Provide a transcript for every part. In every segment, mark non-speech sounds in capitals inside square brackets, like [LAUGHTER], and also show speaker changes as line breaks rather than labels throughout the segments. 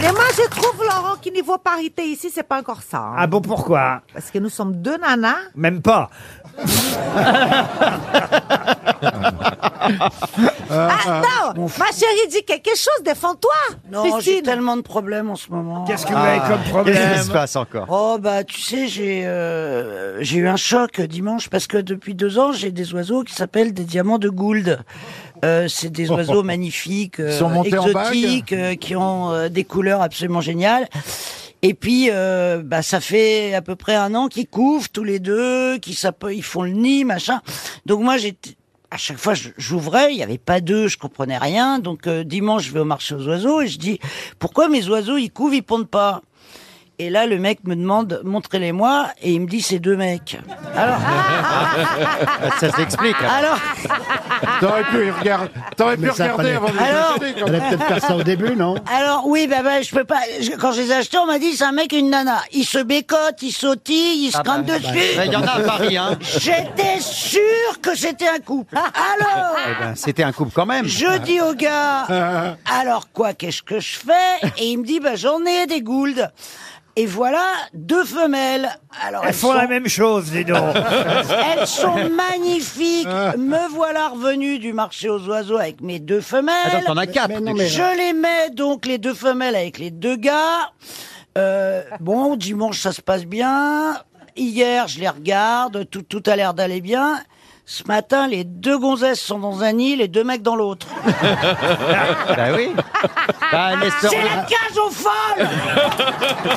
Mais moi, je trouve, Laurent, qu'au niveau parité ici, c'est pas encore ça. hein.
Ah bon, pourquoi
Parce que nous sommes deux nanas.
[LAUGHS]
Même pas.
Ah, non Ma chérie, dis quelque chose, défends-toi
Non, j'ai
Christine.
tellement de problèmes en ce moment.
Qu'est-ce que vous avez comme
Ah. Qu'est-ce qui
problème
se passe encore
Oh bah tu sais j'ai euh, j'ai eu un choc dimanche parce que depuis deux ans j'ai des oiseaux qui s'appellent des diamants de Gould. Euh,
[LAUGHS]
c'est des oiseaux magnifiques, euh,
sont montés en bague
exotiques, euh, qui ont euh, des couleurs absolument géniales. Et puis euh, bah ça fait à peu près un an qu'ils couvent tous les deux, qu'ils s'appe- ils font le nid machin. Donc moi j'étais à chaque fois, je- j'ouvrais, il n'y avait pas d'œufs, je comprenais rien. Donc euh, dimanche, je vais au marché aux oiseaux et je dis pourquoi mes oiseaux ils couvent, ils pondent pas. Et là, le mec me demande, montrez-les-moi, et il me dit, c'est deux mecs. Alors,
Ça s'explique. hein.
alors,
T'aurais pu, y regarder- t'aurais pu
Mais ça
regarder
fallait-
avant de les
Alors-
acheter, quand
Elle
même.
allait peut-être faire ça au début, non
alors, oui, bah, bah, je peux pas, je- quand je les ai achetés, on m'a dit, c'est un mec et une nana. Ils se bécotent, ils sautillent, ils
Ah
se
ben,
crament dessus.
Ouais, Il y en a à Paris, hein.
[LAUGHS] J'étais sûr que c'était un
[LAUGHS]
couple. Alors,
Eh ben, C'était un couple quand même.
je dis au gars, alors quoi, qu'est-ce que je fais? Et il me dit, bah, j'en ai des gouldes. Et voilà deux femelles. Alors,
Elles font
sont-
la même chose, dis
[LAUGHS]
donc.
Elles sont magnifiques. Me voilà revenu du marché aux oiseaux avec mes deux
Attends,
femelles.
t'en as quatre.
mais non,
du
mais-
coup.
Je les mets donc les deux femelles avec les deux gars. Euh, bon, dimanche ça se passe bien. Hier je les regarde, tout, tout a l'air d'aller bien. Ce matin, les deux gonzesses sont dans un nid, les deux mecs dans l'autre.
Bah oui. Bah, les sœurs-
C'est la cage aux folles [LAUGHS]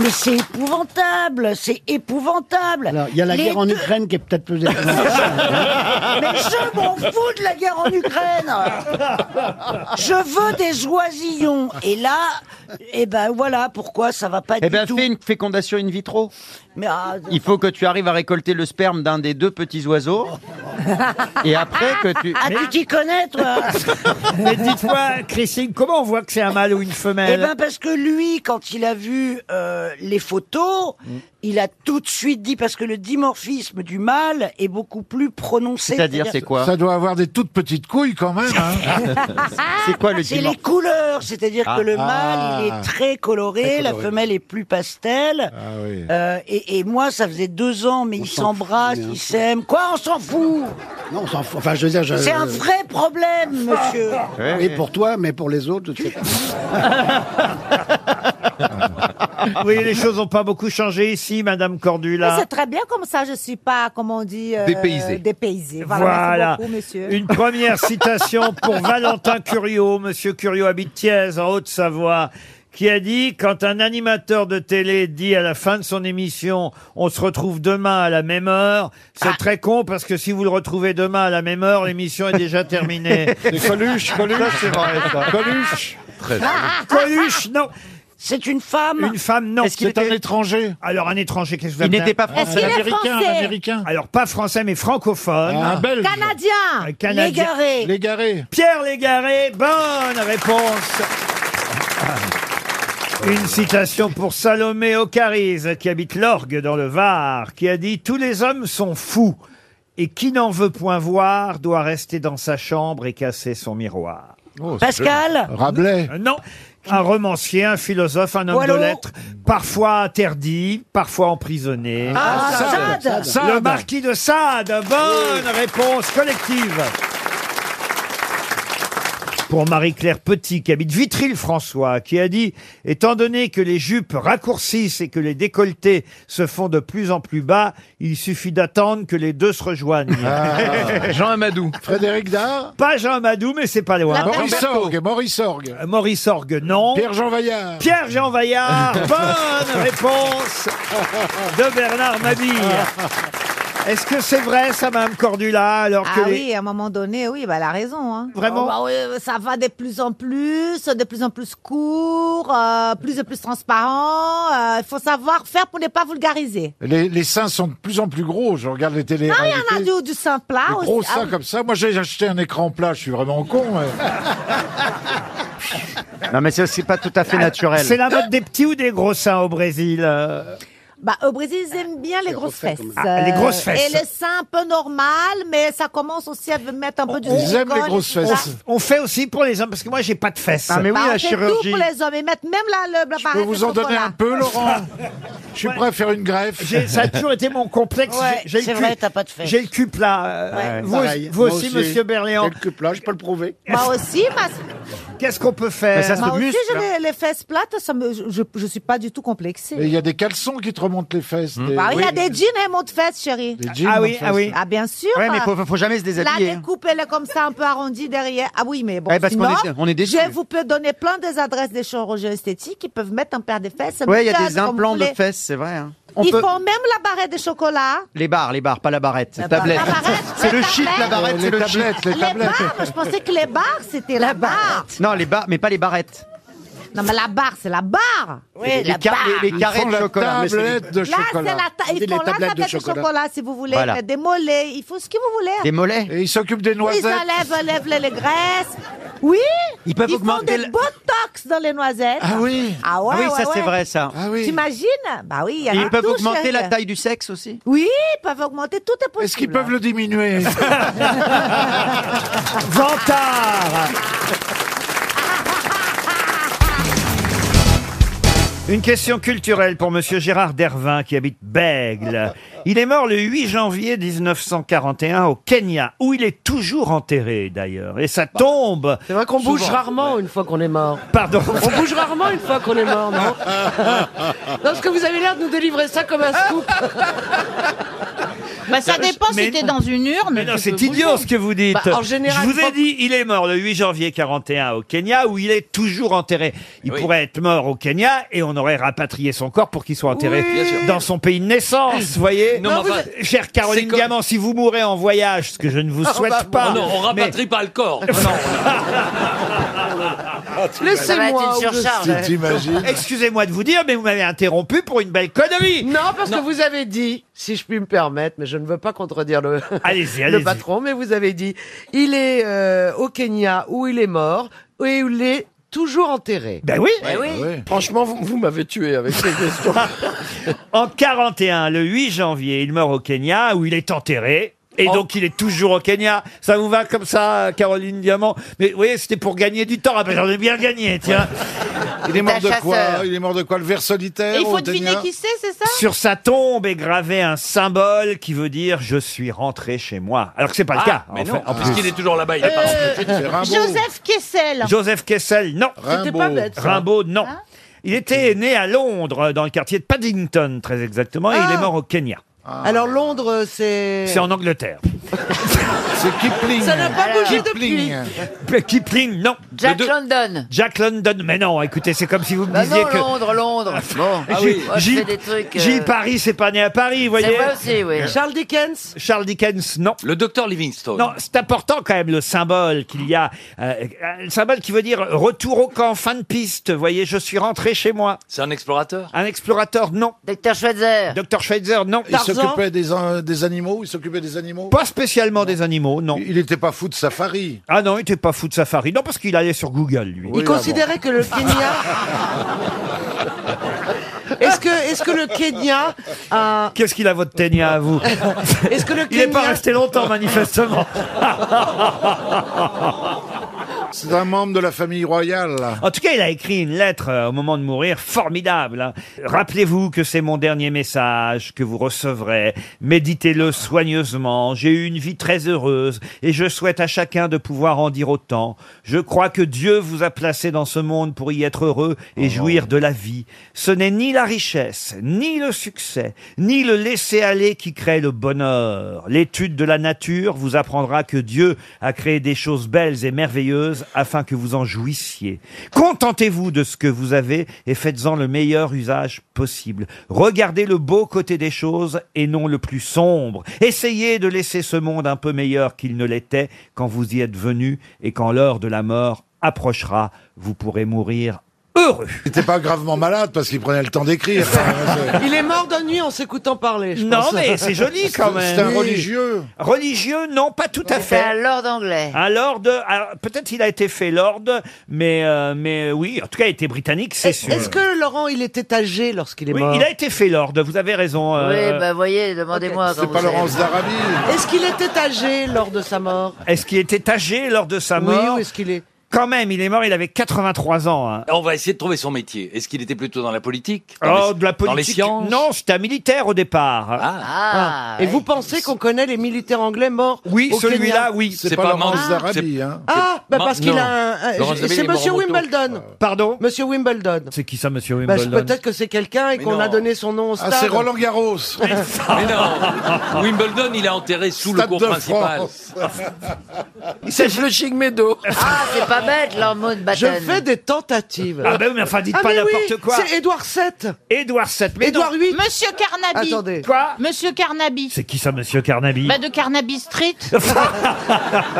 Mais c'est épouvantable, c'est épouvantable.
Alors, il y a la
Les
guerre en
deux-
Ukraine qui est peut-être
[LAUGHS]
plus étonnante.
Mais je m'en fous de la guerre en Ukraine. Je veux des oisillons. Et là, eh ben voilà pourquoi ça va pas
Eh
du
ben,
tout.
fais une fécondation in vitro.
Mais ah,
Il faut que tu arrives à récolter le sperme d'un des deux petits oiseaux.
[LAUGHS]
Et après que tu.
ah, tu t'y connais toi
Mais dites-moi, Christine, comment on voit que c'est un mâle ou une
Eh
femelle
ben parce que lui, quand il a vu euh, les photos,
Mm.
il a tout de suite dit parce que le dimorphisme du mâle est beaucoup plus prononcé.
C'est-à-dire, c'est quoi
Ça doit avoir des toutes petites couilles quand même. hein.
[LAUGHS]
[LAUGHS]
C'est quoi le
C'est les
dimorphe
couleurs, c'est-à-dire
Ah.
que le mâle, il
Ah.
est très coloré, la
coloré.
femelle est plus pastel.
Ah oui.
Euh, et, et moi, ça faisait deux ans, mais ils s'embrassent, ils s'aiment. Quoi, on s'en fout
non, on s'en fout. Enfin, je veux dire, je...
C'est un vrai problème, monsieur.
Ouais,
Oui,
ouais.
pour toi, mais pour les autres,
[LAUGHS]
je sais pas.
Vous voyez, les choses n'ont pas beaucoup changé ici, Madame
Mais
Cordula.
c'est très bien comme ça, je suis pas, comme on dit... euh,
Dépaysée.
Dépaysée. Voilà,
Voilà.
merci beaucoup, monsieur.
Une première citation
[LAUGHS]
pour Valentin Curio, monsieur Curio habite Thiès, en Haute-Savoie, qui a dit Quand un animateur de télé dit à la fin de son émission On se retrouve demain à la même heure,
Ah.
c'est très con parce que si vous le retrouvez demain à la même heure, l'émission est déjà terminée.
[LAUGHS] C'est Coluche, Coluche. c'est vrai, ça.
Coluche,
Coluche, non
C'est une femme.
Une femme, non.
Est-ce qu'il
c'est
était-
un étranger.
Alors, un étranger, qu'est-ce que vous
Il
appelez
n'était pas
Est-ce
français.
qu'il
Un
est
américain, un
français
américain.
Alors, pas français, mais francophone.
Ah,
Un belge.
Canadien
Un Canadien.
Légaré.
Légaré.
Pierre Légaré, bonne réponse. Une citation pour Salomé Ocarise, qui habite l'Orgue dans le Var, qui a dit Tous les hommes sont fous, et qui n'en veut point voir doit rester dans sa chambre et casser son miroir.
Pascal
Oh, Rabelais.
Euh, Non, un romancier, un philosophe, un homme
Boileau.
de lettres, parfois interdit, parfois emprisonné.
Ah,
Sade.
Sade.
Sade.
Le marquis de Sade, bonne réponse collective. Pour Marie-Claire Petit, qui habite Vitry-le-François, qui a dit « Étant donné que les jupes raccourcissent et que les décolletés se font de plus en plus bas, il suffit d'attendre que les deux se rejoignent. [LAUGHS]
Jean Amadou.
Ah. Frédéric Dard.
Pas Jean Madou, mais c'est pas loin.
Maurice Orgue. Maurice Orgue.
Euh, Maurice Orgue, non.
Pierre-Jean Vaillard.
Pierre-Jean
[LAUGHS]
Vaillard, Ah, bonne réponse de Bernard Mabille.
Ah.
Est-ce que c'est vrai, ça, Mme Cordula, alors que
Ah
les-
oui, à un moment donné, oui, bah, elle a raison. hein.
Vraiment
Oh, bah oui, Ça va de plus en plus, de plus en plus court, euh, plus en plus transparent. euh, Il faut savoir faire pour ne pas vulgariser. Ah,
Les, les seins sont de plus en plus gros. Je regarde les télé.
Il y en a du, du sein plat
Les
aussi.
gros
Ah
seins
oui.
comme ça. Moi, j'ai acheté un écran plat. Je suis vraiment con. mais-
Non, mais c'est aussi pas tout à fait naturel.
C'est la mode des petits ou des gros seins au Brésil euh
Bah, au Brésil, ils aiment bien les
C'est
grosses
refait,
fesses.
quand même.
Ah, les grosses
Euh,
fesses.
Et les seins un peu normal, mais ça commence aussi à mettre un peu du
Ils aiment
silicone
les grosses
et tout ça.
fesses.
On fait aussi pour les hommes, parce que moi, j'ai pas de fesses.
Ah, mais oui,
Bah, on
la
fait tout
chirurgie.
pour les hommes. Ils mettent même là le
Je peux
l'appareil de
vous en donner
chocolat.
un peu, Laurent Je suis prêt à faire une greffe.
J'ai- Ça a toujours été mon complexe.
Ouais,
J'ai- j'ai le
c'est
cul-
vrai, t'as pas de fesses.
J'ai le cul plat. Euh, vous,
Pareil.
vous
Moi
aussi, monsieur Berléand.
Quelques plats, je peux le prouver.
[LAUGHS] Moi aussi, ma-
Qu'est-ce qu'on peut faire
Mais ça se
moi aussi,
muscle,
j'ai
hein.
les, les fesses plates. Ça me, je, je suis pas du tout
Et
complexée.
il y a des caleçons qui te remontent les fesses. des-
Bah, Il y a
oui,
des jeans et mon de fesses, chérie.
des jeans
Ah
en
oui,
face.
ah oui.
Ah, bien sûr.
Ouais, mais faut, faut jamais se
La
déshabiller. hein.
découpe, elle est comme ça, un peu arrondie derrière. Ah oui, mais bon,
Ouais, parce qu'on
sinon,
est- on est déçus.
je vous peux donner plein des adresses des chirurgiens esthétiques qui peuvent mettre un paire de fesses.
Ouais, il y a
méthode,
des
comme vous
implants de
voulez.
fesses, c'est vrai. hein. On
Ils
peut-
font même la barrette de chocolat.
Les barres, les barres, pas la barrette, c'est
La
tablette.
barre. La barrette,
[LAUGHS] C'est le
la
shit, la
tablette.
Euh,
barrette,
les
c'est le shit.
tablettes, les
Les
tablettes.
barres, je pensais que les barres, c'était la, barre.
Non, les barres, mais pas les barrettes.
Non, mais la barre, c'est la barre.
Oui,
les,
la
car-
barre.
les- les
Ils
carrés
font
de
la
chocolat. mais c'est-
tablette de
Là, c'est
chocolat.
la, ta...
On dit
ils
les
font la
tablettes de
tablette de chocolat.
chocolat.
si vous voulez.
Voilà.
mais Des mollets, il faut ce que vous voulez.
Des mollets.
Et ils s'occupent des noisettes.
Ils enlèvent, enlèvent les, les graisses. Oui.
Ils peuvent
font
augmenter
des
le-
botox dans les noisettes.
Ah oui
Ah ouais,
Ah oui,
ouais,
ça c'est
ouais.
vrai, ça.
Ah oui
T'imagines Bah oui, il y a euh,
Ils
des
peuvent
touches,
augmenter
chérie.
la taille du sexe aussi.
Oui, ils peuvent augmenter, tout est possible.
Est-ce qu'ils peuvent le
[LAUGHS]
diminuer
Vantard Une question culturelle pour Monsieur Gérard Dervin qui habite Bègle. Il est mort le 8 janvier 1941 au Kenya, où il est toujours enterré d'ailleurs. Et sa tombe,
Bah, C'est vrai qu'on bouge rarement une fois qu'on est mort.
pardon,
On bouge rarement une fois qu'on est
[LAUGHS]
mort, non Non, parce que vous avez l'air de nous délivrer ça comme un
Ah
scoop.
Bah, ça dépend
Euh, mais-
si t'es dans une urne.
Mais non,
tu
c'est
peux
idiot
bouger.
ce que vous dites.
Bah, en général,
je vous ai
quand-
dit, il est mort le 8 janvier 41 au Kenya, où il est toujours enterré. Il pourrait être mort au Kenya et on aurait rapatrié son corps pour qu'il soit enterré
Oui. Bien sûr.
dans son pays de naissance, vous voyez.
Non, Non, mais vous- enfin,
Chère Caroline
c'est comme-
Diamant, si vous mourrez en voyage, ce que je ne vous souhaite pas,
Oh non, on
mais-
rapatrie pas le corps.
Ça va
Laissez-moi.
être une
où je
surcharge.
suis.
Tu T'imagines
excusez-moi de vous dire, mais vous m'avez interrompu pour une belle connerie.
Non, parce que vous avez dit, si je puis me permettre, mais je ne veux pas contredire le, [LAUGHS]
Allez-y, allez-y.
le patron, mais vous avez dit, il est euh, au Kenya où il est mort et où il est toujours enterré.
Ben oui.
Ah oui.
Franchement, vous, vous m'avez
[LAUGHS]
tué avec ces questions.
[LAUGHS] En 41, le 8 janvier, il meurt au Kenya où il est enterré. Et
Oh.
donc il est toujours au Kenya. Ça vous va comme ça, Caroline Diamant Mais vous voyez, c'était pour gagner du temps. Ah ben, j'en ai bien gagné, tiens.
[LAUGHS] Il est mort
T'es un
de quoi
chasseur.
Il est mort de quoi Le ver solitaire
Et il faut
au
deviner
Kenya
qui c'est, c'est ça
Sur sa tombe est gravé un symbole qui veut dire je suis rentré chez moi. Alors que c'est pas
Ah,
le cas.
Ah, mais
en
non,
fait, en plus.
puisqu'il est toujours là-bas,
Eh,
il est pas rentré.
Euh,
C'est Rimbaud.
Joseph Kessel.
Joseph Kessel, non.
Rimbaud.
pas bête. ça. Hein
Rimbaud, non. Il était né à Londres, dans le quartier de Paddington, très exactement, et il est
Ah.
mort au Kenya.
Alors Londres,
Euh,
c'est...
C'est en
[LAUGHS]
Angleterre.
C'est Kipling.
Ça n'a pas bougé depuis.
Kipling.
Kipling, non.
Jack
deux-
London.
Jack London, mais non, écoutez, c'est comme si vous me
Bah
disiez
non,
que [LAUGHS]
Londres, Londres. Bon,
Ah oui.
Moi, je
Gilles-
fais des trucs, euh,
Gilles Paris, c'est pas né à Paris, vous
c'est
voyez.
vrai aussi, oui.
Charles Dickens
Charles Dickens, non.
Le docteur Livingstone.
Non, c'est important quand même le symbole qu'il y a, euh, un symbole qui veut dire retour au camp, fin de piste. Vous voyez, je suis rentré chez moi.
C'est un explorateur.
Un explorateur, non.
Docteur Schweitzer.
Docteur Schweitzer, non.
Il
Tarzan.
s'occupait des, euh, des animaux Il s'occupait des animaux
Pas spécialement des animaux, non.
Il n'était pas fou de safari.
Ah non, il était pas fou de safari. Non, parce qu'il allait sur Google, lui.
Oui, ah
Il considérait que le
[LAUGHS]
Kenya... Est-ce que, est-ce que le Kenya a...
Qu'est-ce qu'il a votre Ténia à vous
Est-ce que le
Il n'est pas
Kenya...
resté longtemps,
[LAUGHS]
manifestement.
C'est un membre de la famille royale.
En tout cas, il a écrit une lettre euh, au moment de mourir formidable. hein. Rappelez-vous que c'est mon dernier message que vous recevrez. Méditez-le soigneusement. J'ai eu une vie très heureuse et je souhaite à chacun de pouvoir en dire autant. Je crois que Dieu vous a placé dans ce monde pour y être heureux et
Oh.
jouir de la vie. Ce n'est ni la richesse, ni le succès, ni le laisser-aller qui crée le bonheur. L'étude de la nature vous apprendra que Dieu a créé des choses belles et merveilleuses afin que vous en jouissiez. Contentez-vous de ce que vous avez et faites-en le meilleur usage possible. Regardez le beau côté des choses et non le plus sombre. Essayez de laisser ce monde un peu meilleur qu'il ne l'était quand vous y êtes venu et quand l'heure de la mort approchera, vous pourrez mourir heureux.
C'était pas gravement malade Ah, parce qu'il prenait le temps d'écrire.
[LAUGHS] Il est mort d'ennui en s'écoutant parler. je
Non,
pense.
mais c'est joli quand même.
C'est un religieux.
Religieux, non, pas tout à fait.
un lord anglais.
Eh.
Un lord, euh, alors, peut-être il a été fait lord, mais, euh, mais oui, en tout cas, il était britannique, c'est sûr.
Est-ce que Laurent, il était âgé lorsqu'il est
Oui,
mort
il a été fait lord, vous avez raison. euh,
Oui, bah voyez, demandez-moi. quand
C'est pas
vous
Laurence
savez.
d'Arabie.
Est-ce qu'il était âgé lors de sa mort
Est-ce qu'il était âgé lors de sa
Oui,
mort
ou est-ce qu'il est
Quand même, il est mort, il avait 83 ans. hein.
On va essayer de trouver son métier. Est-ce qu'il était plutôt dans la politique dans
Oh,
les-
de la
Dans les
politique.
sciences
non, c'était un militaire au départ.
Ah,
Ah,
Et
ouais.
vous pensez qu'on connaît les militaires anglais morts
oui,
au
celui-là,
Kenya
oui.
C'est
C'est
pas,
pas
Laurence
Mans.
d'Arabie. Hein.
Ah, bah
Non,
parce qu'il
non.
a un- un.
Laurence
j-
David,
C'est
il est mort
Monsieur
en moto.
Wimbledon.
Pardon
Monsieur Wimbledon.
C'est qui ça, monsieur
Bah,
Wimbledon
peut-être que c'est quelqu'un et
Mais
qu'on a
non.
donné son nom au
Ah,
stade.
c'est Roland
[LAUGHS]
Garros.
mais non Wimbledon, il est enterré sous le
Stade
cours
de
principal.
France.
C'est Flushing Meadow.
Ah, c'est pas bête, l'hormone
Je
Batten.
fais des tentatives.
Ah ben oui, mais enfin, dites
Ah,
pas
mais oui,
n'importe quoi.
C'est Édouard VII.
Édouard VII. mais
Édouard
non.
VIII.
Monsieur Carnaby.
Attendez.
Quoi
Monsieur Carnaby.
C'est qui ça, monsieur Carnaby
Bah de
[LAUGHS]
Carnaby Street.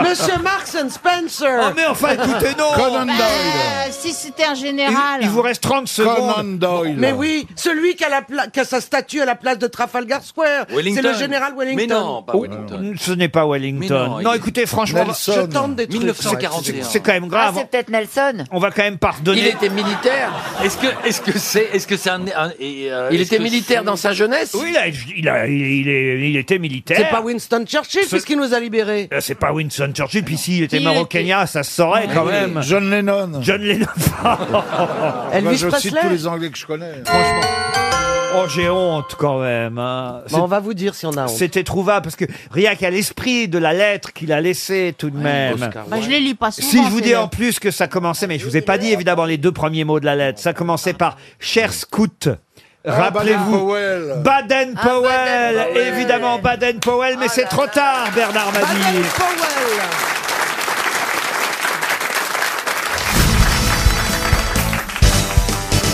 Monsieur Marks and Spencer.
Oh, mais enfin, écoutez, non
Conan
Bah,
Doyle.
si c'était un
il,
général.
il vous reste 30
Conan
secondes.
Doyle.
Mais oui, celui qui a, la pla- qui a sa statue à la place de Trafalgar Square. C'est
Wellington.
le général Wellington.
Mais non, pas
Oh,
Wellington.
ce n'est pas Wellington.
Mais non,
non,
il est-
écoutez, franchement,
Nelson.
Je tente des trucs.
1941.
c'est quand même
Ah,
grave.
c'est peut-être Nelson.
On va quand même pardonner.
militaire. Est-ce que est-ce que c'est est-ce que c'est un, un- et, euh,
Il
est-ce
était
que
militaire dans sa jeunesse
Oui, il, a- il, a- il, est- il était militaire.
C'est pas Winston Churchill puisqu'il nous a libérés.
Euh, C'est pas Winston Churchill, puis s'il était
Il
mort au
était-
Kenya, ça se saurait quand
oui.
même.
John Lennon.
John Lennon.
Bah,
[LAUGHS] Elvis
je cite tous
Presley.
les Anglais que je connais. Ah,
oh, j'ai honte quand même. hein. C'est-
Bon, on va vous dire si on a honte.
C'était trouvable parce que rien qu'à l'esprit de la lettre qu'il a laissée tout de même.
Bah, je les lis pas souvent.
Si je vous dis
ces-
en plus que ça commençait, mais je vous ai pas dit évidemment les deux premiers mots de la lettre, ça commençait par cher scout.
Ah, Baden
Rappelez-vous.
Powell.
Baden Powell,
Baden-Powell.
évidemment Baden Powell, mais c'est trop tard, Bernard Mabille.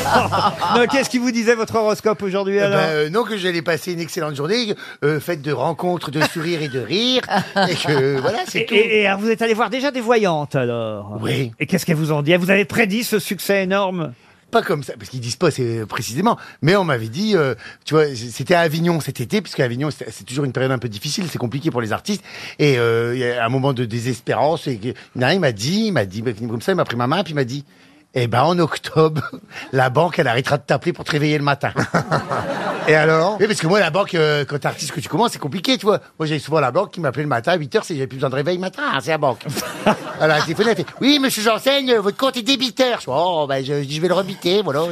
Non, Ah. Qu'est-ce qui vous disait votre horoscope aujourd'hui alors
Eh ben, euh, non, que j'allais passer une excellente journée, euh, faite de rencontres, de
[LAUGHS]
sourires et de rires. Et que voilà,
et, et- et alors, vous êtes allé voir déjà des voyantes alors
Oui.
Et qu'est-ce qu'elles vous ont dit Elles Vous avez prédit ce succès énorme
Pas comme ça, parce qu'ils disent pas c'est précisément. Mais on m'avait dit, euh, tu vois, c'était à Avignon cet été, puisque Avignon c'est c'est toujours une période un peu difficile, c'est compliqué pour les artistes. Et euh, il y a un moment de désespérance. Et que- non, il m'a dit, il m'a dit bah, comme ça, il m'a pris ma main, puis il m'a dit. Eh ben en octobre, [LAUGHS] la banque elle arrêtera de t'appeler pour te réveiller le matin. Et alors Oui, parce que moi la banque, euh, quand t'es artiste que tu commences, c'est compliqué, tu vois. Moi j'avais souvent la banque qui m'appelait le matin à 8h, j'avais plus besoin de réveil le matin, hein, c'est
[LAUGHS]
la banque. Alors elle téléphonait, elle fait Oui, monsieur Janssen, euh, votre compte est débiteur. Je dis Oh, ben je, je dis, je vais le
[LAUGHS]
rebiter, voilà.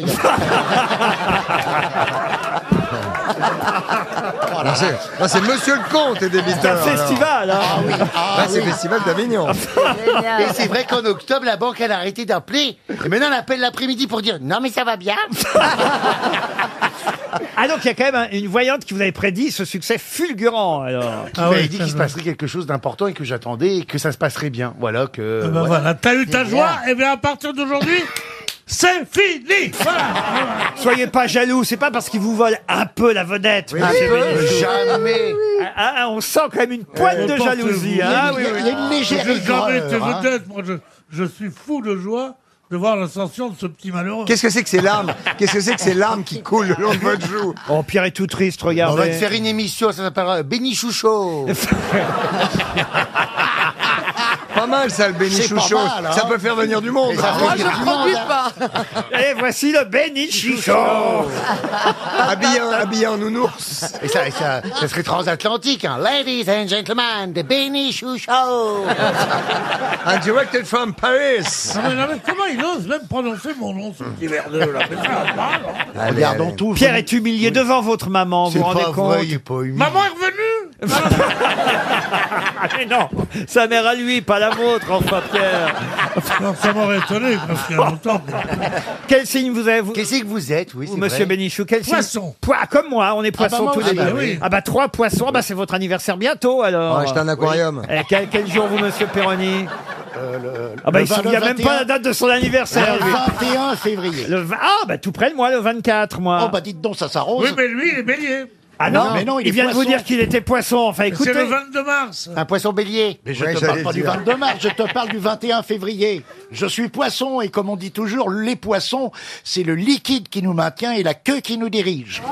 Ah, c'est Monsieur le Comte et
C'est un festival hein
Ah oui.
Festival
[LAUGHS]
d'Avignon.
Et c'est vrai qu'en octobre, la banque, elle a arrêté d'appeler. Et maintenant, elle appelle l'après-midi pour dire Non, mais ça va bien.
Ah donc il y a quand même un- une voyante qui vous avait prédit ce succès fulgurant alors
Ah
[LAUGHS] Qui m'avait dit qu'il se passerait quelque chose d'important et que j'attendais et que ça se passerait bien. Voilà que.
Ben
voilà.
voilà, t'as eu ta joie, et bien à partir d'aujourd'hui, c'est fini
Soyez pas jaloux, c'est pas parce qu'ils vous volent un peu la vedette.
Ah,
monsieur Bénichou.
Jamais.
Ah, ah, on sent quand même une pointe
Euh,
de
porte-
jalousie. hein,
Il
oui,
y a-
oui.
il y a une légère
Euh, Je jamais été
aigreur, hein.
vedette, moi je, je suis fou de joie de voir l'ascension de ce petit malheureux.
Qu'est-ce que c'est que
[LAUGHS]
ces larmes Qu'est-ce que c'est que ces larmes qui coulent le long de votre joue
Oh, Pierre est tout triste, regardez.
On va te faire une émission, ça s'appellera
[LAUGHS]
Béni Chouchot.
Pas mal ça, le Béni
C'est pas
Chouchot.
mal, hein.
Ça peut faire venir du monde.
Et ça fait du monde, hein.
[LAUGHS] Et voici le Bénichicho
Habillé, en- habillé en nounours.
Et ça, et ça, ça serait transatlantique, hein. Ladies and gentlemen, de Benny Chouchot.
And directed from Paris.
Non, mais, non, mais comment il ose même prononcer mon nom, ce petit merdeux là Mais c'est un mal, hein.
Regardons tout.
Pierre [LAUGHS] est humilié devant votre maman, vous
C'est
vous rendez
pas
compte
vrai, il est pas humide.
Maman est revenue
Ah, mais non Sa mère à lui, pas la vôtre, enfin Pierre
Ah,
Non, ça m'aurait étonné, parce qu'il y a longtemps.
Quel signe vous avez, vous,
Qu'est-ce que vous êtes, oui,
vous,
c'est
monsieur
vrai. Ah,
Bénichou quel signe
Poisson.
Poi- Comme moi, on est poissons
moi
tous les
aussi,
deux.
bah oui.
Ah bah trois poissons, bah c'est votre anniversaire bientôt alors
Ah,
Acheter un aquarium.
Eh, quel, quel jour vous, monsieur Perroni
Euh,
Ah bah
le
il se
vingt-
souvient
le
même pas
21.
la date de son anniversaire lui.
Le 21 février.
Le vingt- Ah bah tout près de moi, le 24 moi
Oh bah dites donc, ça s'arrose.
Oui, mais lui, il est bélier.
Ah non, mais non, il, vient de vous dire qu'il était poisson. Enfin, écoutez. Ah,
C'est le 22 mars.
Un poisson bélier.
Mais je
Ouais,
te
j'allais
parle pas du
dire.
22 mars, je te parle du 21 février. Je suis poisson et comme on dit toujours, les poissons, c'est le liquide qui nous maintient et la queue qui nous dirige.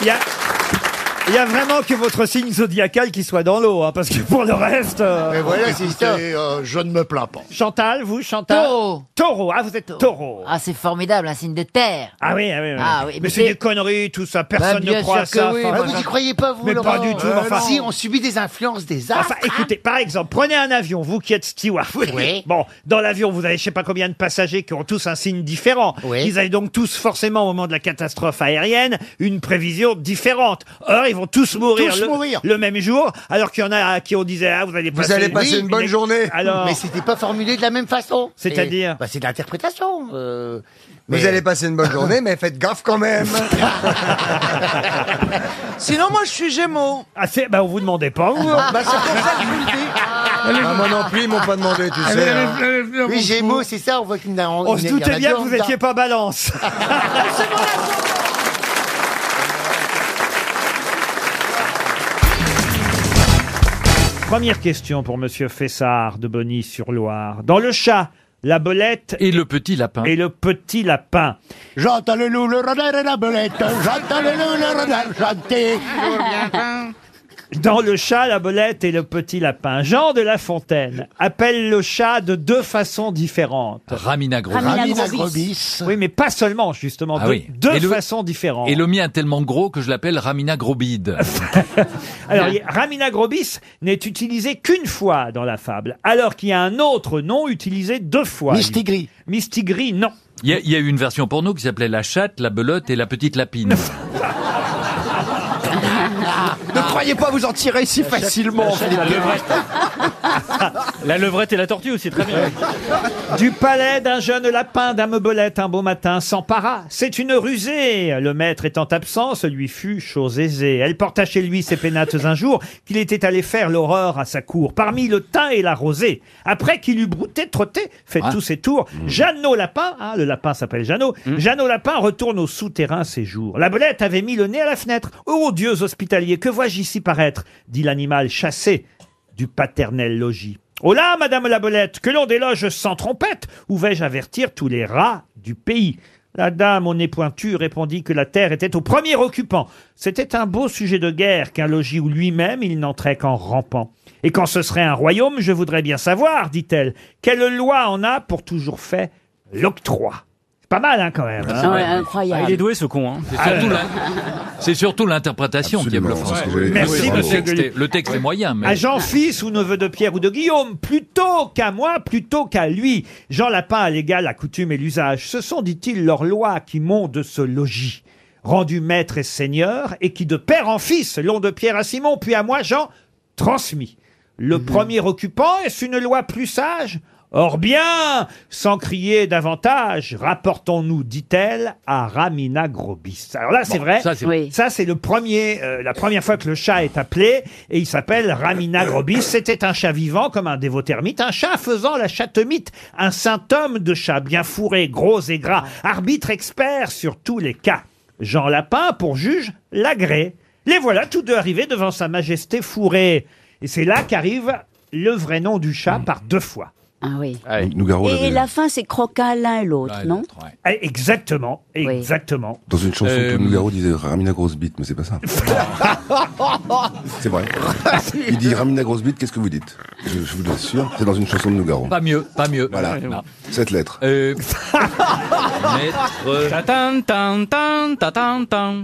Il y a, il y a vraiment que votre signe zodiacal qui soit dans l'eau, hein, parce que pour le reste. euh,
Mais
[LAUGHS]
voilà, c'est
écoutez,
ça. je ne me plains pas.
Chantal, vous, Chantal
Taureau.
Taureau, ah, vous êtes taureau.
Ah, c'est formidable, un signe de terre.
Ah oui, ah oui, oui.
Ah oui,
mais c'est des conneries, tout ça. Personne
bien
ne croit à
sûr que
ça.
oui,
Enfin,
moi,
vous
j'en-
y croyez
pas,
vous, Mais Laurent pas du tout, Euh, enfin.
Si, on subit des influences des
pas.
arts.
Enfin, écoutez, par exemple, prenez un avion, vous qui êtes steward.
Oui.
[LAUGHS] Bon, dans l'avion, vous avez je sais pas combien de passagers qui ont tous un signe différent. Ils avaient donc tous forcément au moment de la catastrophe aérienne une prévision différente. Or, ils vont tous mourir,
Tous
le,
mourir.
le même jour, alors qu'il y en a à qui on disait ah vous allez passer, Oui, Alors,
Mais c'était pas formulé de la même façon.
C'est-à-dire
Et- bah, C'est de l'interprétation. euh,
Vous allez passer une bonne journée, mais faites gaffe quand même.
Sinon, moi, je suis Gémeaux.
Ah, c'est, bah, on vous demandait pas, vous.
bah, c'est pour ça que je vous le dis.
Ah, moi non plus, ils m'ont pas demandé, tu sais. hein.
Oui, Gémeaux, c'est ça, on voit qu'il n'a
on se doutait Oh, bien que vous
hein.
étiez pas balance. Première question pour Monsieur Fessard de Bonny-sur-Loire. Dans le chat, la belette. Et le petit lapin. Et le petit lapin.
J'entends le loup, le renard et la belette. J'entends le loup, le renard chanter.
Dans le chat, la belette et le petit lapin. Jean de La Fontaine appelle le chat de deux façons différentes. Ramina
grobis. Ramina grobis.
Oui, mais pas seulement, justement.
Ah
deux
oui.
deux
Et le-
façons différentes.
Et le mien est tellement gros que je l'appelle Ramina Grobide.
Alors, il y a- Ramina grobis n'est utilisé qu'une fois dans la fable, alors qu'il y a un autre nom utilisé deux fois. Mistigri. Mistigri, non.
Il y, a- il y a eu une version porno qui s'appelait La chatte, la belote et la petite lapine.
Ne croyez pas vous en tirer si facilement.
La levrette. la levrette et la tortue aussi, très bien.
Du palais d'un jeune lapin d'Ameubelette un beau matin s'empara. C'est une rusée. Le maître étant absent, ce lui fut chose aisée. Elle porta chez lui ses pénates un jour qu'il était allé faire l'aurore à sa cour, parmi le thym et la rosée. Après qu'il eut brouté, trotté, fait tous ses tours, Jeannot Lapin, hein, le lapin s'appelle Jeannot, Jeannot Lapin retourne au souterrain ses jours. La belette avait mis le nez à la fenêtre. Ô dieux hospitaliers, que vois-je ici paraître dit l'animal chassé du paternel logis. Oh là, madame la belette, que l'on déloge sans trompette, ou vais-je avertir tous les rats du pays La dame au nez pointu répondit que la terre était au premier occupant. C'était un beau sujet de guerre qu'un logis où lui-même il n'entrait qu'en rampant. Et quand ce serait un royaume, je voudrais bien savoir, dit-elle, quelle loi en a pour toujours fait l'octroi C'est pas mal, hein, quand même. hein. Ah,
Ah, il est doué ce con. Hein.
C'est surtout la- C'est surtout l'interprétation qui est bluffante.
c'est ce que j'allais dire. Merci,
Oui, le
monsieur
texte, est, le texte est moyen, mais
À Jean-Fils ou neveu de Pierre ou de Guillaume, plutôt qu'à moi, plutôt qu'à lui. Jean Lapin a l'égal la coutume et l'usage. Ce sont, dit-il, leurs lois qui m'ont de ce logis. Rendu maître et seigneur, et qui de père en fils, l'ont de Pierre à Simon, puis à moi, Jean, transmis. Le
Mhm.
premier occupant, est-ce une loi plus sage Or bien, sans crier davantage, rapportons-nous, dit-elle, à Ramina Grobis. Alors là, c'est
Bon,
vrai,
ça, c'est- Oui.
ça, c'est le premier, euh, la première fois que le chat est appelé et il s'appelle Ramina Grobis. C'était un chat vivant comme un dévot ermite, un chat faisant la chatemite, un saint homme de chat bien fourré, gros et gras, arbitre expert sur tous les cas. Jean Lapin, pour juge, l'agrée. Les voilà tous deux arrivés devant sa majesté fourrée. Et c'est là qu'arrive le vrai nom du chat par deux fois.
Ah oui.
Nougaro
Et, et la fin, c'est croquin l'un et l'autre, non
Eh, Exactement, exactement.
Dans une chanson,
Euh,
Claude Nougaro disait Ramina grosse bite, mais c'est pas ça. c'est vrai. Il dit Ramina grosse bite, qu'est-ce que vous dites je, je vous l'assure, c'est dans une chanson de Nougaro.
pas mieux, pas mieux.
Voilà,
Non.
cette lettre.
Bah. Euh, maître-
Tatin, tan, tan, tatin, tan.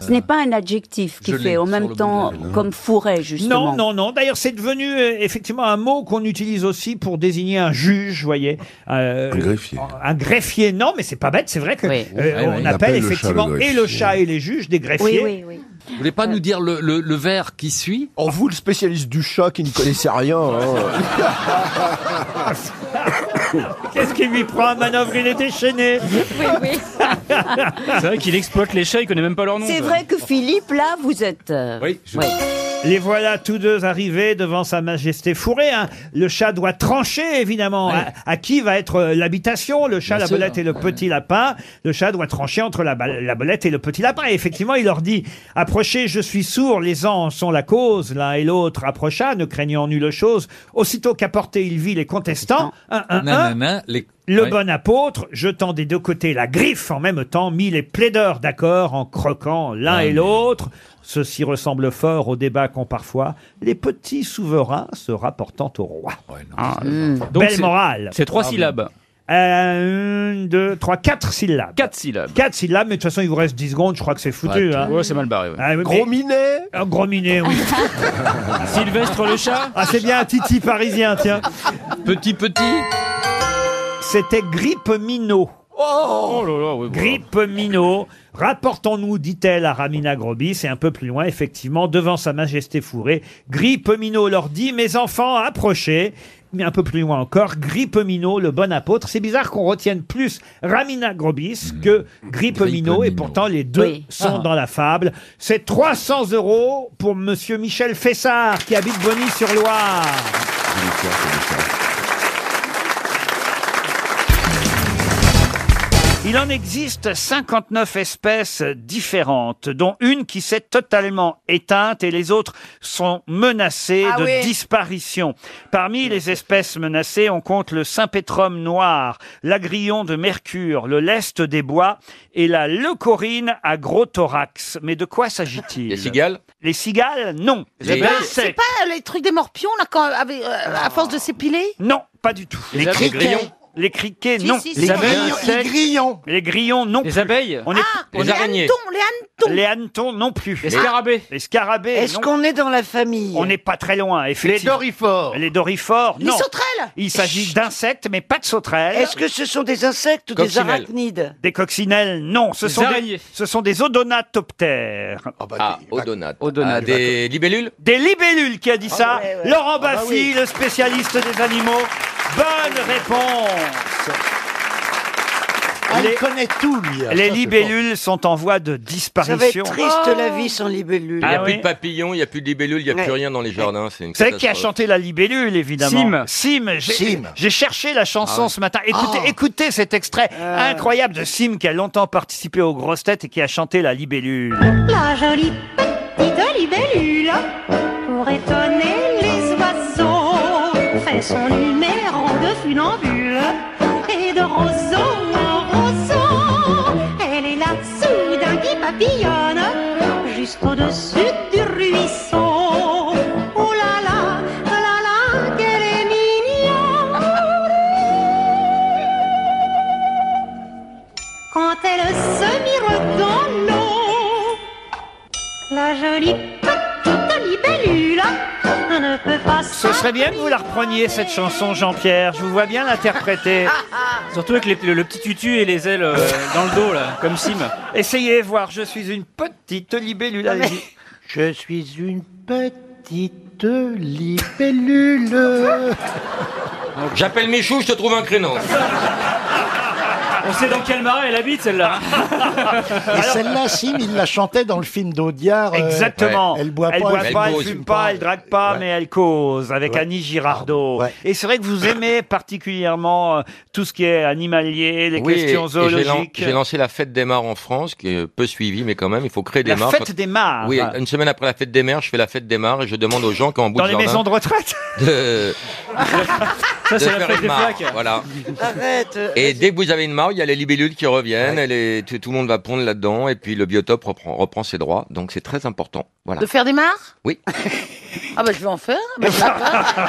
Ce n'est pas un adjectif qui
Je l'ai
fait en même temps comme fourré, justement.
Non, non, non. D'ailleurs, c'est devenu euh, effectivement un mot qu'on utilise aussi pour désigner un juge, vous voyez. Euh, un greffier. Un greffier, non, mais c'est pas bête. C'est vrai que euh,
Oui,
on
oui. On
appelle
appelle le
effectivement
chat le
et le chat [COUGHS] et les juges des greffiers.
Oui, oui, oui.
Vous voulez pas nous dire le, le, le vers qui suit
En Oh, vous, le spécialiste du chat qui ne connaissait rien. hein.
Qu'est-ce qui lui prend à manœuvre Il est
[LAUGHS]
déchaîné.
Oui, oui.
C'est vrai qu'il exploite les chats, il connaît même pas leur nom.
C'est vrai que Philippe, là, vous êtes. euh,
Oui, je-
ouais.
Les voilà tous deux arrivés devant Sa Majesté Fourré. hein. Le chat doit trancher, évidemment. À, à qui va être euh, l'habitation Le chat,
Bien
la
sûr.
belette et le petit lapin. Le chat doit trancher entre la, ba- la belette et le petit lapin. Et effectivement, il leur dit Approchez, je suis sourd, les ans en sont la cause. L'un et l'autre approcha, ne craignant nulle chose. Aussitôt qu'apporté il vit les contestants. Un, un, un.
Nanana, les-
Le
Ouais.
bon apôtre, jetant des deux côtés la griffe en même temps, mit les plaideurs d'accord en croquant l'un
Ah
et l'autre. Ceci ressemble fort au débat qu'ont parfois les petits souverains se rapportant au roi. Ah.
Donc
Belle
c'est-
morale.
c'est trois syllabes.
Euh, une, deux, trois, quatre syllabes. Quatre syllabes. Quatre syllabes, mais de toute façon, il vous reste dix secondes, je crois que c'est foutu.
Ouais,
hein.
ouais, c'est mal barré, ouais.
Ah, oui,
Gros
mais- Un gros minet, oui.
[LAUGHS] Sylvestre le chat
Ah, c'est bien un titi parisien, tiens. Petit, petit. C'était Grippe Minot.
Oh, là là, oui, bon.
Grippe Minot. Rapportons-nous, dit-elle à Ramina Grobis, et un peu plus loin, effectivement, devant Sa Majesté fourrée. Grippe Minot leur dit Mes enfants, approchez. Mais un peu plus loin encore, Grippe Minot, le bon apôtre. C'est bizarre qu'on retienne plus Ramina Grobis
Hmm.
que Grippe Minot, et pourtant les deux
Oui.
sont
Ah.
dans la fable. C'est 300 euros pour Monsieur Michel Fessard, qui habite Bonny-sur-Loire. Il en existe 59 espèces différentes, dont une qui s'est totalement éteinte et les autres sont menacées
Ah
de
oui.
disparition. Parmi les espèces menacées, on compte le sympétrum noir, l'agrillon de mercure, le lest des bois et la leucorine à gros thorax. Mais de quoi s'agit-il Les cigales Les cigales, non.
Les
Eh
belles
ben,
C'est
c'est-
pas les trucs des morpions, là, quand, avec, euh, à force de s'épiler
Non, pas du tout.
Les Les abeilles. grillons.
Les criquets,
Si,
non.
si, si. Les grillons- les
grillons. Les grillons, non. Les abeilles. On est, on
les
est-
hannetons, les hannetons.
Les hannetons, non plus. Ah,
Les scarabées.
Les scarabées.
Est-ce
non.
qu'on est dans la famille
On n'est pas très loin, effectivement. Les dorifores. Les dorifores,
Les
non.
sauterelles.
Il s'agit d'insectes, mais pas de sauterelles.
Est-ce que ce sont des insectes ou des
Coccinelles.
arachnides
Des coccinelles, non. Ce
Des
sont des,
araignées.
ce sont des odonatoptères.
bah,
Ah, odonates. Ah, des libellules
Des libellules, qui a dit
Ah
ça
ouais, ouais.
Laurent
Ah bah
Baffy,
oui.
le spécialiste des animaux. Bonne réponse
Ah, il
Les-
connaît tout, lui. Ah, ça,
Les
c'est
libellules sont en voie de disparition.
Ça va être triste la vie sans libellule.
Ah
Il n'y a
oui.
plus de papillons, il n'y a plus de libellules, il n'y a plus rien dans les jardins. C'est une
C'est qui a
catastrophe.
chanté la libellule, évidemment. Sim. Sim. J'ai,
Sim.
j'ai cherché la chanson
Ah ouais.
ce matin. Écoutez,
Oh.
écoutez cet extrait
Euh.
incroyable de Sim qui a longtemps participé aux grosses têtes et qui a chanté la libellule.
La jolie petite libellule, pour étonner les oiseaux, fait son numéro de funambule et de roseau en roseau. Elle est là soudain qui papillonne jusqu'au-dessus du ruisseau. Oh là là, oh là là, qu'elle est mignonne! Quand elle se mire dans l'eau, la jolie petite libellule ne peut pas
Ce serait bien que vous la repreniez, cette chanson, Jean-Pierre. Je vous vois bien l'interpréter.
Ah,
Surtout avec les- le, le petit tutu et les ailes euh, dans le dos, là, comme Sim.
Essayez voir, je suis une petite libellule. allez-y.
Je suis une petite libellule.
J'appelle Michou, je te trouve un créneau.
On sait dans quel marais elle habite, celle-là.
hein.
[LAUGHS]
Ah.
Et
euh,
celle-là, Sim, il la chantait dans le film d'Audiard. euh,
euh, Exactement.
Elle boit pas,
elle, boit pas, elle
cause.
fume pas, elle drague pas, mais elle cause avec Annie Girardot. Et c'est vrai que vous aimez particulièrement euh, tout ce qui est animalier, les
Oui, et-
questions
et j'ai lan-
zoologiques.
J'ai lancé la fête des mares en France, qui est peu suivie, mais quand même, il faut créer des
La
mares.
fête des mares.
Oui, une semaine après la fête des mères, je fais la fête des mares et je demande aux gens qui ont en bout
euh, Dans
de
les
jardin
maisons de retraite
de,
Ça,
de
c'est la
faire
fête
une
des
mare.
plaques.
Voilà.
Arrête.
Et dès que vous avez une mare, il y a les libellules qui reviennent, et les- tout, tout le monde va pondre là-dedans, et puis le biotope reprend, reprend ses droits. Donc c'est très important. Voilà.
De faire des mares [LAUGHS]
Oui.
Ah bah je vais en faire. Bah, je vais en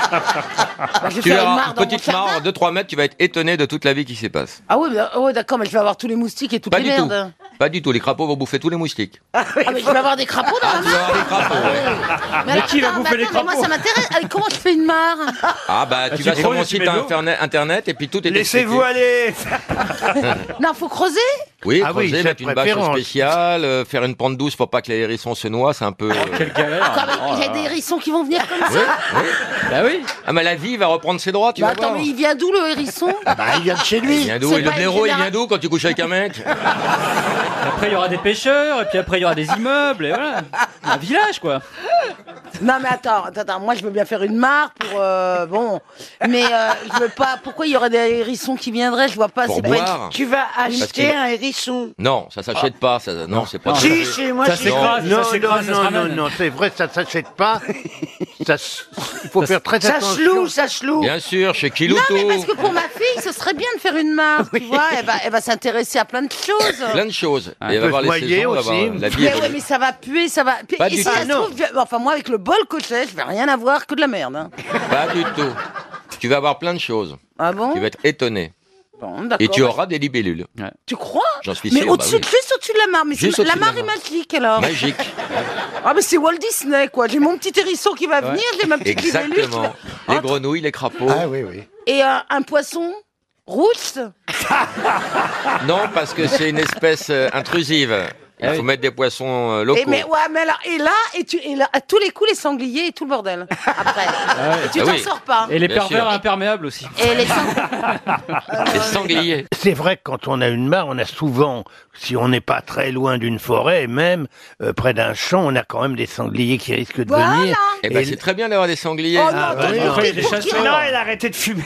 [LAUGHS]
faire. Bah, je vais
tu
faire
verras,
une mare dans mon
petite
jardin.
mare de 3 mètres, tu vas être étonné de toute la vie qui s'y passe.
Ah oui, bah, ouais, d'accord, mais je vais avoir tous les moustiques et toutes
Pas
les
du tout.
merdes.
Pas du tout, les crapauds vont bouffer tous les moustiques.
Ah, mais Ah, je vais avoir des crapauds dans la mare.
Mais
alors,
qui va
attends,
bouffer les
mais attends, mais Moi
crapauds
ça m'intéresse. Ah, Comment je fais une [LAUGHS] mare
Ah bah tu
tu
vas sur
creuses,
mon
tu
site
mets de l'eau.
internet, internet et puis tout est
Laissez-vous
expliqué.
aller
Non, faut creuser.
[LAUGHS] Oui,
Ah oui,
creuser,
c'est
mettre une bâche
préférence.
spéciale, euh, faire une pente douce pour pas que les hérissons se noient, c'est un peu... euh, quelle galère
Attends, mais il y a des hérissons qui vont venir comme ça.
Bah oui Ah mais la vie va reprendre ses droits, tu
Bah,
vas
attends,
voir.
mais il vient d'où le hérisson
il vient de chez
Il vient d'où
C'est
Et le
pas une
blaireau, il vient
génération-
d'où quand tu couches avec un mec
Après, il y aura des pêcheurs, et puis après, il y aura des immeubles, et voilà. Un village, quoi.
[LAUGHS] Non mais attends, attends, attends, moi je veux bien faire une mare pour euh, bon, mais euh, je veux pas. Pourquoi il y aurait des hérissons qui viendraient Je vois pas.
Pour
c'est pas une-
boire.
Tu vas
Parce
acheter
que-
un hérisson
Non, ça s'achète pas. Ça, non, c'est pas.
Si, si, moi, Ça je- s'écrase,
Non.
ça
Non,
s'écrase, ça se
non, non,
ramène.
non, non, c'est vrai, ça ne s'achète
[LAUGHS]
pas. Ça se- il faut faire très
Ça
attention.
se loue, ça se loue.
Bien sûr, chez
Non
Kilouto.
mais parce que pour ma fille, ce serait bien de faire une mare, tu vois. Elle va, elle va s'intéresser à plein de choses.
Plein de choses.
Un
Ah,
Et elle
peu
va voir les
noyer
saisons, elle va
aussi.
voir la vie.
Mais
évolue.
ouais, mais ça va puer, ça va.
Pas
et
du
si
tout.
ça
Ah,
se
non.
trouve, je- enfin moi avec le bol que j'ai, je vais rien avoir que de la merde. hein.
Pas du tout. Tu vas avoir plein de choses.
Ah bon
Tu vas être étonné.
d'accord,
Et tu
bah-
auras des libellules.
Tu crois
J'en suis
Mais
sûr, bah
au-dessus,
oui.
juste au-dessus de la mare. Mais c'est-
Juste
la
au-dessus de la
mare est
mare.
magique alors.
Magique.
[LAUGHS] Ah mais c'est Walt Disney quoi. J'ai mon petit hérisson qui va
Ouais.
venir, j'ai
[LAUGHS]
ma petite libellule. qui va-
Exactement. Les grenouilles, les crapauds. Ah oui, oui.
Et un, un poisson rousse.
Non, parce que c'est une espèce euh, intrusive. Il faut mettre des poissons euh, locaux.
Et Ah Eh, mais ouais, mais alors, et là, et tu, et là, à tous les coups les sangliers et tout le bordel. Après, et tu
Ah
t'en
oui.
sors pas.
Et les
Bien
pervers euh,
sûr.
imperméables aussi.
Et les sangliers.
Les sangliers.
C'est vrai que quand on a une mare, on a souvent, si on n'est pas très loin d'une forêt, même euh, près d'un champ, on a quand même des sangliers qui risquent de
Voilà.
venir.
Eh ben, c'est très bien d'avoir des sangliers.
Oh non, Ah, attends, ouais, non.
des chasseurs. Non, elle a arrêté de fumer.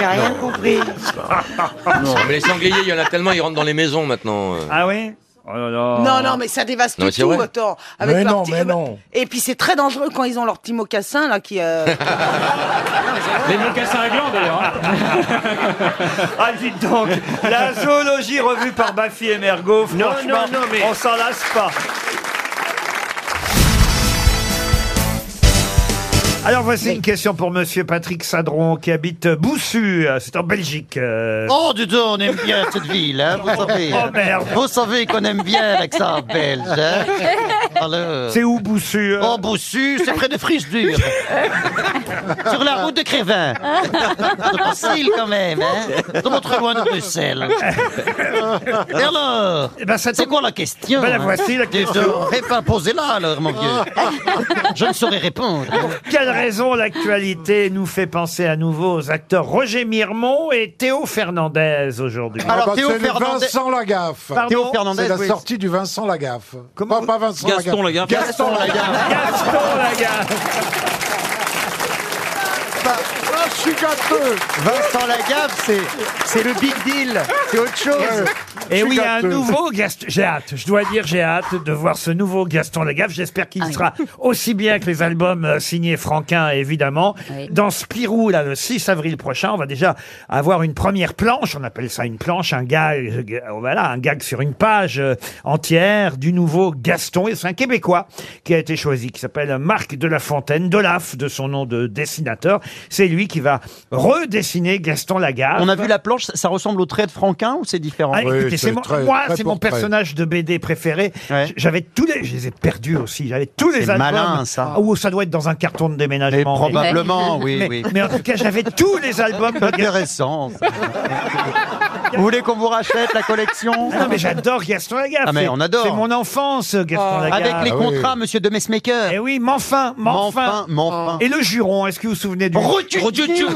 J'ai rien compris.
[LAUGHS]
Ah,
Non, mais les sangliers, il y en a tellement, ils rentrent dans les maisons maintenant.
Ah oui
Non, non, mais ça dévaste
Non, c'est
tout,
vrai.
autant.
Mais
leurs
non,
petits-
mais non.
Et puis c'est très dangereux quand ils ont leurs petits mocassins, là, qui. [LAUGHS] euh,
Oh,
Les mocassins à gland d'ailleurs. hein.
[LAUGHS] Ah, dites donc, la zoologie revue par Baffy et Mergo,
Non,
franchement,
non, non, mais-
on s'en lasse pas. Alors voici une question pour Monsieur Patrick Sadron qui habite Boussu, euh, c'est en Belgique. euh.
Oh, du dos, on aime bien cette ville, hein, vous
[LAUGHS]
savez.
Oh, merde.
Vous savez qu'on aime bien l'accent belge, hein. Alors...
C'est où Boussu euh
Oh, Boussu, c'est près
[LAUGHS]
de Frisdure. Sur la route de Crévin. C'est facile, quand même, hein. Pas trop loin de Bruxelles. Et alors
Eh
C'est quoi la question
Ben, la voici, la
hein Dis donc,
question. Ah.
eh ben, posez-la, alors, mon vieux. [LAUGHS] Je ne saurais répondre.
Pour quelle raison l'actualité nous fait penser à nouveau aux acteurs Roger Miremont et Théo Fernandez aujourd'hui
Alors, Théo Fernandez. bah, Vincent Lagaffe.
Pardon Théo Fernandez,
C'est la
oui.
sortie du Vincent Lagaffe. Comment pas, pas Vincent
Gaston
Lagaffe.
Lagaffe.
Gaston Lagaffe.
Gaston Lagaffe.
Ah, je suis gâteux.
Vincent Lagaffe, c'est, c'est le big deal. C'est autre chose.
Et oui, il y a un
[LAUGHS]
gâteux.
nouveau Gaston. J'ai hâte, je dois dire, j'ai hâte de voir ce nouveau Gaston Lagaffe. J'espère qu'il sera aussi bien que les albums euh, signés Franquin, évidemment. Dans Spirou, là, le 6 avril prochain, on va déjà avoir une première planche. On appelle ça une planche, un gag, euh, voilà, un gag sur une page euh, entière du nouveau Gaston. Et c'est un Québécois qui a été choisi, qui s'appelle Marc de la Fontaine, Delaf, de son nom de dessinateur. C'est lui qui va redessiner Gaston Lagaffe.
On a vu la planche, ça- ça ressemble au trait de Franquin ou c'est différent
Ah, écoutez, c'est mon, moi, c'est mon personnage de BD préféré. J- J'avais tous les, je les ai perdus aussi. J'avais tous les
C'est
albums. Ah,
malin, ça.
Ou ça doit être dans un carton de déménagement.
Mais probablement, oui,
mais,
oui.
Mais en tout cas, j'avais tous les albums. de
Intéressant. vous voulez qu'on vous rachète la collection
Ah Non, mais j'adore Gaston Lagaffe.
Ah, mais
C'est-
on adore.
C'est mon enfance, Gaston Lagaffe. Ah
Avec les contrats, monsieur de Messmaker.
Eh oui, m'enfin,
M'enfin,
m'enfin.
m'enfin.
Et le juron, est-ce que vous vous souvenez du
Rotudiou.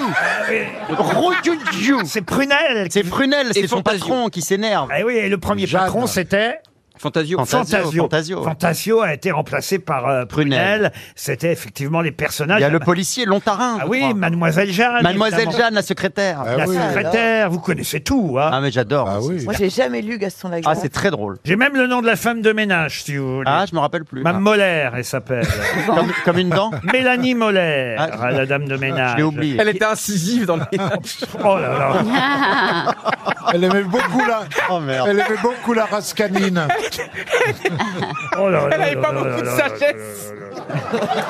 Rotudiou C'est Prunel.
C'est Prunel, c'est son
Fantasio.
patron qui s'énerve.
Eh oui, et le premier patron, c'était
Fantasio.
Fantasio.
Fantasio.
Fantasio a été remplacé par euh, Prunel. C'était effectivement les personnages.
Il y a le policier Lontarin.
Ah oui, Mademoiselle Jeanne.
Mademoiselle
évidemment.
Jeanne, la secrétaire.
La secrétaire, vous connaissez tout. Hein.
Ah, mais j'adore.
Moi, j'ai jamais lu Gaston
Ah,
Lagaffe.
c'est très drôle.
J'ai même le nom de la femme de ménage, si vous voulez. Ah,
je me rappelle plus.
Mme Moller, elle s'appelle.
[LAUGHS] comme, comme une dent
Mélanie Moller, Ah, la dame de ménage.
je l'ai Ah, oublié. Elle
était incisive dans le [LAUGHS] Oh là là.
Ah Elle aimait beaucoup la.
Oh merde.
Elle aimait beaucoup la race canine.
[LAUGHS] Oh là là
Elle avait
là
pas
là
beaucoup de
là là [LAUGHS]
sagesse.
là là là.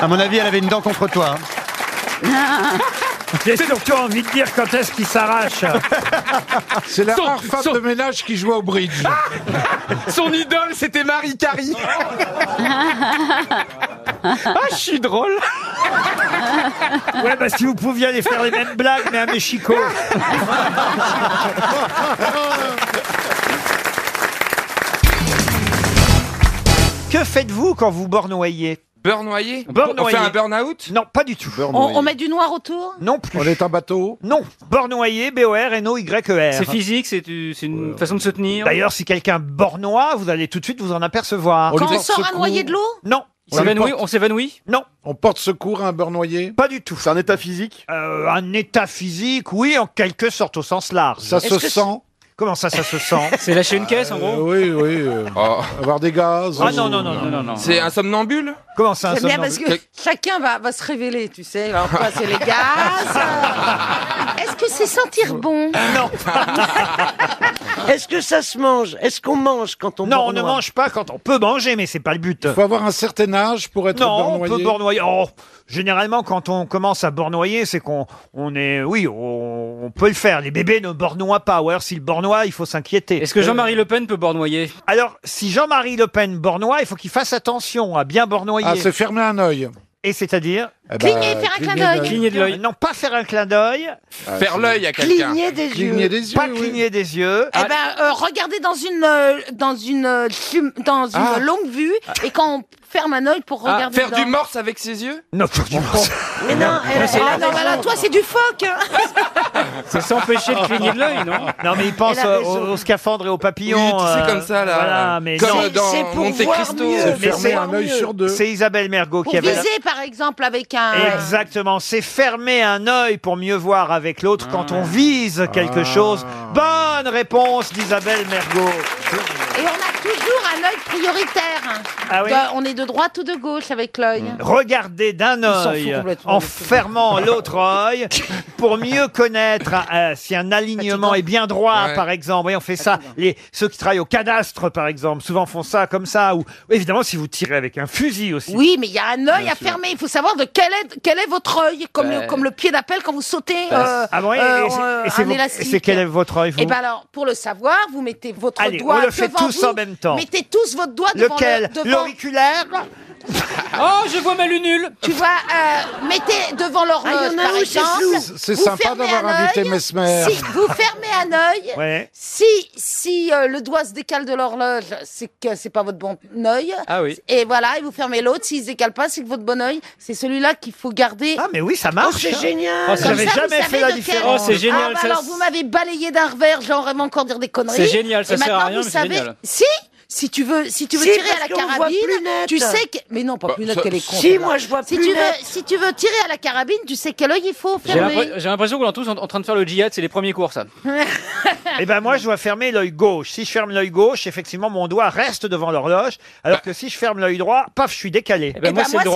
À mon avis, elle avait une dent contre toi. hein.
[LAUGHS] J'ai surtout envie de dire quand est-ce qu'il s'arrache.
[LAUGHS] C'est la
Son-
rare femme de ménage qui jouait
[LAUGHS]
au bridge.
Son idole, c'était Marie
[LAUGHS]
Carrie.
Ah, je suis drôle. Ouais, bah si vous pouviez aller faire les mêmes blagues, mais à Mexico.
[LAUGHS]
Que faites-vous quand vous bornoyez
Beurre noyé
Beurre
On fait
noyé.
un burn-out
Non, pas du tout.
On, on met du noir autour
Non plus. On est un bateau Non. Bornoyer, B-O-R-N-O-Y-E-R.
C'est physique, c'est du- c'est une façon de se tenir.
E D'ailleurs, si quelqu'un bornois, vous allez tout de suite vous en apercevoir.
Quand On lui on porte sort un secours. noyé de l'eau
Non.
On s'évanouit- on s'évanouit
Non.
On porte secours à un beurre noyé
Pas du tout.
C'est un état physique
Euh, un état physique, oui, en quelque sorte, au sens large.
Ça se Est-ce que sent
c'est- Comment ça, ça se
[LAUGHS]
sent
C'est lâcher une caisse, en gros
Oui, oui. euh, Avoir des gaz. euh,
Ah
ou-
non, non, non, non, non, non.
C'est un somnambule
Comment ça,
J'aime bien parce que chacun va, va se révéler, tu sais. Alors, toi, c'est les gaz. euh, Est-ce que c'est sentir bon
Non.
Est-ce que ça se mange Est-ce qu'on mange quand on
Non,
boit
on ne
noir
mange pas quand on peut manger, mais c'est pas le but. Il
faut avoir un certain âge pour être
non,
bornoyer.
on peut bornoyer. Oh, généralement, quand on commence à bornoyer, c'est qu'on on est, oui, on, on peut le faire. Les bébés ne bornoient pas. Ou alors, s'ils bornoient, il faut s'inquiéter. Euh,
Est-ce que Jean-Marie Le Pen peut bornoyer
Alors, si Jean-Marie Le Pen bornoie, il faut qu'il fasse attention à bien bornoyer.
Ah, se fermer un œil.
Et c'est-à-dire
Eh ben, Cligner, faire un clin cligner d'œil. d'œil.
Cligner de l'œil. Non, pas faire un clin d'œil.
Ah, Faire c'est- l'œil à quelqu'un. Cligner des Cligner yeux. des yeux,
Pas cligner des yeux.
Ah,
Eh ben, euh, regardez dans une euh, dans une euh, fum- dans une
Ah.
longue vue et quand on ferme un œil pour
Ah,
regarder
Faire
dedans.
du morse avec ses yeux
Non, faire du
Oh.
morse.
Mais non, elle-
Mais c'est
ah
la
non,
raison.
bah là, toi c'est du phoque. hein.
C'est s'empêcher de cligner de l'œil, non Non, mais il pense
Elle a
euh,
raison.
au, au scaphandre et au papillon. euh,
Oui, tu sais, comme ça, là.
Voilà, mais
Comme C'est- dans c'est pour Monte voir Cristo. mieux,
Mais
pour
c'est-
voir mieux.
C'est Isabelle Mergot
Pour
qui avait. la-
viser par exemple avec un.
Exactement, c'est fermer un œil pour mieux voir avec l'autre quand on vise quelque chose. Bonne réponse d'Isabelle Mergot.
Et on a toujours un œil prioritaire.
Ah oui.
De- on est de droite ou de gauche avec l'œil.
Regarder d'un
s'en fout
œil
complètement
en
de tout. [LAUGHS]
fermant l'autre œil pour mieux connaître euh, si un
Ah,
alignement est bien droit,
Ouais.
par exemple. Et on fait ça. Les, ceux qui travaillent au cadastre, par exemple, souvent font ça comme ça. Ou évidemment, si vous tirez avec un fusil aussi.
Oui, mais il y a un œil
Bien
à
sûr.
fermer. Il faut savoir de quel est, quel est votre œil, comme,
Ben.
le, comme le pied d'appel quand vous sautez euh,
Ah bon, et- et
euh,
c'est-
euh,
et c'est
un
vo-
élastique.
et c'est quel est votre œil, vous
Eh ben alors, pour le savoir, vous mettez votre
Allez,
doigt
on le fait
devant
tous
vous,
en même temps.
Mettez tous votre doigt devant
Lequel
le- devant-
L'auriculaire
[LAUGHS] Oh, je vois ma lunule
Tu vois, euh, mettez devant
Ah,
l'horloge,
il y en a
par
où, c'est
exemple.
flou. C'est
Vous
sympa
fermez
d'avoir
un
invité
œil.
Mesmer.
Si vous fermez un œil,
Ouais.
si, si euh, le doigt se décale de l'horloge, c'est que c'est pas votre bon œil.
Ah oui.
Et voilà, et vous fermez l'autre. S'il se décale pas, c'est que votre bon œil, c'est celui-là qu'il faut garder.
Ah, mais oui, ça marche.
Oh, c'est génial.
Oh, ça,
Comme
j'avais
ça, vous
jamais
savez
fait la
de quel-
différence. Oh, c'est
Ah,
génial,
bah
ça,
alors,
c'est-
vous m'avais balayé d'un revers, genre, on va encore dire des conneries.
C'est génial, ça
Et
sert à
maintenant,
rien,
vous
mais c'est
savez-
génial.
Si, si tu veux, si tu veux
Si,
tirer
parce
à la
qu'on voit
carabine,
plus net.
tu sais que, mais non, pas
Bah,
plus net
ça-
qu'elle est con.
si,
celle-là.
moi, je vois
si
plus
tu
net.
veux, si tu veux tirer à la carabine, tu sais quel œil il faut
J'ai
fermer. [LAUGHS]
l'impr- j'ai l'impression qu'on est tous en, en train de faire le djihad, c'est les premiers cours, ça.
Eh ben moi, je dois fermer l'œil gauche. Si je ferme l'œil gauche, effectivement, mon doigt reste devant l'horloge, alors que si je ferme l'œil droit, paf, je suis décalé.
Eh ben, moi, c'est l'inverse.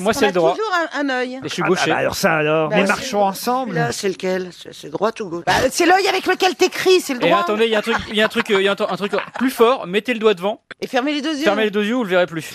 moi,
on
c'est
a
le droit.
toujours un, un œil.
Ah, bah, alors ça alors,
Bah,
mais
c'est-
marchons ensemble.
Là, c'est lequel C'est- C'est droite ou gauche
Bah, c'est l'œil avec lequel t'écris, c'est le
Et
droit.
attendez, il y a un truc, il y a un truc, euh, il y a un, un truc plus fort. Mettez le doigt devant,
Et fermez les deux yeux.
fermez les deux yeux, vous le verrez plus.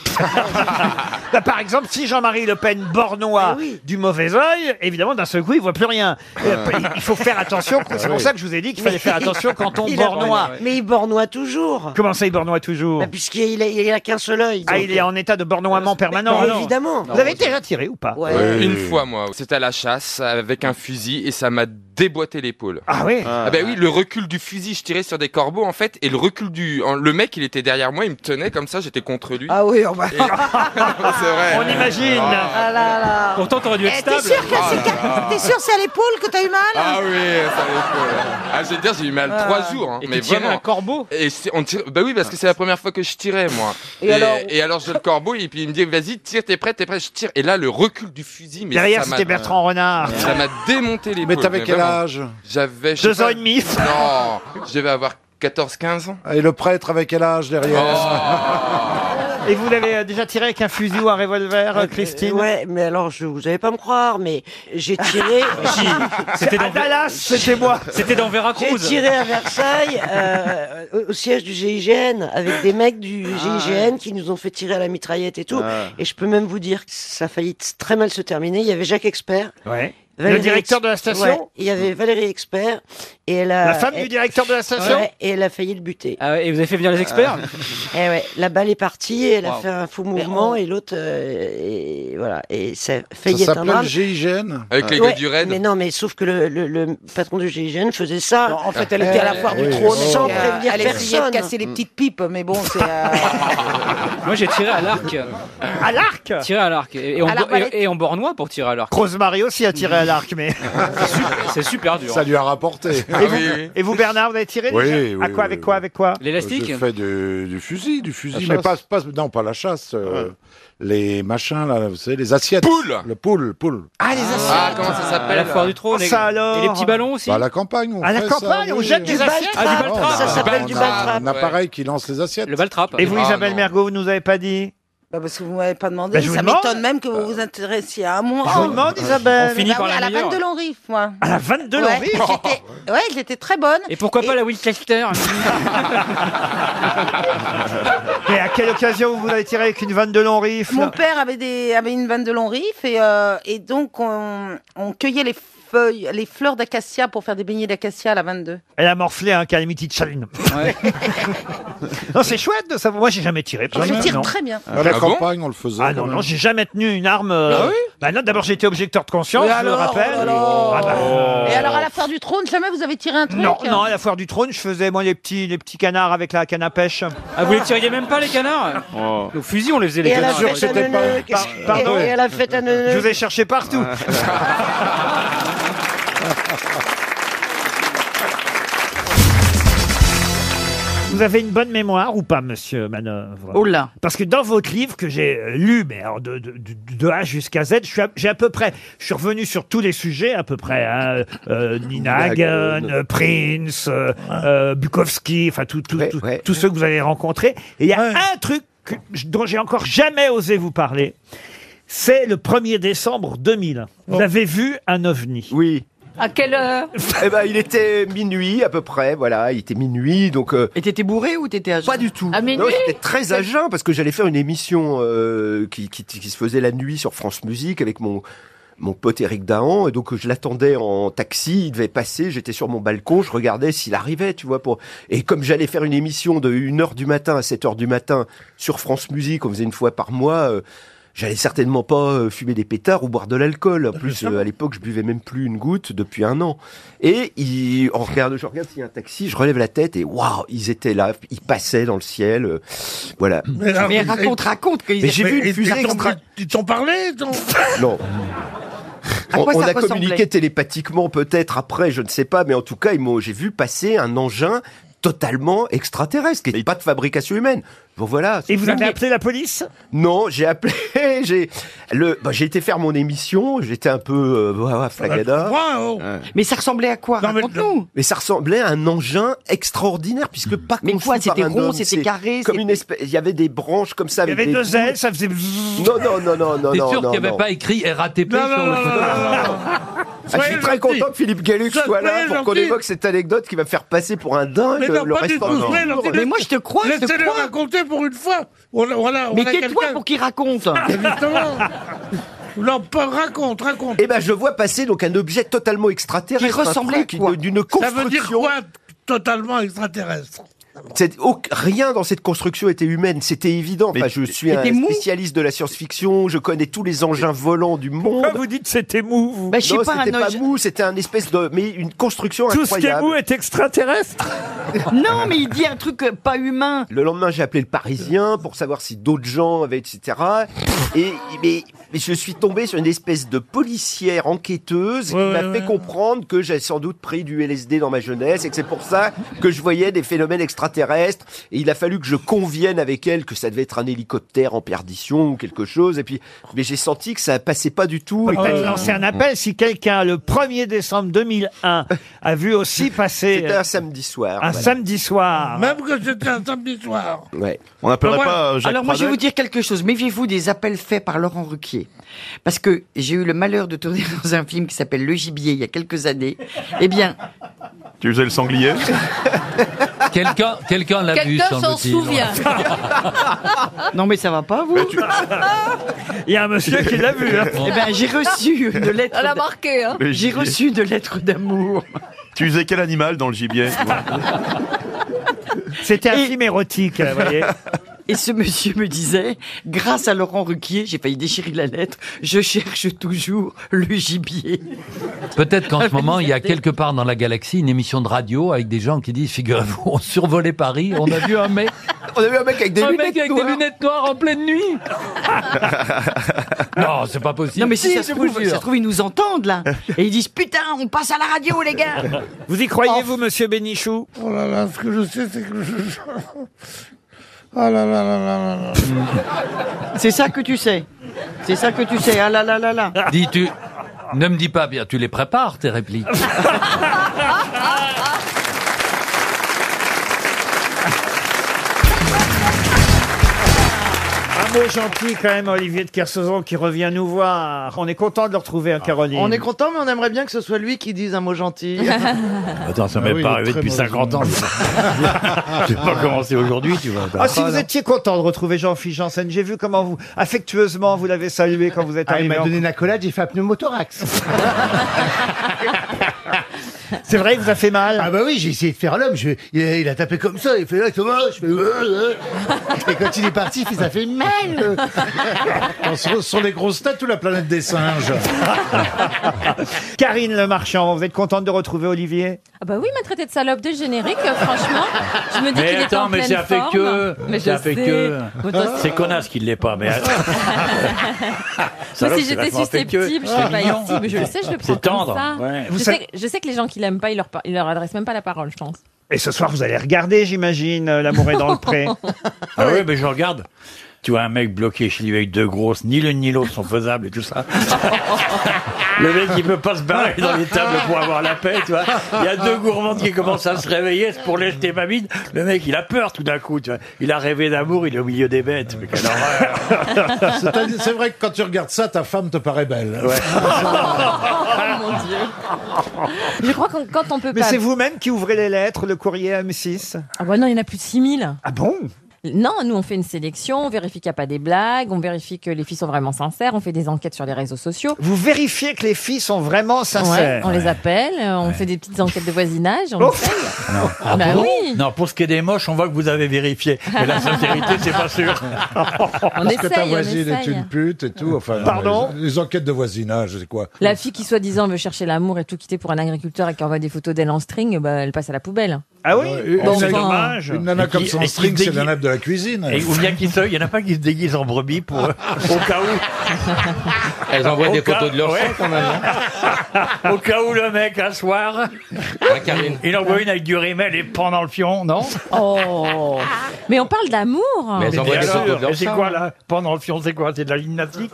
Bah, par exemple, si Jean-Marie Le Pen bornois du mauvais œil, évidemment, d'un seul coup, il voit plus rien. Et après, il faut faire attention. C'est pour ça que je vous ai dit qu'il fallait faire attention quand on
[LAUGHS] Il a-
bornois.
Mais il bornoie toujours.
Comment ça, il bornois toujours
Bah, Puisqu'il a, il a qu'un seul œil.
Ah,
donc.
il est en état de bornoiement permanent. Ah
Bah, évidemment.
Vous avez déjà tiré ou pas
eh,
Ouais. Une fois, moi, c'était à la chasse avec un fusil et ça m'a déboîté l'épaule.
Ah oui
Ah bah oui, le recul du fusil, je tirais sur des corbeaux en fait, et le recul du, en- le mec, il était derrière moi, il me tenait comme ça, j'étais contre lui.
Ah oui, on va.
[LAUGHS] c'est vrai.
On imagine.
Ah,
Ah là là.
Pourtant, t'aurais dû
Eh,
être
T'es
stable. Ah
sûr que c'est ca- t'es sûr que c'est à l'épaule que t'as eu mal
Ah oui, ça l'est. Ah, je veux dire, j'ai eu mal
Ah.
trois jours. hein,
Et
mais
tu tirais
vraiment.
un corbeau
Et c'est- on tire- Bah oui, parce que c'est la première fois que je tirais, moi.
Et alors
et alors, j'ai le corbeau, et puis il me dit, vas-y, tire, t'es prêt, t'es prêt, je tire. Et là, le recul du fusil, mais
Derrière,
ça m'a-
c'était Bertrand Renard.
Ça m'a démonté les
Mais t'avais quel âge
J'avais. je
Deux
sais pas-
ans et demi.
Non, je devais avoir 14-15 ans.
[LAUGHS] Et le prêtre avec quel âge derrière
Et vous l'avez euh, déjà tiré avec un fusil ou un revolver, euh, Christine
Ouais, mais alors, je, vous allez pas me croire, mais
[LAUGHS]
j'ai tiré.
Ah,
[LAUGHS]
C'était à Dallas, [LAUGHS] c'était moi.
C'était dans
J'ai
Veracruz.
tiré à Versailles, euh, au- au siège du GIGN, avec des mecs du
Ah,
GIGN qui nous ont fait tirer à la mitraillette et tout.
Ah.
Et je peux même vous dire que ça a failli t- très mal se terminer. Il y avait Jacques Expert.
[LAUGHS] Ouais.
Valérie
directeur
Ex-
de la station
Ouais, Il y avait Valérie Expert Euh, et elle a.
La femme
elle-
du directeur de la station
Ouais, et elle a failli le buter.
Ah et vous avez fait venir les experts
Eh ouais, la balle est partie et elle a
Wow.
fait un faux
Mais
mouvement et l'autre euh, et voilà et ça
Ça
faillit être un
s'appelle
drame.
GIGN
Avec les
Ouais,
gars du Rennes.
Mais non, mais sauf que le, le- le patron du GIGN faisait ça. en
fait, elle était à la foire du
trône,
sans
et, euh,
prévenir
elle essayait de
personne.
casser les
petites pipes, mais bon, c'est. euh, [LAUGHS]
Moi j'ai tiré à l'arc.
Ah,
À l'arc
Tiré à l'arc. Et, et en,
À la
bo-
palette.
et- et en bornois pour tirer à l'arc.
Rosemary aussi a tiré à l'arc,
[LAUGHS]
mais.
C'est super- C'est super dur.
Ça lui a rapporté.
Ah
Et vous, et vous, Bernard, vous avez tiré
Oui,
déjà
oui,
À quoi,
oui,
avec quoi, avec quoi
J'ai fait du, du fusil, du fusil,
La
mais pas,
chasse.
pas- non, pas la chasse. euh, Les machins, là, vous savez, les assiettes. Poule Le poule, poule.
Ah, les assiettes
Ah, comment ça s'appelle
À la foire du trône.
Ah,
et-
ça alors
Et les petits ballons aussi
Bah, à la campagne, on
À la
fait ça,
campagne, on
oui.
jette des assiettes
Ah, du baltrap.
Ah,
Ça s'appelle
on
du
a
baltrap.
Un appareil qui lance les assiettes.
Le baltrap. Ah,
Et
Ah,
vous, Isabelle Mergot, vous nous avez pas dit
Bah, parce que vous m'avez pas demandé.
Bah, je vous
ça
demande. Euh,
m'étonne même que vous vous intéressiez à moi.
Je vous demande, Isabelle. On finit
Bah
par
oui,
la
à la
meilleure.
vanne de Longriff, moi.
À la 22
Ouais,
Laurie
j'étais- ouais, j'étais très
[LAUGHS]
bonne.
Et pourquoi pas la [LAUGHS] Winchester hein.
Mais à quelle occasion vous avez tiré avec une vanne de long riff
Mon père avait, des, avait une vanne de long riff et, euh, et donc on, on cueillait les feuilles, les fleurs d'acacia pour faire des beignets d'acacia à la 22.
Elle a morflé un calamity Chaline. [LAUGHS] non, c'est chouette de savoir. Moi, j'ai jamais tiré. par
Je
exemple,
tire
non.
très bien.
À la campagne, on le faisait.
Ah non, non, j'ai jamais tenu une arme. euh,
Ah oui
bah non, d'abord j'étais objecteur de conscience,
Et
je le
alors,
rappelle.
oh là là.
Ah bah,
Et alors à la foire du trône, jamais vous avez tiré un truc
non, non, à la foire du trône, je faisais moi les petits, les petits canards avec la canne à pêche.
Ah, vous les tiriez même pas les canards Au fusil, on les faisait les
Et à la
canards.
fête à Neuneu, qu'est-ce
Par- pardon.
Et et à la fête à Neuneu.
Je vous ai cherché partout. Vous avez une bonne mémoire ou pas, monsieur Manœuvre
Oh là.
Parce que dans votre livre que j'ai euh, lu, mais alors de, de- de- de A jusqu'à Z, je suis à- j'ai à peu près, je suis revenu sur tous les sujets à peu près. hein, euh, Nina Hagen, euh, Prince, euh, euh, Bukowski, enfin tout- tout- tout- tous ceux que vous avez rencontrés. Et il y a un truc que- dont j'ai encore jamais osé vous parler. C'est le 1er décembre 2000. Vous avez vu un ovni [LAUGHS]
Oh. Oui.
À quelle heure
Eh ben, il était minuit à peu près, voilà, il était minuit, donc. Et t'étais bourré ou t'étais à Pas du tout.
À minuit
Non, j'étais très à jeun parce que j'allais faire une émission euh, qui, qui- qui se faisait la nuit sur France Musique avec mon mon pote Eric Dahan, et donc euh, je l'attendais en taxi, il devait passer, j'étais sur mon balcon, je regardais s'il arrivait, tu vois, pour... Et comme j'allais faire une émission de 1h du matin à 7h du matin sur France Musique, on faisait une fois par mois, euh, j'allais certainement pas euh, fumer des pétards ou boire de l'alcool. En plus, euh, à l'époque, je buvais même plus une goutte depuis un an. Et il... on regarde, je regarde s'il y a un taxi, je relève la tête, et waouh, ils étaient là, ils passaient dans le ciel, euh, voilà.
Mais raconte, raconte. qu'ils-
Mais j'ai vu une
ils-
fusée
ils t'ont-
extra-
Ils t'ont parlé
[LAUGHS]
t'ont-
Non.
À
On,
quoi
on
ça
a
ressemblait
communiqué télépathiquement peut-être après, je ne sais pas, mais en tout cas, ils m'ont- j'ai vu passer un engin totalement extraterrestre, qui n'est pas de fabrication humaine. Bon voilà.
Et vous avez appelé la police
Non, j'ai appelé, [LAUGHS] j'ai le, bah, j'ai été faire mon émission, j'étais un peu euh,
Ah, bah,
voilà, flagada.
hein.
Mais ça ressemblait à quoi Raconte-nous.
Mais ça ressemblait à un engin extraordinaire puisque pas
Mais
conçu
quoi,
par
c'était
un
rond,
homme,
c'était
c'est
carré,
Comme
c'était-
une espèce, il y avait des branches comme ça.
Il y
avec
avait
des
deux ailes,
boules.
ça faisait.
Non non non non non
T'es
non.
sûr
non,
qu'il n'y avait
non.
pas écrit RATP sur le.
Ah, je suis très
gentil.
content que Philippe Gallux
Soyez
soit là pour qu'on
gentil.
évoque cette anecdote qui va faire passer pour un dingue
Mais non,
le
pas du
restant
tout.
du
soyez
jour.
gentil. Laissez-le raconter pour une fois. On a- voilà, on
Mais
a
tais-toi
quelqu'un-
pour
qu'il [LAUGHS] raconte. Justement. Non, pas- raconte, raconte.
Eh ben, je vois passer donc un objet totalement extraterrestre.
Qui ressemblait
un
à
truc
quoi
D'une
Ça veut dire
construction.
quoi totalement extraterrestre
C'est- au- rien dans cette construction était humaine, c'était évident. Enfin, je suis un
C'était mou
spécialiste de la science-fiction, je connais tous les engins volants du monde.
Pourquoi vous dites c'était mou vous
Non,
Bah, je sais
c'était
pas, un
pas
engin-
mou, c'était un espèce de, mais une construction
Tout ce qui est
incroyable.
mou est extraterrestre
Non, mais il dit un truc euh, pas humain.
Le lendemain, j'ai appelé le Parisien pour savoir si d'autres gens avaient, etc. Et mais, mais je suis tombé sur une espèce de policière enquêteuse qui m'a fait comprendre que j'avais sans doute pris du LSD dans ma jeunesse et que c'est pour ça que je voyais des phénomènes extraterrestres. Et il a fallu que je convienne avec elle que ça devait être un hélicoptère en perdition ou quelque chose. Et puis, mais j'ai senti que ça passait pas du tout.
Bah,
peut
et
Euh,
que-
lancer un appel si quelqu'un, le 1er décembre 2001, a vu aussi passer
C'était
euh,
un samedi soir.
un
voilà.
samedi soir.
Même que c'était un samedi soir.
Ouais.
On n'appellerait pas euh, Jacques
Alors moi je vais
Pradel
vous dire quelque chose. Méfiez-vous des appels faits par Laurent Ruquier, parce que [LAUGHS] j'ai eu le malheur de tourner dans un film qui s'appelle Le Gibier il y a quelques années. Eh bien,
Tu faisais le sanglier
Quelqu'un quelqu'un l'a vu,
Quelqu'un s'en
semble-t-il.
souvient.
Non mais ça va pas vous
[LAUGHS]
Il y a un monsieur qui l'a vu. hein.
Eh ben j'ai reçu une lettre.
Elle a marqué, hein
d'a- J'ai reçu de lettres d'amour.
Tu faisais quel animal dans le gibier
[LAUGHS]
C'était un film érotique, vous voyez.
[LAUGHS] Et ce monsieur me disait, grâce à Laurent Ruquier, j'ai failli déchirer la lettre, je cherche toujours le
[LAUGHS]
gibier.
Peut-être
Ah,
qu'en ce moment, il y a quelque part dans la galaxie une émission de radio avec des gens qui disent figurez-vous, on survolait Paris, on a
[LAUGHS]
vu un mec.
On a vu un mec avec des
un
lunettes
mec avec des
noires.
lunettes noires en pleine nuit. non, Ah, c'est pas possible.
Non mais si,
Si,
ça,
je
se
vous
trouve, ça se
jure.
trouve, ils nous entendent
[LAUGHS]
là. Et ils disent, putain, on passe à la radio les gars.
Vous y croyez, vous, monsieur Bénichou
Oh là là, ce que je sais, c'est que je... Ah là là là là là là.
C'est ça que tu sais. C'est ça que tu sais. Ah là là là là.
Dis, tu. Ne me dis pas bien, tu les prépares, tes répliques.
Un mot gentil quand même, Olivier de Kersauzon qui revient nous voir. On est content de le retrouver, hein, Caroline.
On est content, mais on aimerait bien que ce soit lui qui dise un mot [LAUGHS] gentil.
Attends, ça
Ah
m'est
oui, il est
pas arrivé
très
depuis
mauvais
50 ans.
Ah,
J'ai pas commencé aujourd'hui, tu vois.
Ah, si vous étiez content de retrouver Jean-Philippe Janssen, j'ai vu comment vous, affectueusement, vous l'avez salué quand vous êtes
Ah, il
arrivé.
m'a
en-
donné une accolade, j'ai fait un pneumothorax.
C'est vrai, il vous a fait mal
Ah bah oui, j'ai essayé de faire l'homme. Je- Il, a- il a tapé comme ça, il fait là, Thomas, je fais... euh, euh. Et quand il est parti, il fait, ça fait mal.
[LAUGHS] On se retrouve sur les grosses têtes ou la planète des singes [LAUGHS] Karine Le Marchand, vous êtes contente de retrouver Olivier
Ah bah oui, il m'a traité de salope dès le générique, euh, franchement. Je me dis
Mais
qu'il était
attends,
en
mais
pleine
c'est avec
forme.
eux.
Mais
C'est
je
avec
sais.
eux.
Mais toi,
C'est connasse qu'il l'est pas, mais.
[LAUGHS] Moi,
Salope,
si
c'est
j'étais
vachement affectueux.
susceptible, je serais pas
mignon.
ici, mais je le sais, je le prends
C'est tendre.
comme ça.
ouais.
Je,
Vous
sais,
savez-
que- je sais que les gens qui l'aiment pas, ils leur, par- ils leur adressent même pas la parole, je pense.
Et ce soir, vous allez regarder, j'imagine, euh, L'amour est dans le
[LAUGHS]
pré.
Ah oui, mais je regarde. Tu vois un mec bloqué chez lui avec deux grosses, ni l'une ni l'autre sont faisables et tout
[LAUGHS]
ça. Le mec, il peut pas se barrer dans les tables pour avoir la paix, tu vois. Il y a deux gourmandes qui commencent à se réveiller, c'est pour les jeter ma bide. Le mec, il a peur tout d'un coup, tu vois. Il a rêvé d'amour, il est au milieu des bêtes. Mais quelle horreur.
C'est-à-dire- C'est vrai que quand tu regardes ça, ta femme te paraît belle.
[LAUGHS] [LAUGHS]
[LAUGHS] Oh
Je crois que quand on peut
Mais
pas...
c'est vous-même qui ouvrez les lettres, le courrier M6
Ah bah non, il y en a plus de 6000.
Ah bon
Non, nous on fait une sélection, on vérifie qu'il n'y a pas des blagues, on vérifie que les filles sont vraiment sincères, on fait des enquêtes sur les réseaux sociaux.
Vous vérifiez que les filles sont vraiment
Ouais,
sincères Oh.
on les appelle, euh, on fait des petites enquêtes de voisinage, on essaye.
Non.
Ah Bah bon oui.
non, pour ce qui est des moches, on voit que vous avez vérifié. Mais la sincérité, c'est pas sûr.
[LAUGHS] On
Parce que ta
essaye, on
voisine est
essaye.
une pute et tout. Enfin, non,
Pardon
mais les, les enquêtes de voisinage, c'est quoi
La fille qui soi-disant veut chercher l'amour et tout quitter pour un agriculteur et qui envoie des photos d'elle en string, bah, elle passe à la poubelle.
Ah oui
Une-
Bon,
une-
enfin.
Une nana
Et qui-
comme ça en
et qui
string,
se
c'est la
déguise-
nappe de la cuisine.
Et, ou bien qu'il se, il y en a pas qui se déguisent en brebis pour, au cas où.
Elles envoient
Au
des
cas-
photos de leur
ouais.
sang quand même. hein.
au cas où le mec, un soir, il envoie une avec du rimel et pend dans le fion, non
Oh Mais on parle d'amour
Mais
envoient
alors,
photos de leur
mais c'est
sang.
quoi là Pend dans le fion, c'est quoi C'est de la gymnastique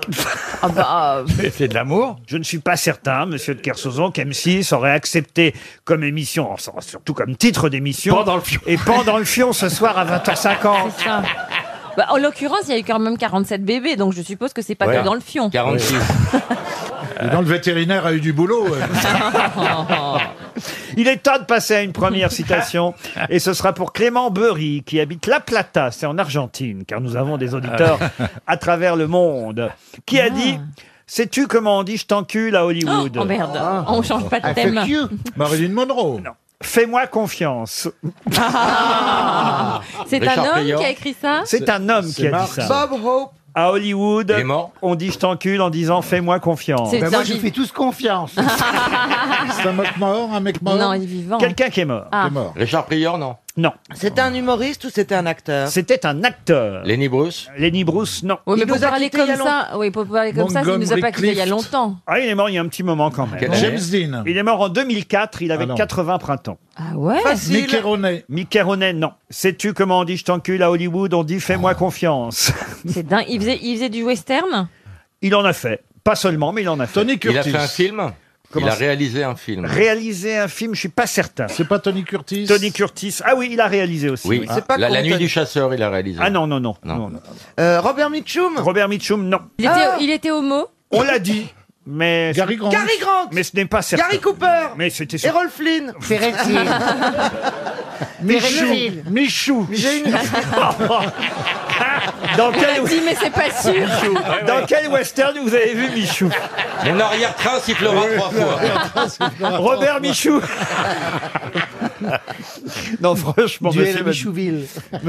Ah bah,
Mais c'est de l'amour.
Je ne suis pas certain, monsieur de Kersauzon, qu'M6 aurait accepté comme émission, enfin, surtout comme titre d'émission.
Pendant le fion.
Et pendant le fion ce soir à 20h50.
[LAUGHS]
c'est ça. Bah, en l'occurrence, il y a eu quand même 47 bébés, donc je suppose que c'est pas que dans le fion.
Euh,
Et dans le vétérinaire a eu du boulot. ouais.
[LAUGHS] Il est temps de passer à une première citation. Et ce sera pour Clément Beury, qui habite La Plata, c'est en Argentine, car nous avons des auditeurs
Ah.
à travers le monde, qui a dit Sais-tu comment on dit je t'encule à Hollywood Ah.
Oh merde, on change pas de thème.
Marilyn Monroe. Fais-moi confiance.
Ah. c'est un
Richard
homme
Payan.
qui a écrit ça
C'est un homme qui a dit ça. À Hollywood, on dit je t'encule en disant fais-moi confiance.
C'est Ben moi,
Je vous fais tous
[LAUGHS]
confiance.
C'est un mec mort, un mec
mort Non, il est vivant.
Quelqu'un qui est mort.
Ah. Qui est
Richard Prior, non Non.
C'était un humoriste ou c'était un acteur
C'était un acteur. Lenny Bruce Lenny Bruce, non.
Oui, mais pour parler comme ça, oui, pour parler comme ça, il nous a pas quitté il y a longtemps.
Ah, il est mort il y a un petit moment quand même.
Quelle année James Dean.
Il est mort en 2004, il avait
non.
80 printemps.
Ah ouais
Mickey Rooney. Mickey Rooney, non. Sais-tu comment on dit je t'encule à Hollywood On dit fais-moi confiance. [LAUGHS]
C'est dingue. Il faisait, il faisait du western
Il en a fait. Pas seulement, mais il en a fait. Tony
Il a fait un film
Comment
Il a
ça
réalisé un film.
Réaliser un film, je suis pas certain. C'est pas Tony Curtis Tony Curtis. Ah oui, il a réalisé aussi.
Oui,
Ah.
la, la nuit du chasseur, il a réalisé.
Ah non, non, Euh, non. non. Robert Mitchum Robert Mitchum, non.
Il était, il était homo
On l'a dit. Mais
Gary Grant. Gary Grant.
Mais ce n'est pas certain.
Gary Cooper.
Mais c'était sûr.
Errol Flynn.
[LAUGHS]
Michou. Michou.
[LAUGHS]
Dans
On
quel...
a dit, mais c'est pas sûr. Michou, ouais,
Dans
ouais.
quel western vous avez vu Michou
Mon arrière-train sifflera trois
[LAUGHS]
fois.
Robert Michou. non, franchement,
Duel à
monsieur
Michouville.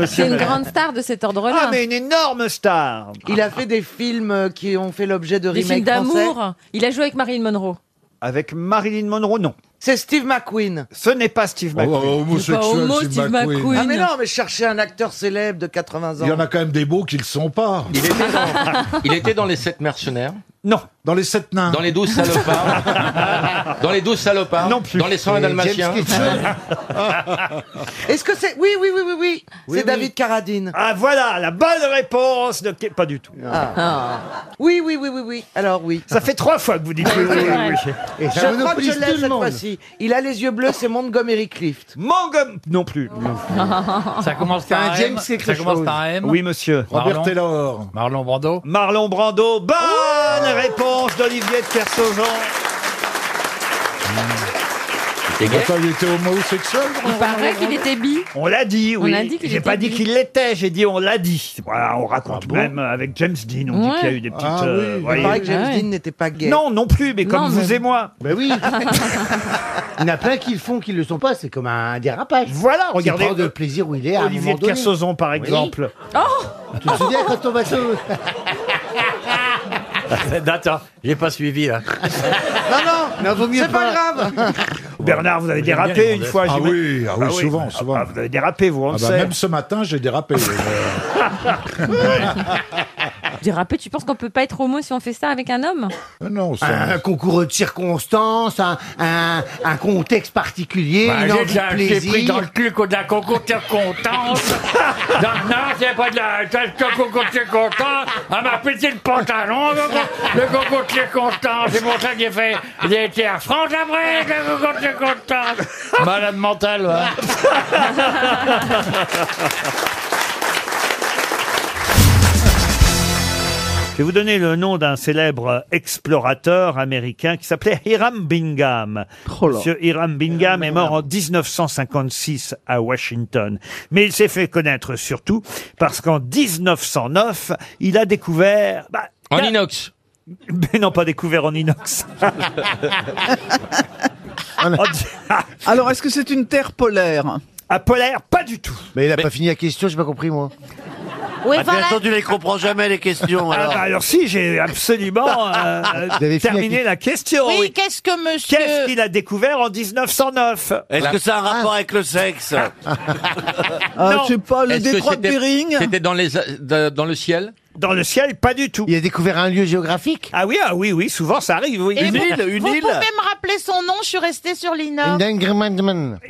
C'est une
Madame.
grande star de cet ordre-là.
Ah, mais une énorme star.
Il a fait des films euh, qui ont fait l'objet de
Des
remakes
films
français.
d'amour. Il a joué avec
[LAUGHS]
Marilyn Monroe.
Avec Marilyn Monroe, non. C'est Steve McQueen. Ce n'est pas Steve McQueen.
homosexuel, C'est pas homo, Steve Steve
McQueen. McQueen.
Ah mais non, mais je cherchais un acteur célèbre de 80 ans.
Il y en a quand même des beaux qui le sont pas.
Il était dans-
Il était dans les sept mercenaires.
Non.
Dans les sept nains.
Dans les douze salopards. dans les douze salopards. Non plus. Dans les 101
Et James
dalmatiens.
Kitchen.
Est-ce que c'est... Oui, oui, oui, oui,
Oui,
oui. c'est
oui.
David Carradine.
Ah voilà, la bonne réponse de... Pas du tout.
Ah. Oui, oui, oui, oui, oui. Alors oui.
Ça fait trois fois que vous dites oui, oui, oui, oui.
Je crois que je l'ai cette fois-ci. Il a les yeux bleus, c'est Montgomery Clift.
Montgomery... Non plus.
Ça
commence par un un James M, quelque ça commence chose. par un M.
Oui, monsieur.
Robert
Marlon-
Taylor.
Marlon Brando. Marlon Brando. Bonne réponse d'Olivier de Kersauzon.
Mmh.
Attends, il était homosexuel
Il paraît qu'il était bi.
On l'a dit, oui.
On a dit qu'il
j'ai
était
pas dit
bi.
qu'il l'était, j'ai dit on l'a dit. Voilà, on raconte même avec James Dean, on dit
Ouais.
qu'il y a eu des petites. euh,
Ah oui, il
voyez.
paraît que James Dean n'était pas gay.
Non, non plus, mais comme
Non,
vous
mais-
et moi.
Ben oui. Il y en a plein qui le font, qui le sont pas. C'est comme un dérapage.
Voilà, regardez.
Il prend de plaisir où il est à un
Olivier
moment
de
donné.
Kersauzon, par exemple. Oh
Tu te souviens quand on va se...
Attends, j'ai pas suivi là.
Non, non, c'est pas,
[LAUGHS]
grave.
Bernard, vous avez
J'aime bien
dérapé
les
une
bandettes.
fois.
Ah
j'imagine.
oui, ah oui,
Ah oui.
souvent, souvent.
Vous avez dérapé, vous, on
Ah
le
bah,
sait.
même ce matin, j'ai
[LAUGHS]
dérapé. Euh,
Dérapé, tu penses qu'on peut pas être homo si on fait ça avec un homme
Ah non, ça-
Un concours de circonstances, un, un- un contexte particulier,
Bah,
une
j'ai-
envie de
j'ai- j'ai
plaisir.
pris dans le cul qu'on de la concours
[LAUGHS]
de circonstance. Non, non, c'est pas de la c'est le concours de circonstance. Elle m'a pété le pantalon, le, con- le concours de circonstance. C'est pour ça que j'ai fait. J'ai été à France après, avec le concours de circonstance. Malade mental, hein.
Je vais vous donner le nom d'un célèbre explorateur américain qui s'appelait Hiram Bingham.
Oh
Monsieur Hiram Bingham est mort en 1956 à Washington. Mais il s'est fait connaître surtout parce qu'en 1909, il a découvert... en
inox
Mais non, pas découvert
[LAUGHS]
en inox.
Alors, est-ce que c'est une terre polaire
À Ah, polaire, pas du tout.
Mais il a pas fini la question, j'ai pas compris moi.
Oui,
Ah, bien voilà. sûr,
tu les comprends jamais, les questions.
Ah, bah, alors si, j'ai absolument
[LAUGHS]
euh,
Vous avez fini
terminé
avec-
la question.
Oui,
qu'est-ce que monsieur... Qu'est-ce qu'il a découvert en 1909
[LAUGHS] Est-ce que ça a un rapport avec le sexe
Ah.
Ah,
Non.
Je sais pas, le
Est-ce que
détroit de
c'était-
Bering
C'était dans, les, de- dans le ciel
Dans le ciel, pas du tout.
Il a découvert un lieu géographique
Ah oui, ah oui, oui, souvent ça arrive. Oui.
Et vous- Vous pouvez me rappeler son nom Je suis restée sur l'INA.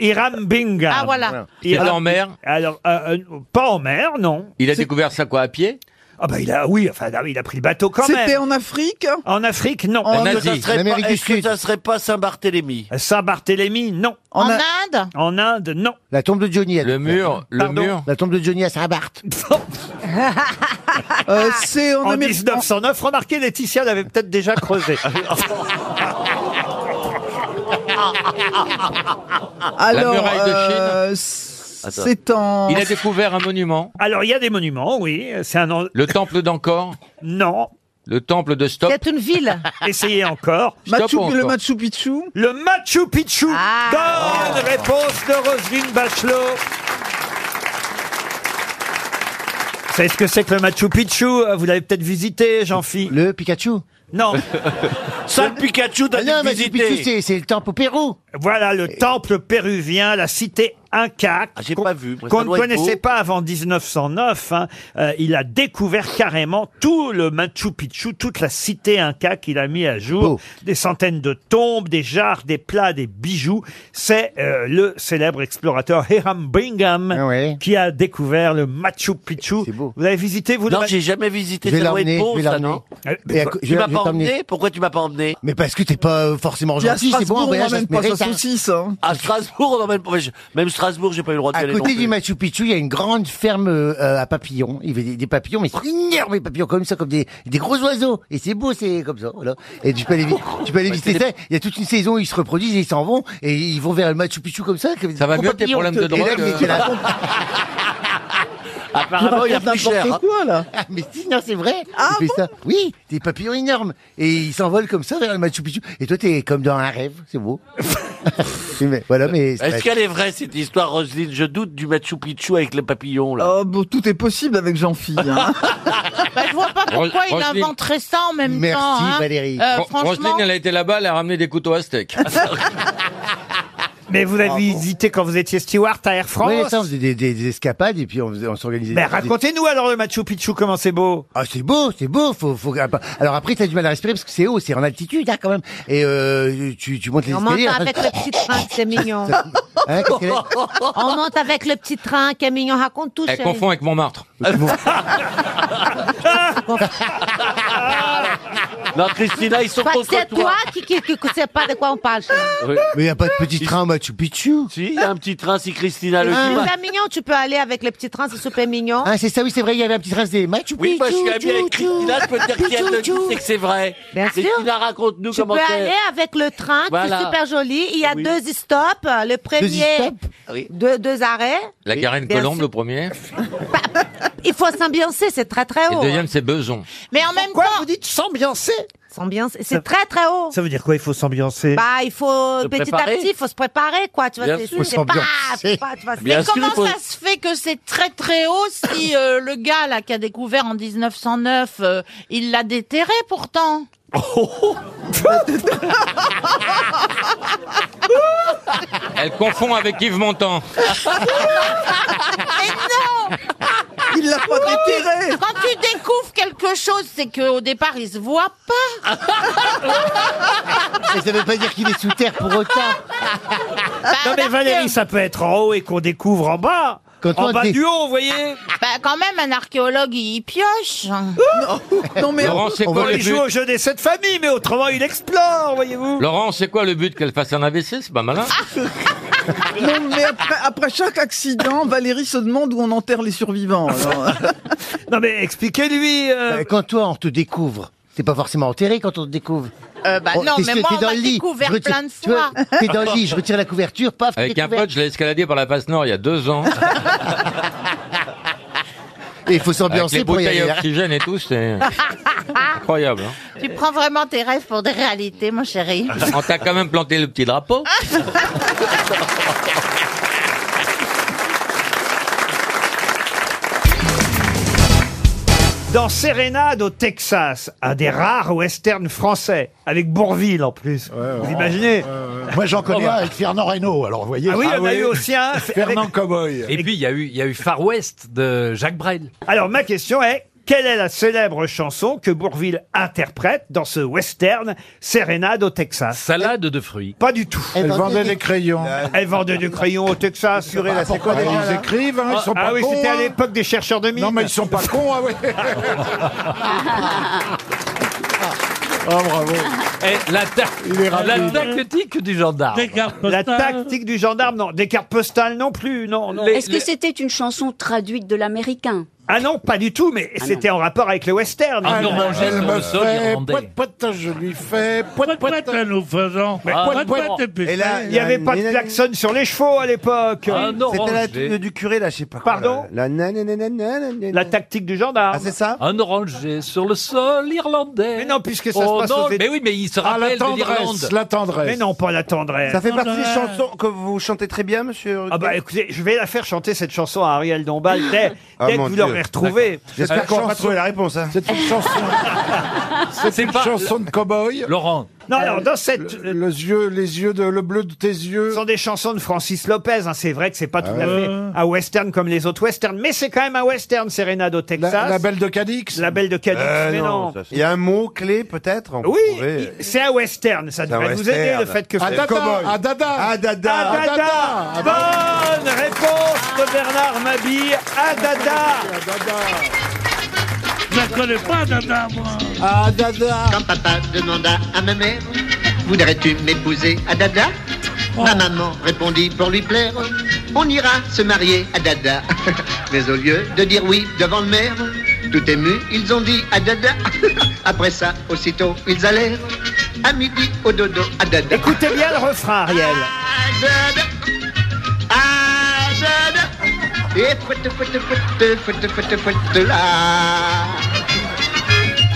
Hiram Bingham.
Ah, voilà.
C'était en mer
Alors, euh, euh, pas en mer, non.
Il a découvert ça quoi, à pied
Ah bah il a, oui, enfin ah oui, il a pris le bateau quand même.
C'était en Afrique
En Afrique, non.
En Est-ce que ça serait pas- est-ce que ça serait pas Saint-Barthélemy
Saint-Barthélemy, non.
En
A-
Inde
En Inde, non.
La tombe de Johnny. Le
mur, le mur.
La tombe de Johnny à Saint-Barth.
Euh, C'est en
En
Amérique.
1909, remarquez, Laetitia l'avait peut-être
[LAUGHS]
déjà creusé.
Alors,
muraille de Chine.
euh, c'est en.
Il a découvert un monument
Alors, il y a des monuments, oui. C'est un... en-
Le temple d'Ankor
Non.
Le temple de Stop
une ville.
[LAUGHS] Essayez encore.
Machu,
Stop ou
le
encore
Machu Picchu.
Le Machu Picchu. Bonne réponse de Roselyne Bachelot. Vous savez ce que c'est que le Machu Picchu euh, Vous l'avez peut-être visité, Jean-Philippe
Le Pikachu.
Non.
[LAUGHS]
Ça, le Pikachu, t'as
Ah non,
dû
Machu Picchu,
visiter.
c'est- c'est le temple au Pérou.
Voilà le temple péruvien, la cité Inca,
Ah, J'ai pas vu. mais ça
qu'on ne
doit être
connaissait
beau.
pas avant 1909. hein. Euh, il a découvert carrément tout le Machu Picchu, toute la cité Inca qu'il a mis à jour. Des centaines de tombes, des jarres, des plats, des bijoux. C'est euh, le célèbre explorateur Hiram Bingham
Ah
qui a découvert le Machu Picchu. Vous l'avez visité, vous le
Non,
Ma-
j'ai jamais visité.
Je vais
Ça doit
l'emmener,
être beau,
je vais
ça,
l'emmener.
non
Euh,
Et à co- je
Tu
vais-
m'as
je vais
pas
t'emmener.
emmené Pourquoi tu m'as pas emmené
Mais parce que t'es pas euh, forcément
Puis à
gentil, c'est bon, un
Strasbourg, on
voyage à
n'emmène
se
pas sa
mérite, hein.
saucisse. hein. À Strasbourg, on n'emmène pas. Même
Strasbourg, j'ai pas eu le droit d'y
À
aller.
côté
non
euh,
du
plus.
Machu Picchu, il y a une grande ferme euh, euh, à papillons. Il y avait des, des papillons, mais ils sont énormes, les papillons, comme ça, comme des, des gros oiseaux. Et c'est beau, c'est comme ça. Voilà. Et tu peux aller, vi- tu peux aller visiter ça. Il y a toute une saison où ils se reproduisent et ils s'en vont. Et ils vont vers le Machu Picchu comme ça. Comme ça
va mieux, tes problèmes de drogue, euh.
Apparemment,
il y a plus cher, hein.
quoi, là. Ah, mais si, non, c'est vrai. Ah, ça. Oui, des papillons énormes. Et ils s'envolent comme ça vers le Machu Picchu. Et toi, t'es comme dans un rêve. C'est beau. mais, voilà, mais.
Est-ce qu'elle est vraie cette histoire, Roselyne Je doute du Machu Picchu avec le papillon là.
Oh, bon, tout est possible avec Jean-Phil.
Bah, je vois pas pourquoi
Ros-
il
Roselyne.
inventerait ça en même temps. hein. Euh,
Ro-
franchement,
Roselyne, elle a été là-bas, elle a ramené des couteaux aztèques.
Mais vous avez visité quand vous étiez steward à Air France
Ah, Oui, ça, on faisait des, des- des escapades et puis on, faisait- on s'organisait.
Mais racontez-nous alors le Machu Picchu, comment c'est beau
Ah, c'est beau, c'est beau. Faut, faut... Alors après, t'as du mal à respirer parce que c'est haut, c'est en altitude hein, quand même. Et euh, tu, tu montes les
on monte
escaliers.
avec le petit train, c'est mignon.
Hein, qu'est-ce qu'elle est
On monte avec le petit train, qui est mignon. Raconte tout,
Elle
chérie.
confond avec Montmartre. [LAUGHS]
Non, Christina, ils sont
Parce que
contre
Bah, c'est toi
toi.
qui ne sais pas de quoi on parle. chérie.
[LAUGHS] Mais il n'y a pas de petit train au Machu Picchu.
Si, il y a un petit train si Christina
C'est
le dit.
super mignon, tu peux aller avec le petit train, c'est super mignon.
Ah, c'est ça, oui, c'est vrai, il y avait un petit train, des Machu Picchu.
Oui, moi je suis ami avec
tchou,
Christina, je peux te dire
tchou,
qui elle le dit,
tchou.
c'est que c'est vrai.
Bien sûr.
Christina, raconte-nous
Tu
comment
peux
c'est.
aller avec le train,
Voilà.
c'est super joli. Il y a deux stops. euh, Le premier,
stops
deux, deux arrêts.
La Garenne
Bien
Colombe,
sûr. Ah
le premier.
Il faut s'ambiancer, c'est très très
Et
haut.
le deuxième, c'est Beson.
Mais en même temps. vous dites s'ambiancer S'ambiancer, c'est très très haut.
Ça veut dire quoi Il faut s'ambiancer
Bah, il faut
Se
petit
préparer.
à petit, il faut se préparer, quoi. Tu vois,
Bien
c'est
sûr.
c'est
Faut
pas,
s'ambiancer.
c'est Ah, pas, tu vois, c'est-
Bien
Mais
sûr,
comment
il faut-
ça se fait que c'est très très haut si euh, le gars là qui a découvert en 1909, euh, il l'a déterré pourtant.
Elle confond avec Yves Montand.
Il l'a pas déterré. Quand tu découvres quelque chose, c'est qu'au départ, il se voit pas.
Mais ça veut pas dire qu'il est sous terre pour autant.
Non mais Valérie, ça peut être en haut et qu'on découvre en bas. en
on
bas
dit-
du haut, vous voyez
Bah, quand même, un archéologue, il pioche.
Non
mais- Laurent, c'est
on
quoi
va
le
il joue
but
au jeu des sept familles, mais autrement il explore, voyez-vous.
Laurent, c'est quoi le but qu'elle fasse un AVC C'est pas
Ah,
malin.
non, mais après, après chaque accident, Valérie se demande où on enterre les survivants.
Oh
[LAUGHS]
non, mais expliquez-lui. euh.
Bah, Quand toi, on te découvre, t'es pas forcément enterré quand on te découvre. Oh,
Euh, bah non, mais moi, on m'a découvert
Je retire-
plein de
tu vois,
fois.
T'es dans le lit, je retire la couverture, paf,
Avec
t'es
un
couvert.
pote, je l'ai escaladé par la passe nord il y a deux ans.
Et [LAUGHS] il faut
Avec les
s'ambiancer pour y
bouteilles
aller. hein.
à oxygène et tout, c'est incroyable. hein.
[LAUGHS] [LAUGHS] tu prends vraiment tes rêves pour des réalités,
[LAUGHS]
mon chéri.
On t'a quand même planté le petit drapeau.
Dans Sérénade au Texas, un des rares westerns français, avec Bourville en plus. vous imaginez
Moi, j'en
connais un
avec
Fernand Reynaud, alors vous voyez. Ah oui, il y en a eu aussi un. avec-
Cowboy. Et puis il y a eu, il y a eu Far West de Euh, Jacques Brel.
Alors ma question est quelle est la célèbre chanson que Bourville interprète dans ce western Sérénade au Texas
Salade de fruits.
Pas du tout.
Elle Elle vendait vendait des- des
crayons. Elle vendait des crayons au Texas.
Purée, là, c'est quoi
Ah,
déjà,
ils écrivent, hein, ils sont
Ah
pas
oui,
cons,
c'était à
hein.
l'époque des chercheurs de mines.
Non, mais ils sont pas cons, ah ouais.
[LAUGHS]
Oh bravo. la, ta- la tactique du
Ah,
gendarme.
La tactique du gendarme, non. Des cartes postales, non plus, non. non.
Est-ce que c'était une chanson traduite de l'américain
Ah non, pas du tout, mais c'était en rapport avec le western.
Ah,
Elle-
Normandie,
elle
sur
me
le sol
fait
irlandais.
poète, poète, je lui fais poète, poète.
nous faisons.
Ah, poète, poète, et puis-
et là, il n'y avait pas de klaxon sur les chevaux à l'époque.
Ah, non, C'était la j'ai- tune
du curé, là, je sais pas. Pardon
La nananana.
La tactique du gendarme. Ah, c'est ça
Un orangé sur le sol irlandais. Mais
Oh non, puisque ça se passe aux Éta-
Oh, Mais oui, mais il se
Ah, la
rappelle de
tendresse,
l'Irlande.
la tendresse. Mais non, pas la tendresse.
Ça fait partie des
Tendresse.
chansons que vous chantez très bien, monsieur.
Ah bah écoutez, je vais la faire chanter cette chanson à Ariel Dombal dès,
Ah,
dès que
mon
vous euh,
Dieu.
l'aurez retrouvée.
D'accord. J'espère Cette qu'on va pas chanson- trouver la réponse, hein.
C'est une [LAUGHS] chanson.
C'est une chanson de cow-boy. Euh,
Laurent.
Non, alors dans cette
le, le yeux, les yeux de le bleu de tes yeux.
Ce sont des chansons de Francis Lopez. hein. C'est vrai que c'est pas tout à
ouais.
fait un western comme les autres westerns, mais c'est quand même un western, Serenade au Texas.
Ah. La- la
Belle de Cadix. La Belle de Cadix,
Euh,
mais non.
non, ça, c'est- Il y a un mot clé peut-être.
Oui, c'est un western. Ça
un
devrait vous
western.
aider le fait que
Ah, dada, ah,
dada,
Ah, dada, ah, dada.
dada. Bonne réponse de Bernard Mabille. À
Je la connais pas, Dada, moi.
Ah, dada.
Quand papa demanda à ma mère,
Oh.
voudrais-tu m'épouser à dada Ma maman répondit pour lui plaire,
on ira se marier à Dada. [LAUGHS] Mais au lieu de dire oui devant le maire, tout ému, ils ont dit à Dada. [LAUGHS] Après ça, aussitôt, ils allèrent à midi au dodo à Dada.
Écoutez bien le refrain, Ariel.
À Dada. À Dada. Et foute, foute, foute, foute, foute, foute, là.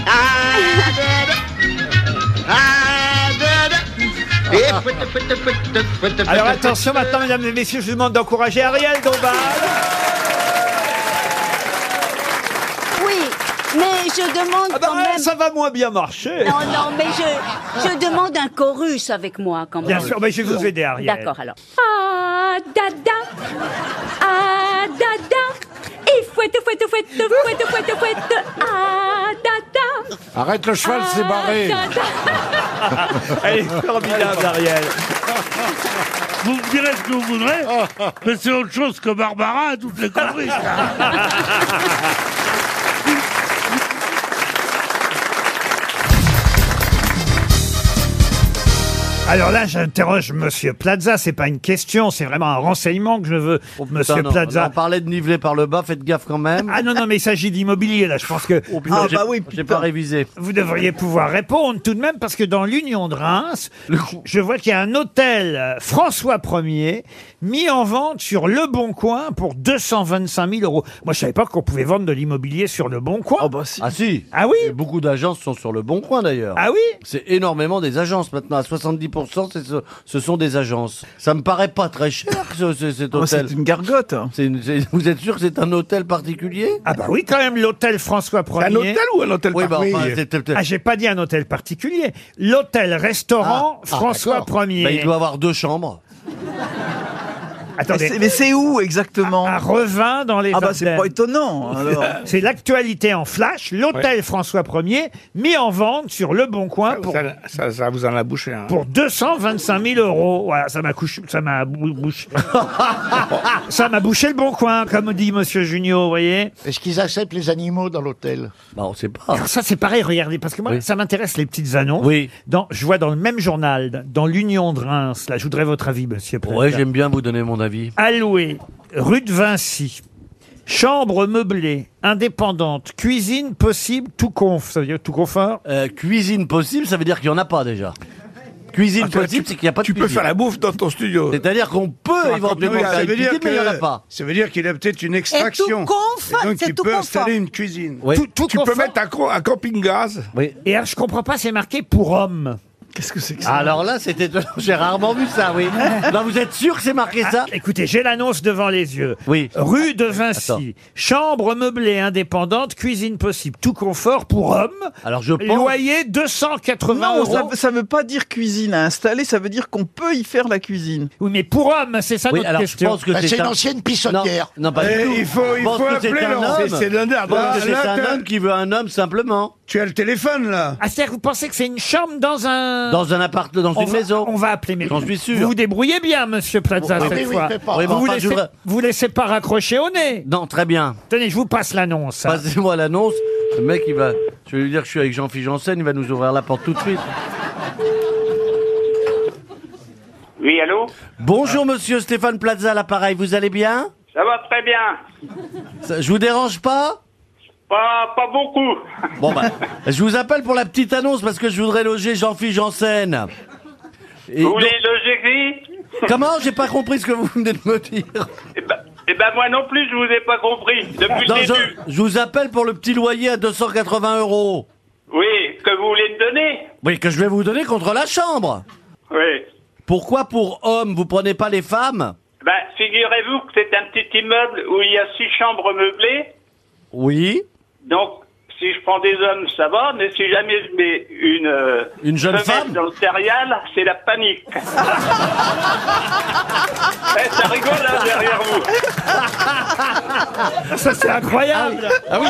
À Dada. À Dada. Et foute, foute, foute, foute, foute,
Alors
foute,
attention maintenant, mesdames et messieurs, je vous demande d'encourager Ariel Dombal.
Oui, mais je demande quand même.
Ah bah, Ça va moins bien marcher.
Non, non, mais je, je demande un chorus avec moi quand même.
Bien sûr, mais je vais vous aider, Ariel.
D'accord, alors. Ah, dada, ah, dada, et fouette, fouette, fouette, fouette, fouette, fouette, ah, dada.
Arrête le cheval, c'est
Ah.
barré.
[LAUGHS]
Elle est formidable,
[LAUGHS]
Ariel. Oh.
Vous me direz ce que vous voudrez, mais c'est autre chose que Barbara à toutes les conneries.
Alors là, j'interroge Monsieur Plaza. C'est pas une question, c'est vraiment un renseignement que je veux, Monsieur
Oh, non,
Plaza.
là, on parlait de niveler par le bas, faites gaffe quand même. Oh,
Ah non non, mais il s'agit d'immobilier là. Je pense que Ah, bah
putain, j'ai- j'ai pas révisé.
Vous devriez pouvoir répondre tout de même parce que dans l'Union de Reims, je vois qu'il y a un hôtel euh, François 1er mis en vente sur Le Bon Coin pour 225 000 euros. Moi, je savais pas qu'on pouvait vendre de l'immobilier sur Le Bon Coin.
Ah si
Ah oui
Et Beaucoup d'agences sont sur le bon coin d'ailleurs.
Ah oui
C'est énormément des agences maintenant. À 70%, c'est ce, ce sont des agences. Ça me paraît pas très cher ce, ce- cet
Oh,
hôtel.
c'est une gargote.
C'est une- c'est- vous êtes sûr que c'est un hôtel particulier
Ah bah oui, quand même, l'hôtel François 1er.
un hôtel ou un hôtel Oui, bah, enfin, particulier c'est- c'est-
Ah, j'ai pas dit un hôtel particulier. L'hôtel-restaurant
Ah, ah,
François
d'accord.
1er.
Bah, il doit avoir deux chambres.
Attendez.
Mais c'est- mais c'est
où exactement À, à Revin, dans les
Ah bah, c'est
Ardennes.
pas étonnant, alors.
[LAUGHS] c'est l'actualité en flash. L'hôtel François 1er mis en vente sur Le Bon Coin
Ah,
pour,
Ça, ça vous en a bouché. Hein.
pour 225 000 euros. Voilà, ça m'a couché, ça m'a bou-
[LAUGHS]
bouché. ça m'a bouché Le Bon Coin, comme dit Monsieur Junio, vous voyez.
Est-ce qu'ils acceptent les animaux dans l'hôtel
Bah, on sait pas.
Alors ça, c'est pareil, regardez, parce que moi,
Oui.
ça m'intéresse les petites annonces.
Oui.
Dans, je vois dans le même journal, dans l'Union de Reims, là, je voudrais votre avis, monsieur. Plaza.
Ouais, j'aime bien vous donner mon avis.
Ah, Alloué, rue de Vinci, chambre meublée, indépendante, cuisine possible, tout conf, ça veut dire tout confort
Euh, cuisine possible, ça veut dire qu'il n'y en a pas déjà. Cuisine
Ah, tu-
possible,
tu-
c'est qu'il n'y a pas de
tu peux
cuisine.
faire la
bouffe dans ton studio. C'est-à-dire qu'on
Ah,
peut éventuellement faire une cuisine, mais il n'y en a pas.
Ça veut dire qu'il a peut-être une extraction.
conf,
Et donc,
c'est
tu
tout
peux
confort.
installer une cuisine.
Oui. Tout- tout
tu peux
confort.
mettre un, cro- un camping-gaz.
Et alors, je comprends pas, c'est marqué pour homme.
Qu'est-ce que c'est que ça Alors là, c'était [LAUGHS] étonnant. J'ai rarement vu ça,
[LAUGHS]
oui. non, vous êtes sûr que c'est marqué ça
Ah, Écoutez, j'ai l'annonce devant les yeux. Oui. Rue de Vinci, chambre meublée indépendante, cuisine possible, tout confort pour homme.
Alors je
pense-
Loyer 280
Non,
euros.
ça, ça veut pas dire cuisine à installer, ça veut dire qu'on peut y faire la cuisine.
Oui, mais pour homme, c'est ça
Oui, notre alors, je question. pense que Bah, c'est c'est un- une
ancienne
pissonnière. Non, non, pas du
Eh,
tout.
il faut- il
Je pense
faut
que c'est
appeler
un
leur-
homme.
c'est- c'est le-
Je pense que c'est
là,
un
t'as-
homme qui veut un homme simplement.
Tu as le téléphone, là.
Ah, c'est-à-dire que vous pensez que c'est une chambre dans un...
Dans un appart, dans
On
une
va-
maison.
On va appeler mes
J'en suis sûr.
Vous vous débrouillez bien, monsieur Plaza,
Oui,
cette
oui, oui,
fois.
fais pas. Oui, mais
vous,
enfin, je
laissez,
voudrais-
vous laissez pas raccrocher au nez.
Non, très bien.
Tenez, je vous passe l'annonce.
Passez-moi l'annonce. Le mec, il va. Je vais lui dire que je suis avec Jean-Philippe Janssen, il va nous ouvrir la porte tout de suite.
Oui, allô
Bonjour, monsieur Stéphane Plaza, à l'appareil, vous allez bien
Ça va très bien.
Ça- Je vous dérange pas
Pas, pas beaucoup.
Bon, bah, je vous appelle pour la petite annonce parce que je voudrais loger Jean-Philippe Janssen. Et
vous
donc-
voulez loger qui
Comment J'ai pas compris ce que vous venez de me dire.
Eh ben moi non plus, je vous ai pas compris depuis
Non,
le
je,
début.
je vous appelle pour le petit loyer à 280 euros.
Oui, que vous voulez me donner
Oui, que je vais vous donner contre la chambre.
Oui.
Pourquoi pour hommes, vous prenez pas les femmes
Ben, figurez-vous que c'est un petit immeuble où il y a six chambres meublées.
Oui.
Donc, si je prends des hommes, ça va, mais si jamais je mets une, euh,
Une jeune
femelle
femme
dans le céréal, c'est la panique. Eh, ça rigole hein, derrière vous.
Ça, c'est incroyable.
Ah oui,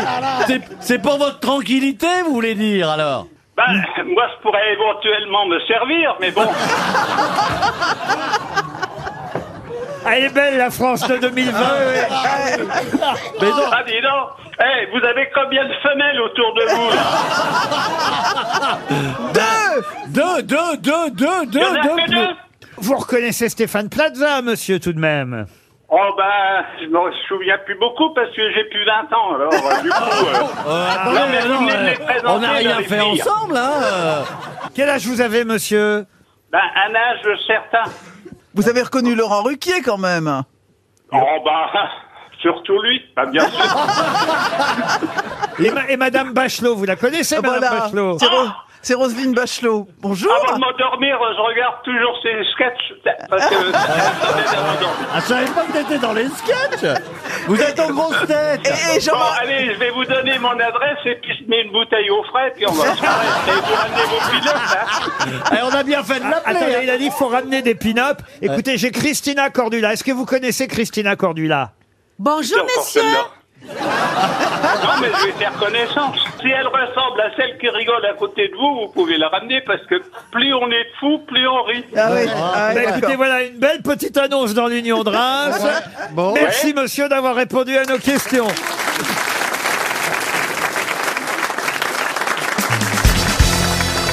c'est- c'est pour votre tranquillité, vous voulez dire alors
Ben, moi, je pourrais éventuellement me servir, mais bon.
Ah, [LAUGHS] Elle est belle, la France de 2020.
Mais non. Ah, dis donc. Eh, vous avez combien de femelles autour de vous là
Deux, deux, deux, deux, deux,
deux, deux. Vous reconnaissez Stéphane Plaza, monsieur, tout de même
Oh ben, je me souviens plus beaucoup parce que j'ai plus 20 ans, alors euh, du coup...
[LAUGHS]
euh,
Oh, attendez,
non, mais
mais non,
vous venez
euh,
de les présenter,
on n'a rien
dans les
fait
filles.
ensemble, hein. Quel âge vous avez, monsieur
Ben, un âge certain.
Vous avez reconnu Laurent Ruquier quand même.
Oh ben, [LAUGHS] surtout lui, ben, bien sûr.
[LAUGHS] et, ma- et Madame Bachelot, vous la [LAUGHS] connaissez, Madame
Voilà.
Bachelot
C'est Ro- C'est Roselyne Bachelot. Bonjour.
Avant de m'endormir, euh, je regarde toujours ses sketchs. Parce que...
Ah, je savais pas que t'étais dans les sketchs
Vous êtes en grosse tête
Bon, allez, je vais vous donner mon adresse et puis je mets une bouteille au frais, puis on va se parler. Et vous ramenez vos pilotes, hein
Eh, on a bien fait de l'appeler. Ah, hein. Attendez, il a dit qu'il faut ramener des pin-up. Écoutez, j'ai Christina Cordula. Est-ce que vous connaissez Christina Cordula
Bonjour,
Encore celle-là. Non, mais je vais faire connaissance. Si elle ressemble à celle qui rigole à côté de vous, vous pouvez la ramener parce que plus on est fou, plus on rit.
Bah, écoutez, voilà une belle petite annonce dans l'Union de Reims.
Bon.
Merci, monsieur, d'avoir répondu à nos questions.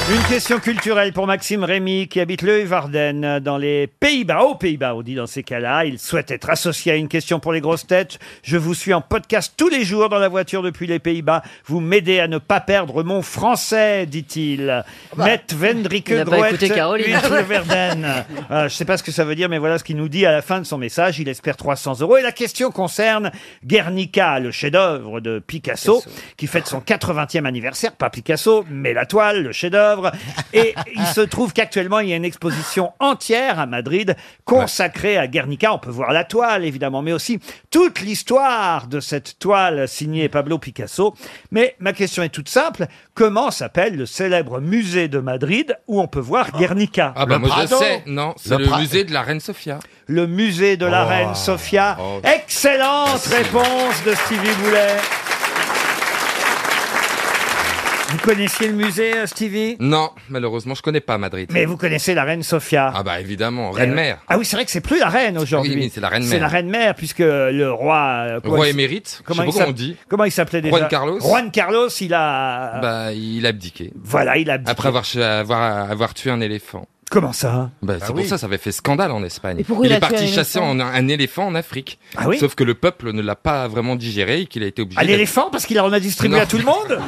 Une question culturelle pour Maxime Rémy qui habite le Varden dans les Pays-Bas. Aux Pays-Bas, on dit dans ces cas-là. Il souhaite être associé à une question pour les grosses têtes. Je vous suis en podcast tous les jours dans la voiture depuis les Pays-Bas. Vous m'aidez à ne pas perdre mon français, dit-il. Met Vendrike
Ah bah. il a pas écouté Caroline. [LAUGHS]
Verden. Euh, je ne sais pas ce que ça veut dire, mais voilà ce qu'il nous dit à la fin de son message. Il espère 300 euros. Et la question concerne Guernica, le chef-d'œuvre de Picasso, qui fête son 80e anniversaire. Pas Picasso, mais la toile, le chef-d'œuvre. Et il se trouve qu'actuellement, il y a une exposition entière à Madrid consacrée à Guernica. On peut voir la toile, évidemment, mais aussi toute l'histoire de cette toile signée Pablo Picasso. Mais ma question est toute simple. Comment s'appelle le célèbre musée de Madrid où on peut voir Guernica
Ah bah
Le
moi
Prado
je sais, non, c'est
Le
le,
Pra-
musée de la Reine Sofia.
Le musée de la
Oh.
reine Sofia.
Oh.
Excellente réponse de Stevie Boulet. Vous connaissiez le musée, euh, Stevie
Non, malheureusement, je connais pas Madrid.
Mais vous connaissez la reine Sofia.
Ah bah évidemment, reine mère.
Ah oui, c'est vrai que c'est plus la reine aujourd'hui.
Oui, oui, c'est la reine
C'est
mère.
la reine mère, puisque le roi. euh,
Le
comment
roi
il s-
émérite, je sais
il
pas comment
s'app-
on dit.
Comment il s'appelait déjà
Juan Carlos.
Juan Carlos, il a.
Bah il a abdiqué.
euh, Voilà, il a abdiqué.
Après avoir avoir avoir tué un éléphant.
Comment ça hein
Bah, c'est pour ça, ça avait fait scandale en Espagne.
Et pourquoi
il
il
est
a tué un
parti chasser
éléphant
en- un, éléphant en Afrique.
Ah oui Ah,
Sauf que le peuple ne l'a pas vraiment digéré et qu'il a été obligé.
À
d'être-
l'éléphant, parce qu'il en a distribué
Non.
à tout
[LAUGHS]
le monde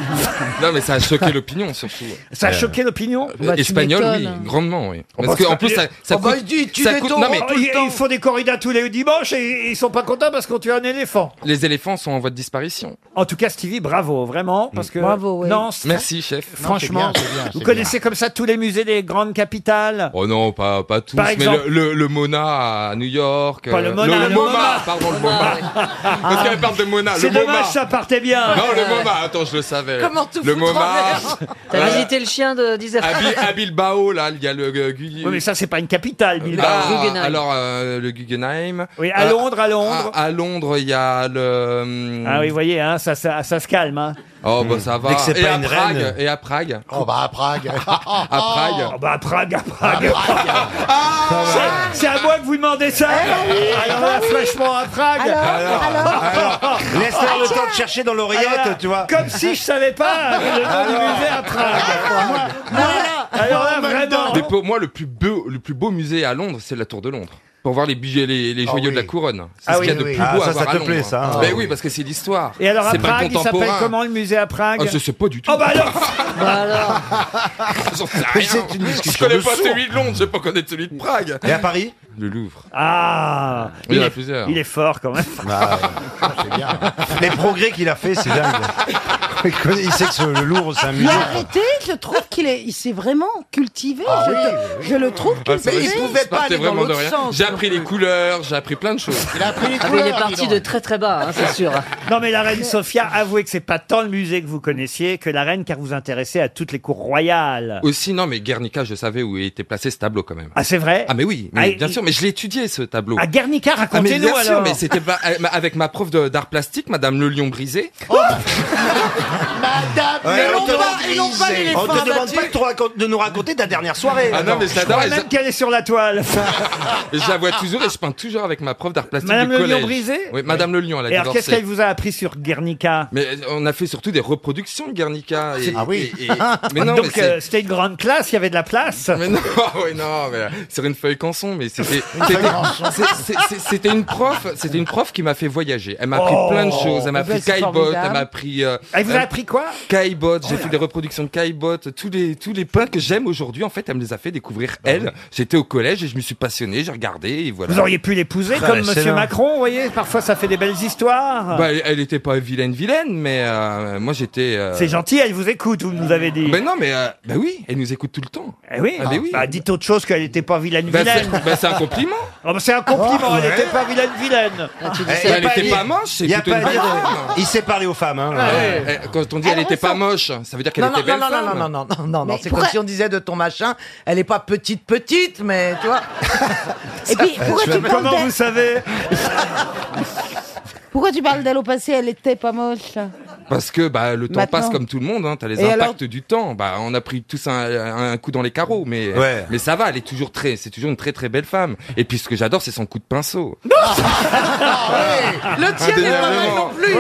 Non, mais ça a choqué l'opinion surtout.
Ça a
Euh,
choqué l'opinion
euh, espagnol, oui, grandement, oui.
Oh,
Parce
bah,
qu'en plus, ça, ça
Oh, bah,
coûte-
il dit, tu Oh,
ça
les
coûte-
taureaux,
non, mais
ils, ils font des corridas tous les dimanches et ils sont pas contents parce qu'on tue un éléphant.
les éléphants sont en voie de disparition.
En tout cas, Stevie, bravo, vraiment, parce que
Mm. Bravo, oui.
non, c'est-
Merci, chef.
Franchement,
Non, c'est bien, c'est bien,
vous
c'est
connaissez comme ça tous les musées des grandes capitales.
Oh non, pas, pas tous,
Par
mais
exemple-
le, le, le Mona à New York. euh,
Pas le Mona, le
MoMA,
MoMA.
pardon, le
Ah
MoMA. Parce qu'elle parle de Mona, le
C'est
MoMA.
dommage, ça partait bien.
Non, le MoMA, attends, je le savais.
Comment tout
Euh, Le
foutre en
MoMA.
l'air
Euh,
T'as visité le chien de d'Isère.
à, Bi- à Bilbao, là, il y a le euh, Guggenheim.
Oui, mais ça, c'est pas une capitale, Bilbao. Guggenheim.
alors, euh, le Guggenheim.
Oui, à
Euh,
Londres, à Londres.
À, à Londres, il y a le. hum,
Ah oui, vous voyez, hein, ça, ça, ça se calme. hein.
Oh, bah ça va.
Dès que c'est
et,
pas
à
une
Prague,
reine.
et à Prague. Oh, bah à Prague. [LAUGHS] à
Oh,
Prague.
bah, à Prague, à Prague. [LAUGHS] C'est- C'est à moi que vous demandez ça
Eh oui,
Alors
bah
là,
oui.
franchement, à Prague
Alors, Ah,
Laisse-leur le temps de chercher dans l'oreillette, tu vois.
Comme si je savais pas le nom du
Alors.
musée à Prague. Alors
Oh,
là, vraiment.
Mais pour moi, le plus beau, le plus beau musée à Londres, c'est la Tour de Londres. Pour voir les bijoux, les, les
Ah
joyaux
oui.
de la couronne. C'est
Ah
ce qu'il y a
oui,
de
oui.
plus
Ah,
beau
ça,
à
ça
voir à
te
Londres.
plaît, ça, hein.
Mais oui,
Ah oui.
parce que c'est l'histoire.
Et alors à
C'est pas
Prague, il s'appelle
contemporain.
comment le musée à Prague
Ah, je sais pas du tout.
Oh bah alors
[LAUGHS] J'en sais rien. Je connais pas celui de Londres, je vais pas connaître celui de Prague.
Et à Paris
Le Louvre.
Ah
Il y en a
est-
plusieurs.
Il est fort quand même.
Les progrès qu'il a fait, c'est dingue. Il connaît- Il sait que ce- le Louvre, c'est un musée.
Mais
Ah.
arrêtez, je trouve qu'il est, il s'est vraiment cultivé. je, te- je le trouve
Ah, c'est
cultivé.
vrai, je partais vraiment de rien. J'ai appris les couleurs, j'ai appris plein de choses. Il a appris
Ah, mais il est parti de très très bas, hein, c'est sûr.
Non mais la reine Sofia, avouez que c'est pas tant le musée que vous connaissiez que la reine car vous intéressez à toutes les cours royales.
Aussi, non, mais Guernica, je savais où était placé ce tableau quand même.
Ah c'est vrai
Ah mais oui, mais
Ah,
bien
il-
sûr, mais je l'ai étudié ce tableau.
À Guernica,
Ah, mais
racontez-nous
bien sûr,
alors.
mais c'était pas- euh, ma- avec ma
Oh
prof de- d'art plastique, Madame Le Lion Brisé.
Madame,
Ouais,
le
on te
lombard,
l'a
le
dit.
On
déguisé.
ne
On te demande
demande
pas
pas de nous raconter ta dernière soirée.
Ah non, mais ça
Je crois même qu'elle est sur la
[LAUGHS]
toile.
Et [LAUGHS] je la vois toujours et je peins toujours avec ma prof d'art plastique
Madame
du
Le
collège.
Lion brisé
Oui, Madame Le Lion, elle a
Et alors,
divorcé.
qu'est-ce qu'elle vous a appris sur Guernica
Mais euh, on a fait surtout des reproductions de Guernica. et-
Ah oui. [LAUGHS]
et- et- mais non,
Donc,
mais
euh,
c'est-
c'était une grande classe, il y avait de la place.
Mais non, [LAUGHS] Ah ouais, non, mais euh, sur une feuille canson, mais c'était
Une feuille
c'était-
canson.
c'est- c'est- c'est- c'était une prof, c'était une prof qui m'a fait voyager. Elle m'a appris
Oh.
plein de choses. Elle m'a
Ah ben,
appris
c'est
Kaibot,
formidable.
elle m'a appris. euh,
Elle vous a
euh,
appris quoi Oh
Kaibot. J'ai fait des reproductions de Kaibot. Tous les tous les plats que j'aime aujourd'hui, en fait, elle me les a fait découvrir elle. J'étais au collège et je me suis passionné. J'ai regardé et voilà.
Bah Vous auriez pu l'épouser
Ah,
comme
excellent.
Monsieur Macron, vous voyez. Parfois, ça fait des belles histoires.
Bah, elle- elle était pas vilaine, vilaine, mais euh, moi j'étais. euh,
C'est gentil, elle vous écoute, vous nous avez dit.
Ben non, mais euh, ben oui, elle nous écoute tout le temps.
Eh oui.
Ah, ben oui.
Bah, dites autre chose qu'elle n'était pas vilaine
Ben,
vilaine.
c'est- ben, c'est un compliment.
[LAUGHS]
Ah,
Oh, ben, c'est un compliment.
Oh,
Elle
ouais.
n'était pas vilaine vilaine.
Eh, elle était pas moche, c'est
Il y a
plutôt une
pas
belle
lieu de-
femme.
Il s'est parlé aux femmes. hein.
Ouais. Eh, Quand on dit elle était pas moche, ça veut dire qu'elle
Non, non,
était
non,
belle
non, non,
femme.
non, non, non, non, non,
Mais
c'est
pourquoi-
comme si on disait de ton machin, elle est pas petite, petite, mais tu vois.
Et puis,
[LAUGHS]
pourquoi tu parles
Comment
d'elle
vous savez
Pourquoi tu parles d'elle au passé Elle était pas moche.
Parce que bah, le temps
Maintenant.
passe comme tout le monde, hein, t'as les
Et
impacts
alors
du temps. Bah, on a pris tous un, un coup dans les carreaux, mais,
Ouais.
mais ça va, elle est toujours très, c'est toujours une très très belle femme. Et puis ce que j'adore, c'est son coup de pinceau.
Le tien n'est pas mal non plus.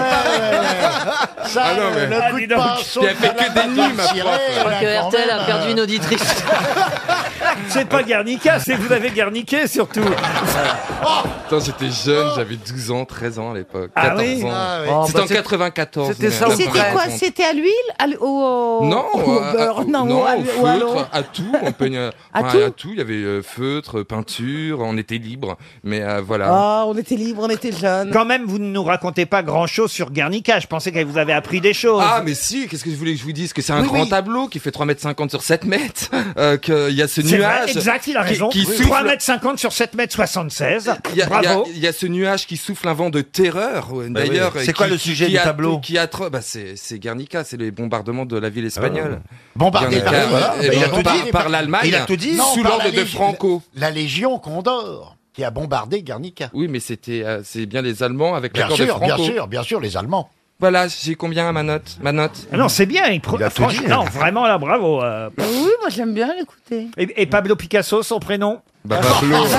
Ça,
Ah non, mais-
le
Ah,
coup
dis
de
donc.
pinceau
Puis elle
de
fait que
Madame
des nuits, ma
Martiret,
prof.
elle
Je crois
a
que
quand
RTL
même,
euh, a perdu une
euh,
auditrice.
[LAUGHS] C'est pas Guernica, c'est que vous avez Guerniqué surtout.
[LAUGHS] Putain, j'étais jeune, j'avais 12 ans, 13 ans à l'époque, 14
Ah oui
ans.
Ah
C'était
oui. Oh, bah,
en
c'est-
94.
c'était
mais-
ça,
mais-
C'était quoi C'était à l'huile à l- au,
Non,
au
à-
beurre
à-
Non,
non,
ou à
au
l- ou à l'eau.
feutre, à tout, on peignait,
À
enfin,
tout
à tout, il y avait euh, feutre, peinture, on était libre, mais euh,
Oh,
voilà.
Ah, on était libre, on était jeunes. Quand même, vous ne nous racontez pas grand-chose sur Guernica. Je pensais qu'elle vous avait appris des choses.
Ah mais si, qu'est-ce que je voulais que je vous dise Que c'est un
Oui,
grand
oui.
tableau qui fait 3m50 sur 7m, euh, qu'il y a ce
C'est vrai,
nuage
exact, il a
qui-
raison.
qui, souffle-
3m50 sur 7m76.
Il y, a, il y a-
Bravo.
il y a ce nuage qui souffle un vent de terreur. ouais,
Bah oui.
D'ailleurs,
C'est quoi le sujet
qui
du
a-
tableau
Qui attro- bah c'est c'est Guernica, c'est les bombardements de la ville espagnole.
Ah. Bombardé
Guernica,
par- voilà.
et
Bah, il a
bon,
tout
par-
dit, il est
par
pas-
l'Allemagne.
il a tout dit.
sous
par la
l'ordre de
lég-
Franco.
La Légion Condor qui a bombardé Guernica.
Oui, mais c'était euh, c'est bien les Allemands avec
Bien
l'accord de
sûr,
Franco.
bien sûr, bien sûr, les Allemands.
Voilà, j'ai combien à ma note Ma note.
Ah non, c'est bien. Il, pro- franchement,
hein.
non, vraiment là, bravo. euh.
Ah Oui, moi j'aime bien l'écouter.
Et, et Pablo Picasso, son prénom
Bah, Pablo.
[LAUGHS]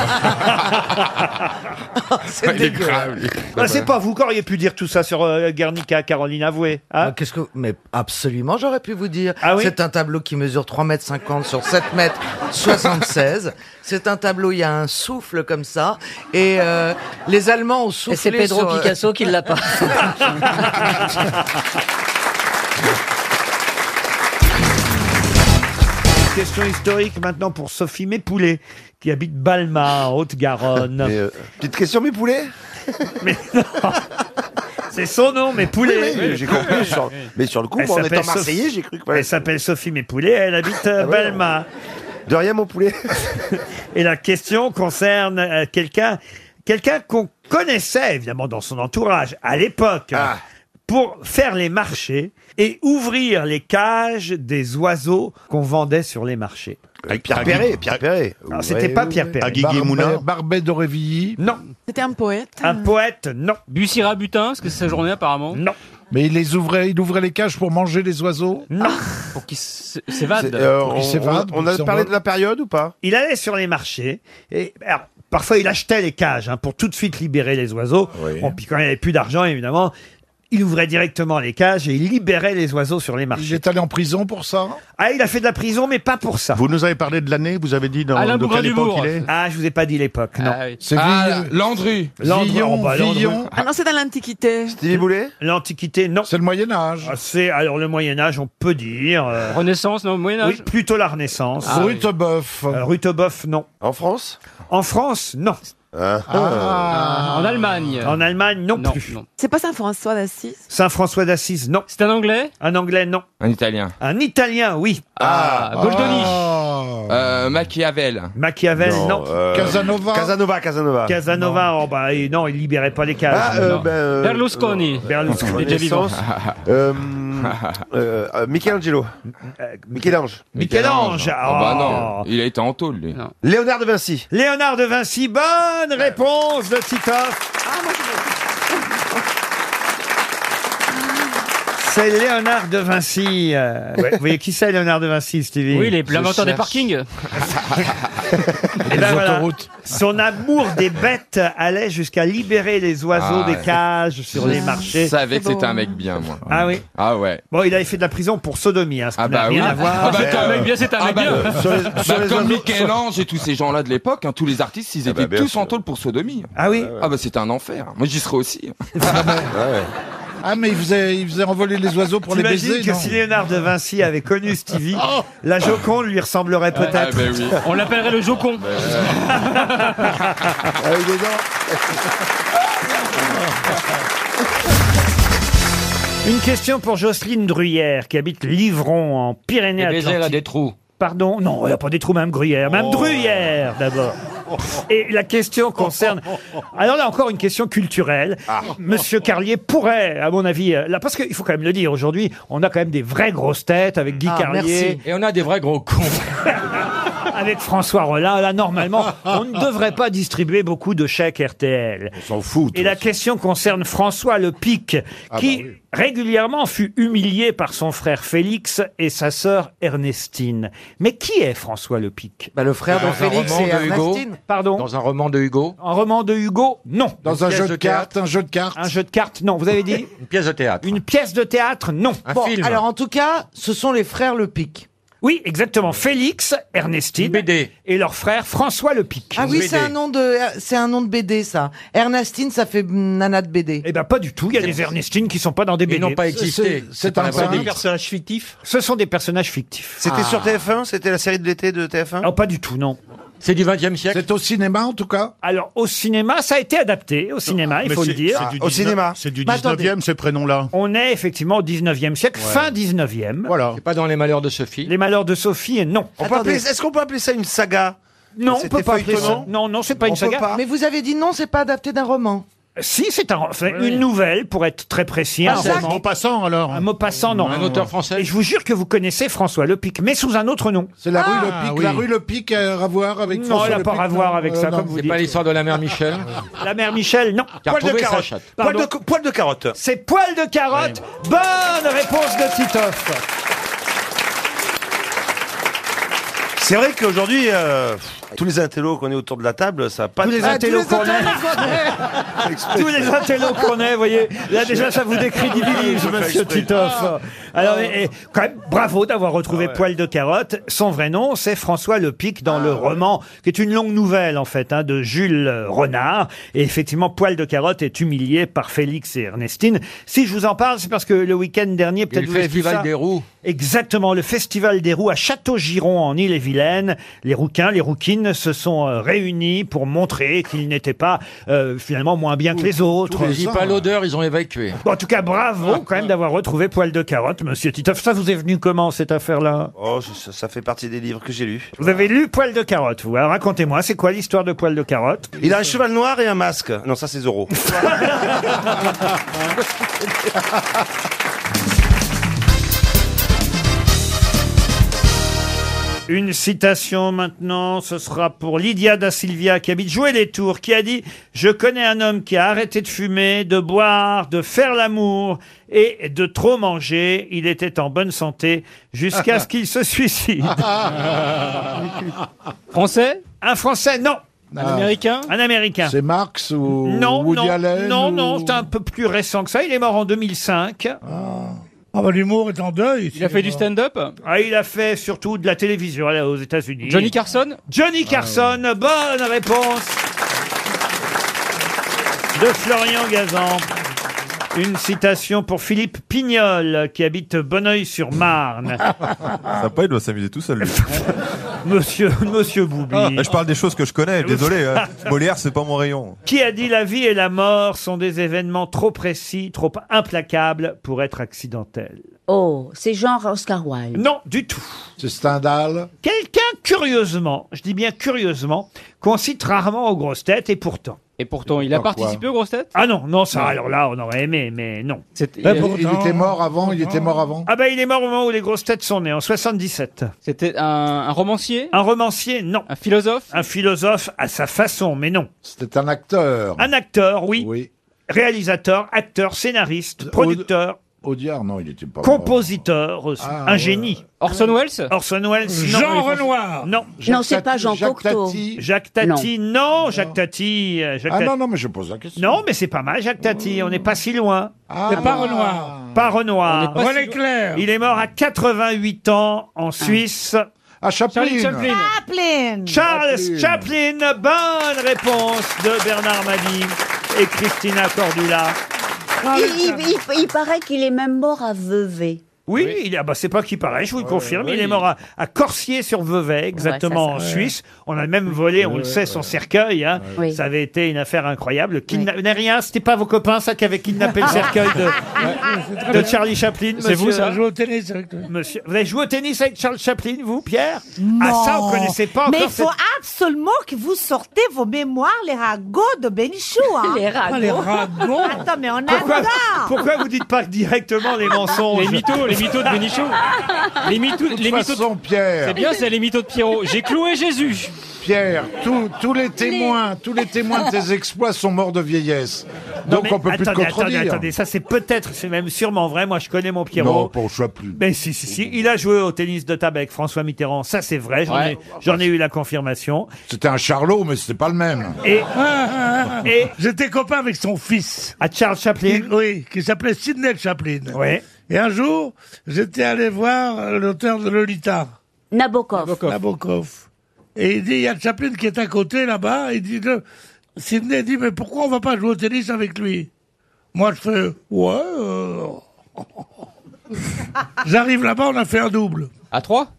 c'est Ah, Bah,
Il est grave, lui.
c'est pas vous qui auriez pu dire tout ça sur euh, Guernica, Caroline Avoué. hein
Ah,
Ah
Qu'est-ce que mais absolument j'aurais pu vous dire.
oui
c'est un tableau qui mesure 3 mètres 50 sur 7 mètres 76. c'est un tableau il y a un souffle comme ça et euh, les Allemands ont soufflé
Et c'est Pedro
sur, euh,
Picasso qui l'a pas.
Question historique maintenant pour Sophie Mépoulet, qui habite Balma, en Haute-Garonne.
euh,
Petite question Mépoulet [LAUGHS] Mais non C'est son nom, Mépoulet.
Oui, oui, j'ai compris, sur- mais sur le coup,
Elle
moi, en
s'appelle
étant Marseillais,
Sophie-
j'ai cru que-
Elle s'appelle Sophie Mépoulet, elle habite euh,
Ah oui,
Balma. De rien, mon poulet. [LAUGHS] Et la question concerne euh, quelqu'un quelqu'un qu'on connaissait, évidemment, dans son entourage, à l'époque,
Ah.
hein, pour faire les marchés et ouvrir les cages des oiseaux qu'on vendait sur les marchés.
Avec Euh, Pierre Perret, Pierre Perret.
Alors, c'était pas Pierre Perret. Barbe-
Barbet d'Aurevilly.
Non.
C'était un poète.
Un poète, non.
Bussy Rabutin, parce que c'est sa journée apparemment.
Non.
Mais il les ouvrait, il ouvrait les cages pour manger les
oiseaux
Non.
Ah, Pour qu'ils s- s'évadent.
C'est, euh,
Pour qu'ils
on-
s'évadent,
on
pour
a
qu'ils
parlé
s'envolent.
de la période ou pas
Il allait sur les marchés et alors, parfois il achetait les cages hein, pour tout de suite libérer les oiseaux. Bon, puis quand il n'y avait plus d'argent, évidemment, il ouvrait directement les cages et il libérait les oiseaux sur les marchés. Il est allé en prison pour ça Ah, il a fait de la prison, mais pas pour ça.
Vous nous avez parlé de l'année, vous avez dit dans
Alain
de quelle époque
Bougrain-Dubourg.
il est
Ah, je vous ai pas dit l'époque, non.
C'est
Ah, Landru.
Landron, bah, Landru.
Ah non, c'est dans l'Antiquité.
L'Antiquité, non. C'est le Moyen Âge. c'est alors le Moyen Âge, on peut dire. euh,
Renaissance, non, Moyen Âge.
Oui, plutôt la Renaissance. Euh,
Ah, oui.
Ruteboeuf. Ruteboeuf, non. En France En France, non.
Ah. En Allemagne.
En Allemagne, non, plus.
C'est pas Saint-François d'Assise
Saint François d'Assise, non.
C'est un Anglais
Un Anglais, non.
Un Italien.
Un Italien, oui.
Ah,
Goldoni.
Ah.
Euh, Machiavel.
Machiavel, non.
Casanova. euh, Casanova, Casanova.
Casanova, oh bah, et non, il libérait pas les cages.
Ah, euh, ben, euh,
Berlusconi.
Berlusconi.
Renaissance. [LAUGHS] Euh, euh, euh, Michelangelo.
Euh,
Michel-Ange.
Michel-Ange.
Ah bah non, il a été en tôle, lui.
Léonard de Vinci. Léonard de Vinci, bonne réponse de Titoff. c'est Léonard de Vinci. euh,
Ouais.
Vous voyez qui c'est Léonard de Vinci, Stevie
Oui, il est l'inventeur des
[LAUGHS]
parkings.
Et ben voilà. Son amour des bêtes allait jusqu'à libérer les oiseaux
Ah,
des
ouais.
cages sur les marchés.
Je savais que c'était un mec bien, moi.
Ah oui.
Ah ouais.
Bon, il avait fait de la prison pour sodomie, hein, ce qui n'a rien à voir.
Ah bah, t'es un mec bien, c'est un mec bien. Bah, comme Michel-Ange et tous ces gens-là de l'époque, hein, tous les artistes, ils étaient tous en tôle pour sodomie.
Ah oui
Ah bah c'était un enfer. Moi j'y serais [LAUGHS] aussi.
Ah, mais il faisait, il faisait envoler les oiseaux pour les
T'imagines
baiser.
que
non Oh
si Léonard de Vinci avait connu
[LAUGHS]
Stevie, la Joconde lui ressemblerait peut-être.
Ah, ben oui.
On l'appellerait le Jocon. Euh.
Ah,
Une question pour Jocelyne Druyère, qui habite Livron, en Pyrénées-Atlantiques.
Et Bézère a
des trous. Pardon, non, il n'y a pas des trous, même Gruyère.
Oh.
Même Druyère, d'abord. Et la question concerne... Alors là, encore une question culturelle.
Ah.
Monsieur Carlier pourrait, à mon avis... euh, Là, parce qu'il faut quand même le dire, aujourd'hui, on a quand même des vraies grosses têtes avec
Ah,
Guy Carlier,
Et on a des vrais gros cons.
avec François Rollin. Là, normalement, on ne devrait pas distribuer beaucoup de chèques RTL. On s'en fout. Ah, bah Et la question concerne François Lepic, qui régulièrement fut humilié par son frère Félix et sa sœur Ernestine. Mais qui est François Lepic
Bah, Le frère de Félix et Ernestine.
Pardon
Dans un roman de Hugo.
[LAUGHS] Un roman de Hugo Non.
Dans Une un pièce jeu de de cartes,
un jeu de cartes. Un jeu de cartes, non. [LAUGHS] Vous avez dit Une pièce de théâtre. Une pièce de théâtre, non.
Bon, alors en tout cas, ce sont les frères Le Pic.
Oui, exactement. Félix, Ernestine et leur frère François Le Pic.
Ah oui, c'est un nom de, c'est un nom de BD ça. Ernestine, ça fait mm, nana de BD.
Eh ben pas du tout. Il y a des Ernestines qui sont pas dans des BD.
personnage fictif
Ce sont des personnages fictifs.
C'était sur TF1 C'était la série de l'été de TF1
Non, pas du tout, non.
C'est du 20 e siècle
C'est au cinéma en tout cas Alors au cinéma, ça a été adapté au cinéma, il
Mais
faut le
c'est-
dire.
c'est du Au 19 cinéma. c'est du
Mais attendez.
19e, ces prénoms-là.
On est effectivement au 19e siècle,
Ouais.
fin 19e. Voilà. C'est pas dans les malheurs de Sophie. Les malheurs de Sophie, non.
On peut appeler- Est-ce qu'on peut appeler ça une saga
Non, on
C'était
peut pas appeler ça.
feuilletonnant
Non, non, c'est pas une
On peut
saga.
pas.
Mais vous avez dit non, c'est pas adapté d'un roman.
Si, c'est un, c'est une nouvelle, pour être très précis.
Ah, c'est un
Maupassant, alors Un Maupassant, non.
Un auteur
français Et je vous jure que vous connaissez François Lepic, mais sous un autre nom. C'est la
rue Le Pic, la rue Le Pic a à voir avec
Non,
François
elle n'a
Le
pas
Pic,
à voir
non.
avec
Euh,
ça,
non.
comme vous dites.
l'histoire de la mère Michel
La mère Michel, non.
Qui a Poil de retrouvé sa carotte. chatte.
Pardon.
Poil de co- poil de carotte.
C'est poil de carotte. Bonne réponse de Titoff.
C'est vrai qu'aujourd'hui, euh, tous les intellos qu'on est autour de la table, ça n'a pas
Ah, Tous les intellos qu'on est. Tous les intellos qu'on est, vous voyez. Là, déjà, ça vous décrédibilise,
Je fais
monsieur
exprès.
Titoff. Alors, et- et quand même, bravo d'avoir retrouvé Poil de Carotte. Son vrai nom, c'est François Lepic dans le roman, qui est une longue nouvelle, en fait, hein, de Jules euh, Renard. Et effectivement, Poil de Carotte est humilié par Félix et Ernestine. Si je vous en parle, c'est parce que le week-end dernier, peut-être
le
vous avez vu
Festival
ça.
des Roues.
Exactement, le Festival des Roues à Château-Giron en Ille-et-Vilaine. Les rouquins, les rouquines se sont euh, réunis pour montrer qu'ils n'étaient pas euh, finalement moins bien que les hein. autres.
Je dis pas l'odeur, ils ont évacué.
Bon, en tout cas, bravo quand même d'avoir retrouvé Poil de Carotte, monsieur Titoff. Ça vous est venu comment, cette affaire-là
Oh, ça- ça, ça fait partie des livres que j'ai lus.
Vous avez lu Poil de Carotte, vous Alors, racontez-moi, c'est quoi l'histoire de Poil de Carotte
Il a un cheval noir et un masque. Non, ça c'est
[LAUGHS]
Zorro.
Une citation maintenant, ce sera pour Lydia da Silvia qui habite Jouer les Tours, qui a dit « Je connais un homme qui a arrêté de fumer, de boire, de faire l'amour et de trop manger. Il était en bonne santé jusqu'à ce qu'il se suicide. » Français Un Français, non. Un Américain Un Américain.
C'est Marx ou
Non,
Woody
non,
Allen
non,
ou-
non, c'est un peu plus récent que ça. Il est mort en 2005.
Ah bah l'humour est en deuil.
Il a fait du stand-up ah, Il a fait surtout de la télévision là, aux États-Unis.
Johnny Carson
Johnny
Ah,
Carson, bonne réponse de Florian Gazan. Une citation pour Philippe Pignol, qui habite
[LAUGHS]
Bonneuil-sur-Marne.
Sympa, il doit s'amuser
[LAUGHS]
tout seul. lui. Ah,
Monsieur, monsieur Boubi.
je parle des choses que je connais, désolé.
[LAUGHS]
hein. Molière, c'est pas mon rayon.
Qui a dit la vie et la mort sont des événements trop précis, trop implacables pour être accidentels
Oh, c'est genre
euh, Ah,
Oscar Wilde.
Non, du tout. C'est Stendhal. Quelqu'un, curieusement, je dis bien curieusement, qu'on cite rarement aux grosses têtes et pourtant.
Et pourtant, il a participé aux grosses têtes
Ah non, non, ça, alors là, on aurait aimé, mais non. Bah,
il, il était mort avant, il était mort avant.
Ah ben, il est mort au moment où les grosses têtes sont nées, en 77.
C'était un, un romancier
Un romancier, non.
Un philosophe
Un philosophe à sa façon, mais non.
C'était un acteur.
Un acteur, oui. Réalisateur, acteur, scénariste, producteur.
Audiard, non, il n'était pas. mort.
Compositeur, aussi,
Ah,
un
ouais.
génie. Orson Welles Orson Welles, non.
Jean
mais François-
Renoir.
Non.
Jacques Non, c'est pas Jean Jacques Cocteau. Tati.
Jacques Tati, non. Jacques Tati. euh, Jacques
Ah
Tati-
non, non, mais je pose la question.
Non, mais c'est pas mal, Jacques Tati. On n'est pas si loin.
C'est pas Renoir.
Pas Renoir.
Ah. On n'est pas René si loin. Ah. Clair.
Il est mort à 88 ans en Suisse.
Ah,
À Chaplin.
Chaplin.
Charles Chaplin. Bonne réponse de Bernard Mabie et Christina Cordula.
Il, il- il- il paraît qu'il est même mort à Vevey.
Oui, Il, ah bah c'est pas qui paraît, je vous le confirme. il est mort à, à Corsier-sur-Vevey, exactement
Ouais,
en
ça, ça.
Suisse. On a même volé, on le sait, son cercueil. hein.
Oui.
Ça avait été une affaire incroyable. Kidna- N'est rien, c'était pas vos copains, ça, qui avaient kidnappé le cercueil de, de Charlie Chaplin.
C'est vous,
monsieur
ça joue au tennis avec toi.
Monsieur, vous avez joué au tennis avec Charles Chaplin, vous, Pierre Ah, ça, on connaissait pas encore.
Mais il faut
cette-
absolument que vous sortez vos mémoires, les ragots de Benichou. hein.
Les ragots. Ah, les ragots.
Attends, mais on
Pourquoi,
adore.
pourquoi vous dites pas directement les mensonges Ah.
Les mythos, les mythos de
[LAUGHS]
Benichou. Ah, Les mythos,
toute
les mythos.
façon, Pierre.
C'est bien, c'est les mythos de Pierrot. J'ai cloué Jésus.
Pierre, tous tous les témoins, tous les témoins de tes exploits sont morts de vieillesse.
Non,
Donc
mais
on peut plus te
attendez,
contredire.
Attendez, attendez, ça c'est peut-être, c'est même sûrement vrai. Moi, je connais mon Pierrot.
Non, pas au Chaplin.
Mais si, si, si. Il a joué au tennis de table avec François Mitterrand. Ça, c'est vrai. J'en
Ouais.
ai, j'en ai eu la confirmation.
C'était un Charlot, mais c'était pas le même.
Et, et
J'étais copain avec son fils.
À Charles Chaplin
Oui, qui s'appelait Sidney Chaplin.
Oui.
Et un jour, j'étais allé voir l'auteur de Lolita.
Nabokov.
Nabokov. Et il dit, il y a Chaplin qui est à côté là-bas. Il dit, le- Sidney dit, mais pourquoi on va pas jouer au tennis avec lui Moi, je fais, ouais. euh. [LAUGHS] J'arrive là-bas, on a fait un double.
À 3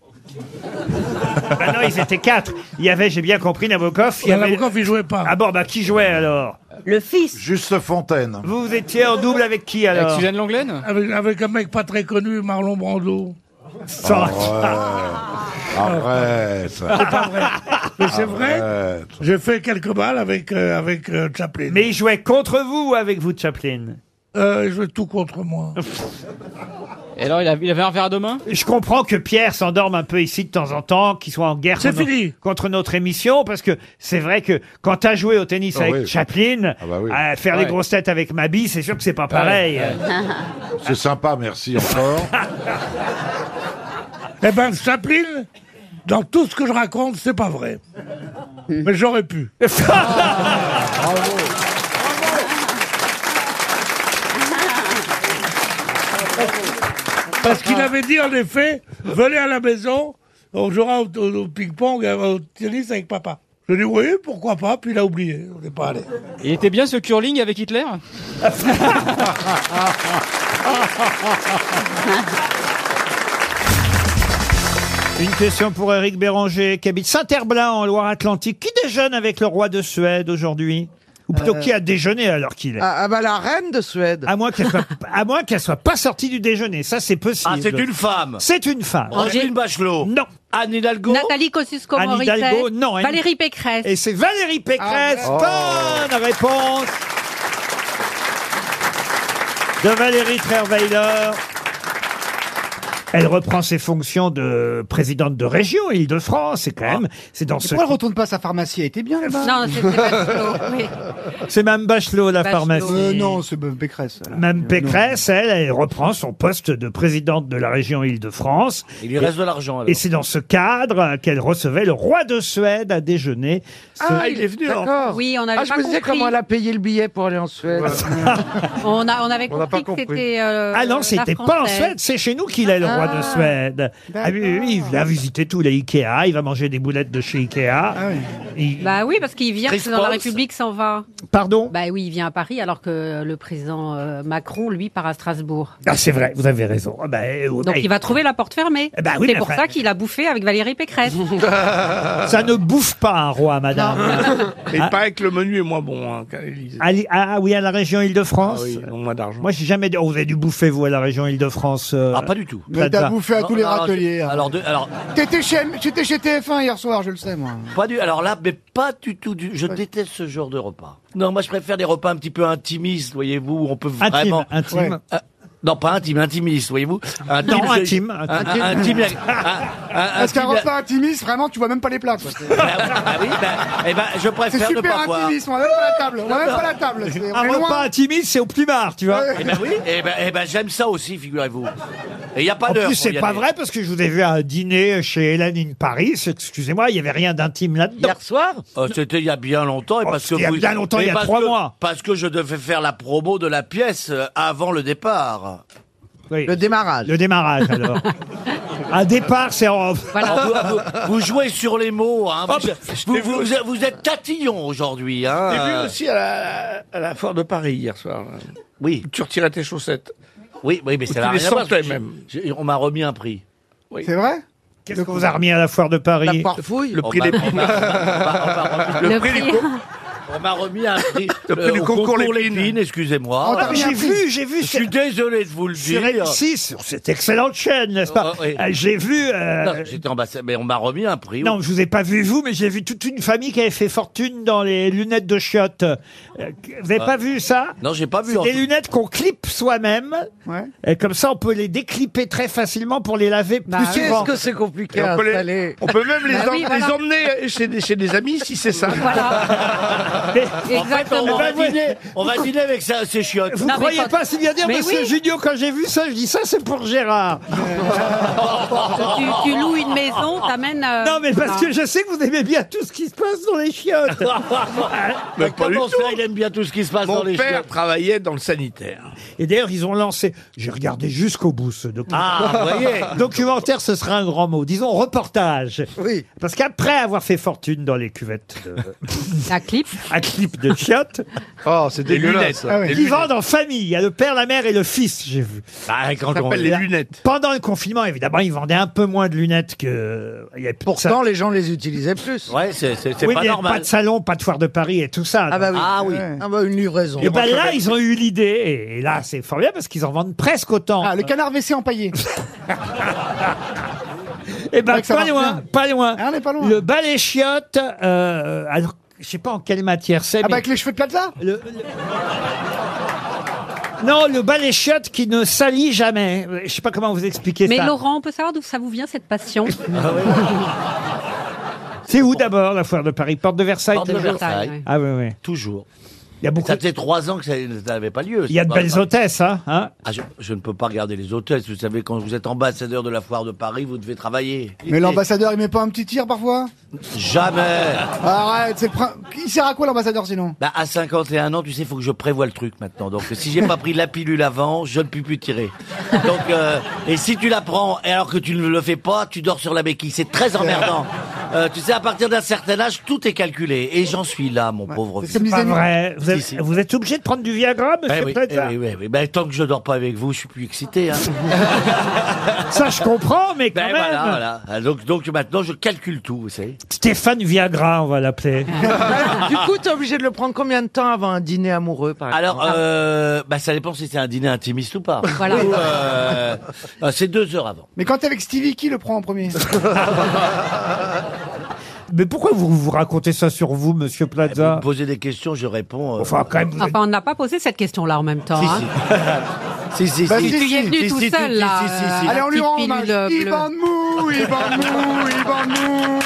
bah non, ils étaient quatre. Il y avait, j'ai bien compris, Nabokov. Il y avait... Nabokov,
il jouait pas.
Ah bon, bah qui jouait alors
Le fils.
Juste Fontaine.
Vous vous étiez en double avec qui alors
Avec Suzanne
Lenglen
avec, avec un mec pas très connu, Marlon Brando.
[LAUGHS]
Arrête.
C'est pas vrai. Mais c'est vrai, Euh, j'ai fait quelques balles avec, euh, avec euh, Chaplin.
Mais il jouait contre vous ou avec vous, Chaplin
Euh, il jouait tout
[LAUGHS]
contre moi.
Et alors, il a- il avait un verre à deux mains
Je comprends que Pierre s'endorme un peu ici de temps en temps, qu'il soit en guerre
C'est
contre,
fini.
contre notre émission, parce que c'est vrai que quand t'as joué au tennis
Ah
avec
oui.
Chaplin,
Ah bah oui.
à faire
Ouais.
les grosses têtes avec Mabi, c'est sûr que c'est pas
Ah
pareil.
C'est sympa, merci encore.
[LAUGHS] Eh ben, Chaplin, dans tout ce que je raconte, c'est pas vrai. Mais j'aurais pu. Parce qu'il avait dit, en effet, venez à la maison, on jouera au, au- au ping-pong, euh, au tennis avec papa. Je dis oui, pourquoi pas, puis il a oublié, on n'est pas allé.
Il était bien ce curling avec Hitler
Une question pour Eric Béranger, qui habite Saint-Herblain en Loire-Atlantique. Qui déjeune avec le roi de Suède aujourd'hui Ou plutôt
Euh.
qui a déjeuné alors qu'il est
Ah, ah bah la reine de Suède.
À moins qu'elle soit, à moins qu'elle soit pas sortie du déjeuner, ça c'est possible.
Ah, c'est une
femme. C'est une femme.
Roselyne
Bachelot. Non. Anne Hidalgo.
Nathalie
Anne
Kosciusko-Morizet.
Hidalgo, non, Anne-
Valérie Pécresse.
Et c'est Valérie Pécresse.
Ah,
Bonne réponse de Valérie Trierweiler. Elle reprend ses fonctions de présidente de région Île-de-France. C'est quand même, c'est dans ce.
Ah. Pourquoi elle retourne pas à sa pharmacie Elle était bien là-bas.
Non,
[LAUGHS]
c'est Bachelot, oui.
C'est Mme Bachelot la pharmacie.
Euh, non, c'est Mme Pécresse. là.
Mme Pécresse, elle, elle reprend son poste de présidente de la région Île-de-France.
Il lui reste de l'argent, alors.
Et c'est dans ce cadre euh, qu'elle recevait le roi de Suède à déjeuner.
Ah,
Ah,
Ce-
D'accord. Oui, on avait
Ah, je
pas
me
compris.
disais comment elle
a payé le billet pour aller en Suède. [LAUGHS] on, a, on avait
On n'a
compris,
pas
que
compris.
c'était. euh,
ah non,
la
c'était pas en
Française.
Suède, c'est chez nous qu'il est le roi de
Ah.
Suède. Ah oui, oui, oui, il a visité tous les Ikea, il va manger des boulettes de chez Ikea.
Ah
Il-
Bah oui, parce qu'il vient,
Chris
c'est dans la
Pauls.
République s'en va.
Pardon
Bah oui, il vient à Paris alors que le président euh, Macron, lui, part à Strasbourg.
Ah c'est vrai, vous avez raison. Ah bah, eh, oh,
Donc
eh.
il va trouver la porte fermée.
Eh bah oui,
c'est
mais
pour
enfin-
ça qu'il a bouffé avec
[LAUGHS]
Valérie Pécresse.
Ça ne bouffe pas un roi, madame.
Et
Ah.
il paraît que le menu est moins bon hein, qu'à [LAUGHS] l'Élysée.
À l'I- ah, oui, à la région Île-de-France.
Ah oui, ils ont moins d'argent.
Moi, j'ai jamais. Oh, vous avez dû bouffer vous à la région Île-de-France Ah,
pas
du tout.
Mais t'as bouffé à tous les râteliers. hein.
Alors, de- alors,
T'étais chez, t'étais chez TF1 hier soir, je le sais, moi.
pas du, alors là, mais pas du tout. Du, je déteste ce genre de repas. Non, moi je préfère des repas un petit peu intimistes, voyez-vous, où on peut
Intime,
vraiment.
intime.
Euh, Non, pas intime, intimiste, voyez-vous. Un
Non,
type-
intime,
un-
intime.
un
[LAUGHS]
type- un- un- un
Parce qu'un
type-
Ah, repas intimiste, vraiment, tu vois même pas les plats. quoi.
Ah oui, ben, eh ben, je
C'est
préfère ne
super
pas voir.
intimiste, on a même pas la table. On a même pas la table.
[LAUGHS]
c'est- on est loin.
intimiste, c'est au plumard, tu vois.
Eh ben oui, eh ben, eh ben, j'aime ça aussi, figurez-vous. Et il n'y a pas
En
d'heure.
plus,
pour
c'est
y
pas
aller.
vrai parce que je vous ai vu à un dîner chez Hélène in Paris. Excusez-moi, il y avait rien d'intime là-dedans. Hier
soir Euh, C'était il y a bien longtemps. Et
Oh,
parce que
c'était il y a
vous-
bien longtemps, il y
et
a
parce
trois
que-
mois.
Parce que je devais faire la promo de la pièce euh, avant le départ.
Le
démarrage.
Le démarrage, alors.
[LAUGHS]
un départ, c'est en.
Alors, vous- vous, vous jouez sur les mots.
Ah,
hein. Vous, vous- vous- vous- vous êtes tatillon aujourd'hui. Hein.
J'ai vu aussi à la, à la foire de Paris hier soir.
Oui.
Tu retirais tes chaussettes.
Oui, oui, mais
Ou
ça
tu
n'a
les
rien à voir.
sentais
parce que
même.
j'ai- j'ai- On m'a remis un prix.
C'est vrai
Qu'est-ce qu'on vous a remis à la foire de Paris
La Oh,
parfouille
Le prix des- bah, Le prix du con- On m'a remis un prix.
Le prix
euh,
du
au
concours
Lépine, excusez-moi.
Ah, mais j'ai vu, j'ai vu.
Je suis désolé de vous le
Sur
dire.
M6, sur cette excellente chaîne, n'est-ce pas
Oh, oui.
Euh, J'ai vu. euh,
Non, J'étais ambassadeur, mais on m'a remis un prix.
Non, je vous ai pas vu vous, mais j'ai vu toute une famille qui avait fait fortune dans les lunettes de chiottes. Euh, Vous avez
Ah.
pas vu ça
Non, j'ai pas vu.
C'est
en
des
tout-
lunettes qu'on clipe soi-même. Et comme ça, on peut les décliper très facilement pour les laver plus
qu'est-ce
souvent.
que c'est compliqué Bah Et à on, peut les- installer. on peut même les, Bah em- oui, voilà. les emmener chez des, chez des amis si c'est ça.
[LAUGHS] En fait, on, on
Eh
va dîner, on va dîner avec ça, ces chiottes.
ben, Vous croyez pas si bien dire, monsieur Junio, quand j'ai vu ça, je dis ça, c'est pour Gérard.
Tu, tu loues une maison, t'amènes. euh,
Non, mais parce
Ah.
un-
que je sais que vous aimez bien tout ce qui se passe dans les
[LAUGHS]
chiottes.
Mais pas du
Comment
tout.
ça, il aime bien tout ce qui se passe dans
Mon
les
père
chiottes
travaillait dans le sanitaire.
Et d'ailleurs, ils ont lancé. J'ai regardé jusqu'au bout ce documentaire.
Ah, vous voyez.
[LAUGHS] Documentaire, ce sera un grand mot. Disons reportage. Oui. Parce qu'après avoir fait fortune dans les cuvettes. [LAUGHS]
Un clip.
à clip de
[LAUGHS]
chiottes.
Oh, c'est
Des
dégueulasse. Ah ouais. Des
Ils vendent en famille. Il y a le père, la mère et le fils, j'ai vu.
Bah,
quand Ça on- s'appelle les lunettes.
Pendant le confinement, évidemment, ils vendaient un peu moins de lunettes que. euh, Il y avait plus de
Pourtant, les gens les utilisaient plus.
Ouais, c'est c'est- c'est
Oui,
pas
mais
normal.
Pas de salon, pas de foire de Paris et tout ça.
Ah bah oui.
Donc,
Ouais. Ah bah, une livraison.
Et ben là, ils ont eu l'idée, et et là, c'est formidable parce qu'ils en vendent presque
[LAUGHS]
autant.
Ah, le canard
[LAUGHS]
WC empaillé.
et ben
Ouais, que ça
pas
marche
loin,
bien.
pas loin.
Ah, on est pas loin.
Le balai chiotte, euh, alors je sais pas en quelle matière c'est.
Ah, bah
mais-
avec les cheveux de Plaza
le, Non, le balai chiotte qui ne salit jamais. Je sais pas comment vous expliquer
Mais
ça. Ah
Laurent, on peut savoir d'où ça vous vient cette passion
C'est où d'abord la foire de Paris Porte de Versailles
Porte de
toujours
Versailles, oui.
Ah oui, oui.
Toujours.
Il y a beaucoup.
Ça fait trois ans que ça ça n'avait pas lieu.
Il y a de belles
hôtels.
hôtesses, hein, hein
je, je ne peux pas regarder les hôtesses. Vous savez, quand vous êtes ambassadeur de la foire de Paris, vous devez travailler.
Mais l'ambassadeur, il met pas un petit tir parfois
Jamais
Arrête, c'est le prin- Il sert à quoi l'ambassadeur sinon
Bah, à 51 ans, tu sais, il faut que je prévoie le truc maintenant. Donc, si j'ai pas pris la pilule avant, je ne puis plus tirer. Donc, euh, et si tu la prends, et alors que tu ne le fais pas, tu dors sur la béquille. C'est très emmerdant. Euh, tu sais, à partir d'un certain âge, tout est calculé. Et j'en suis là, mon pauvre vieux.
C'est pas vrai. Vous êtes, vous êtes obligé de prendre du Viagra,
Eh
monsieur
oui, eh
Plaza
oui, oui, oui. Ben, tant que je dors pas avec vous, je suis plus excité. Hein.
Ça, je comprends, mais quand
Ben,
même.
voilà, voilà. Ah, Donc, donc maintenant, je calcule tout, vous savez.
[LAUGHS] Stéphane Viagra, on va
[LAUGHS]
l'appeler.
Ah,
du coup, t'es obligé de le prendre combien de temps avant un dîner amoureux,
Ah,
par exemple
Alors, euh, bah, ça dépend si c'est un dîner intimiste ou pas.
Voilà.
Ou, euh, euh, c'est deux heures avant.
Mais quand t'es avec Stevie, qui le prend en
[LAUGHS]
premier
mais pourquoi vous vous racontez ça sur vous, monsieur
Eh, Vous me
Plaza
posez des questions, je réponds. euh,
Enfin, quand même,
Ah,
vous êtes-
Enfin, on n'a pas posé cette question-là en même temps.
Si,
hein.
[LAUGHS] si, si,
Bah,
si,
si, tu y es
si,
venu
si,
tout
si,
seul,
si,
là,
si, si, si.
euh,
Allez, on lui rend
Petite
hommage.
pilule bleue.
Iban Mou, Iban Mou, Iban Mou,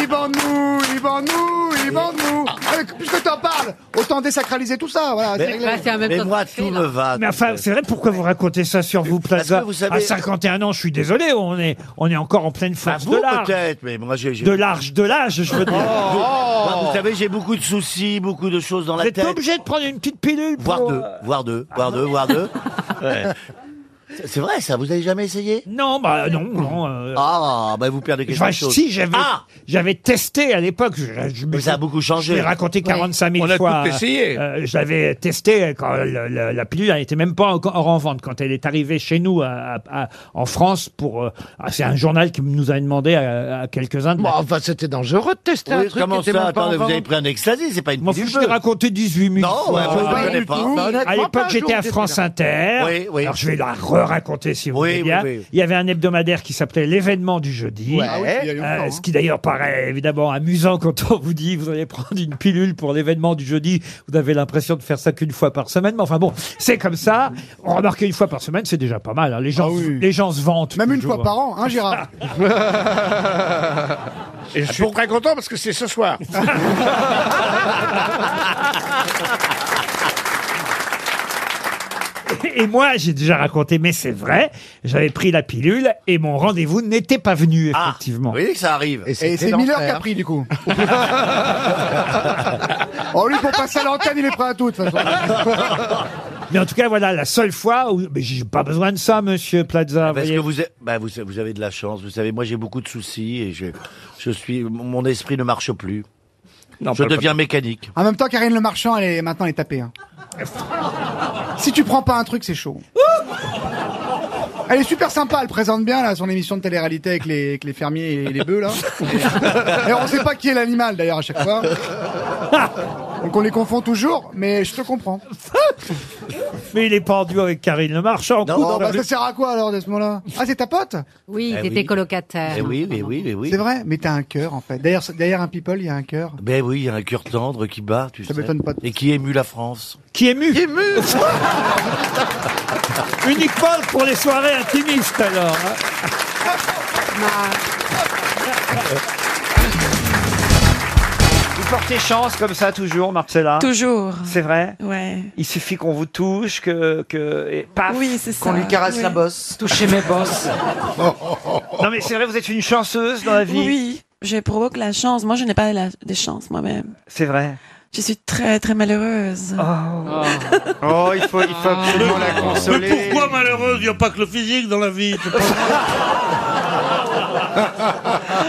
Iban Mou, Iban Mou, Iban Mou. Allez, Puisque t'en parles, autant désacraliser tout ça. Voilà, bah, c'est réglé.
mais moi, tout me va.
Mais enfin, c'est vrai, pourquoi vous racontez ça sur vous, Plaza
que vous savez-
À 51 ans, je suis désolé, on est, on est encore en pleine
Bah,
force Ah,
vous
de l'âge.
peut-être, mais moi j'ai. j'ai-
De l'âge, de l'âge, je veux dire.
Vous- moi, vous savez, j'ai beaucoup de soucis, beaucoup de choses dans
Vous
la
Oh. êtes
tête.
obligé de prendre une petite pilule pour... euh, Ah
Voire deux, voire deux, voire deux, voire
[LAUGHS]
deux. Ouais. C'est- C'est vrai, ça, vous avez jamais essayé
Non, bah non, non. euh,
Ah, bah vous perdez quelque
Enfin,
chose.
si, j'avais
Ah
j'avais testé à l'époque. Je, je me-
Mais ça a beaucoup changé.
Je l'ai raconté 45 000
On a tout
fois.
essayé.
Euh, je l'avais testé quand le- le- la pilule n'était même pas encore en vente. Quand elle est arrivée chez nous à- à- à- en France, pour euh, ah, c'est un journal qui nous a demandé à, à quelques-uns de...
Bon, enfin, c'était dangereux de tester un
Oui,
truc
Comment
qui était
ça
même pas en
Attendez, vous
vente.
avez pris un ecstasy, c'est pas une
M'en fous,
pilule
je l'ai raconté 18 000
Non,
fois.
bah, je ne connais pas.
À l'époque, j'étais à France Inter.
Oui, oui.
Alors, je vais la re- raconter si vous voulez
oui,
bien.
oui.
Il y avait un hebdomadaire qui s'appelait l'événement du jeudi. Euh,
Ouais. Ah oui, tu y allais encore, hein.
ce qui d'ailleurs paraît évidemment amusant quand on vous dit vous allez prendre une pilule pour l'événement du jeudi. Vous avez l'impression de faire ça qu'une fois par semaine. Mais enfin bon, c'est comme ça. On remarque qu'une fois par semaine, c'est déjà pas mal. hein. Les, gens, les gens se vantent. Même
Une fois par an,
[LAUGHS]
hein, Gérard
Et je suis très content parce que c'est ce soir.
[LAUGHS] Et moi, j'ai déjà raconté, mais c'est vrai, j'avais pris la pilule et mon rendez-vous n'était pas venu, effectivement.
Oui, ça arrive.
Et c'est Miller qui a pris,
[LAUGHS]
du coup. oh, lui, pour passer à l'antenne, il est prêt à tout, de toute
[LAUGHS]
façon.
Mais en tout cas, voilà, la seule fois où... Mais j'ai pas besoin de ça, monsieur Plaza.
Parce
voyez.
que vous, êtes- bah, vous, vous avez de la chance. Vous savez, moi j'ai beaucoup de soucis et je, je suis, mon esprit ne marche plus. je
pas-
[LAUGHS]
deviens mécanique. Eh
En même temps, Karine Le Marchand, elle est maintenant elle est tapée. hein. si tu prends pas un truc, c'est chaud. Elle est super sympa, elle présente bien là son émission de télé-réalité avec les, avec les fermiers et les bœufs là. Et, et on sait pas qui est l'animal d'ailleurs à chaque fois. Donc on les confond toujours, mais je te comprends.
Mais il est pendu avec Karine Le Marchand.
Oh,
coudre-
bah, ça sert à quoi alors de ce moment-là Ah c'est ta pote
Oui,
Eh
il
oui.
était colocataire.
Eh oui, mais oui, mais oui.
C'est vrai, mais t'as un cœur en fait. D'ailleurs, derrière un people, il y a un cœur.
Ben oui, il y a un cœur tendre qui bat, tu
Ça
sais.
m'étonne pas
Et qui émue la France.
Qui émue Qui [LAUGHS] émue Uniquement pour les soirées intimistes, alors. hein. Vous portez chance comme ça toujours, Marcella
Toujours.
C'est vrai
Ouais.
Il suffit qu'on vous touche, que... que et paf,
Oui, c'est ça, Qu'on lui caresse oui. la bosse.
Touchez mes
[LAUGHS]
bosses. non mais c'est vrai, vous êtes une chanceuse dans la vie.
Oui, je provoque la chance. Moi, je n'ai pas la, de chance moi-même.
C'est vrai.
Je suis très, très malheureuse.
Oh, il faut, il faut absolument la consoler.
Ah. Mais pourquoi malheureuse Il n'y a pas que le physique dans la vie. c'est pas
[LAUGHS]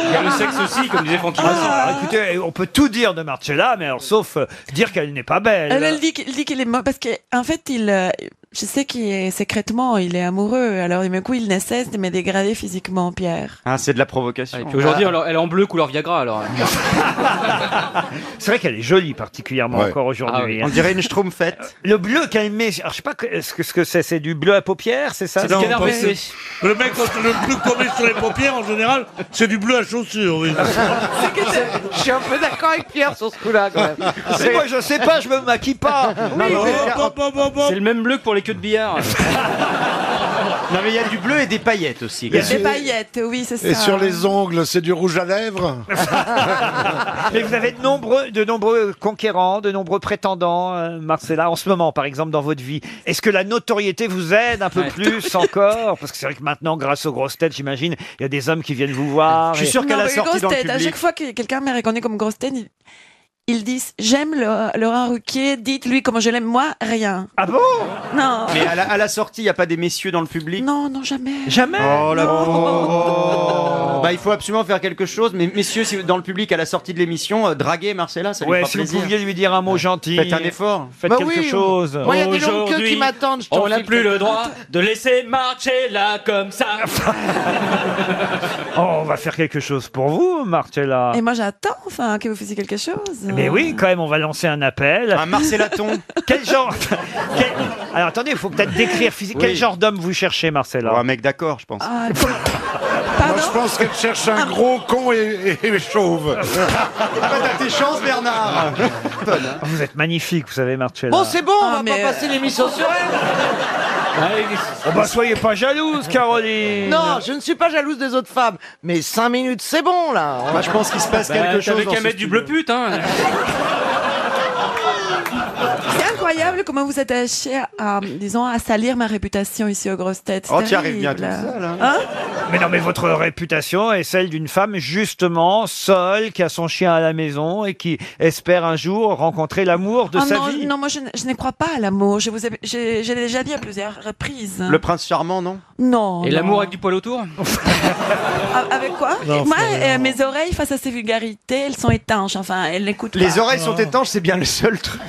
Il y a le sexe aussi, comme disait Francky Ah, Écoutez, on peut tout dire de Marcella, mais alors, sauf euh, dire qu'elle n'est pas belle.
Elle, elle dit, qu'il- dit qu'il est mort parce que en fait, il, euh, je sais qu'il est secrètement, il est amoureux. Alors, du coup, il ne cesse de me dégrader physiquement, Pierre.
Ah, c'est de la provocation. et puis aujourd'hui, elle, elle est en bleu couleur Viagra alors.
C'est vrai qu'elle est jolie, particulièrement
Ouais.
encore aujourd'hui.
Ah oui.
hein.
On dirait une
Euh, Le bleu qu'a aimé, alors je sais pas que- ce que ce que c'est, c'est du bleu à paupières, c'est ça
Non, parce que Le mec, quand le plus qu'on met sur les paupières, en général, c'est du bleu à chaussures. Oui.
Ah. Je suis un peu d'accord avec Pierre sur ce coup-là, quand
[LAUGHS]
[LAUGHS] même.
C'est moi, je sais pas, je me maquille pas.
C'est le même bleu que pour les queues de billard.
[LAUGHS] Non, mais il y a du bleu et des paillettes aussi.
Il y a des paillettes, oui, c'est ça.
ongles, c'est du rouge à lèvres
[LAUGHS] Mais vous avez de nombreux, de nombreux conquérants, de nombreux prétendants, euh, Marcella, en ce moment, par exemple, dans votre vie. Est-ce que la notoriété vous aide un peu
Ouais.
plus encore Parce que c'est vrai que maintenant, grâce aux grosses têtes, j'imagine, il y a des hommes qui viennent vous voir. et-
Non, mais grosse tête. À chaque fois que quelqu'un me reconnaît comme grosse tête, ils, ils disent J'aime Laura- Laurent Ruquier, dites-lui comment je l'aime, moi, rien.
Ah bon
Non.
Mais à la, à la sortie, il n'y a pas des messieurs dans le public
Non, non, jamais.
Jamais
Oh la pauvre. Bah, il faut absolument faire quelque chose. Mais messieurs, si vous- dans le public, à la sortie de l'émission, euh, draguez Marcella, ça lui
Ouais,
fera
si vous
plaisir.
pouviez lui dire un mot gentil.
Faites un effort.
Faites
Bah
quelque
oui,
chose.
moi, il y a des longues
Aujourd'hui, on n'a plus le droit de laisser marcher là
[LAUGHS]
comme ça.
Oh, on va faire quelque chose pour vous, Marcella.
Et moi, j'attends enfin que vous fassiez quelque chose.
Mais oui, quand même, on va lancer un appel. Un
Marcellaton.
[LAUGHS] Quel genre quel- Alors attendez, il faut peut-être décrire physiquement. Quel
Oui. Oh,
genre d'homme vous cherchez, Marcella Un
mec d'accord, je pense.
Ah,
Moi, je pense qu'elle cherche un gros con et, et- et chauve.
T'as tes chances, Bernard.
Oh, Vous êtes magnifique, vous savez, Marcella.
Bon, c'est bon,
Ah,
on va pas
euh,
passer l'émission sur elle.
Oh, bah, soyez pas jalouse, Caroline.
Non,
je
ne suis pas jalouse des autres femmes, mais 5 minutes, c'est bon là. Moi, je pense qu'il se passe
Bah,
quelque chose.
T'avais
dans
qu'à
ce
mettre du bleu pute, hein.
C'est incroyable comment vous êtes attaché à, disons, à salir ma réputation ici aux grosses têtes.
Oh,
C'est
t'y arrives bien
terrible.
toute seule,
Hein
Mais non, mais votre réputation est celle d'une femme justement seule, qui a son chien à la maison et qui espère un jour rencontrer l'amour de
Ah
sa
non,
vie.
non, moi je, ne- je ne crois pas à l'amour. Je vous ai, j'ai, j'ai déjà dit à plusieurs reprises.
Le prince charmant, non
Non.
Et
non.
l'amour
avec du poil autour
Ah, Avec quoi
Non,
Moi,
Florian.
euh, mes oreilles face à ces vulgarités, elles sont étanches. Enfin, elles n'écoutent pas.
Oh. Les oreilles sont étanches, c'est bien le seul truc.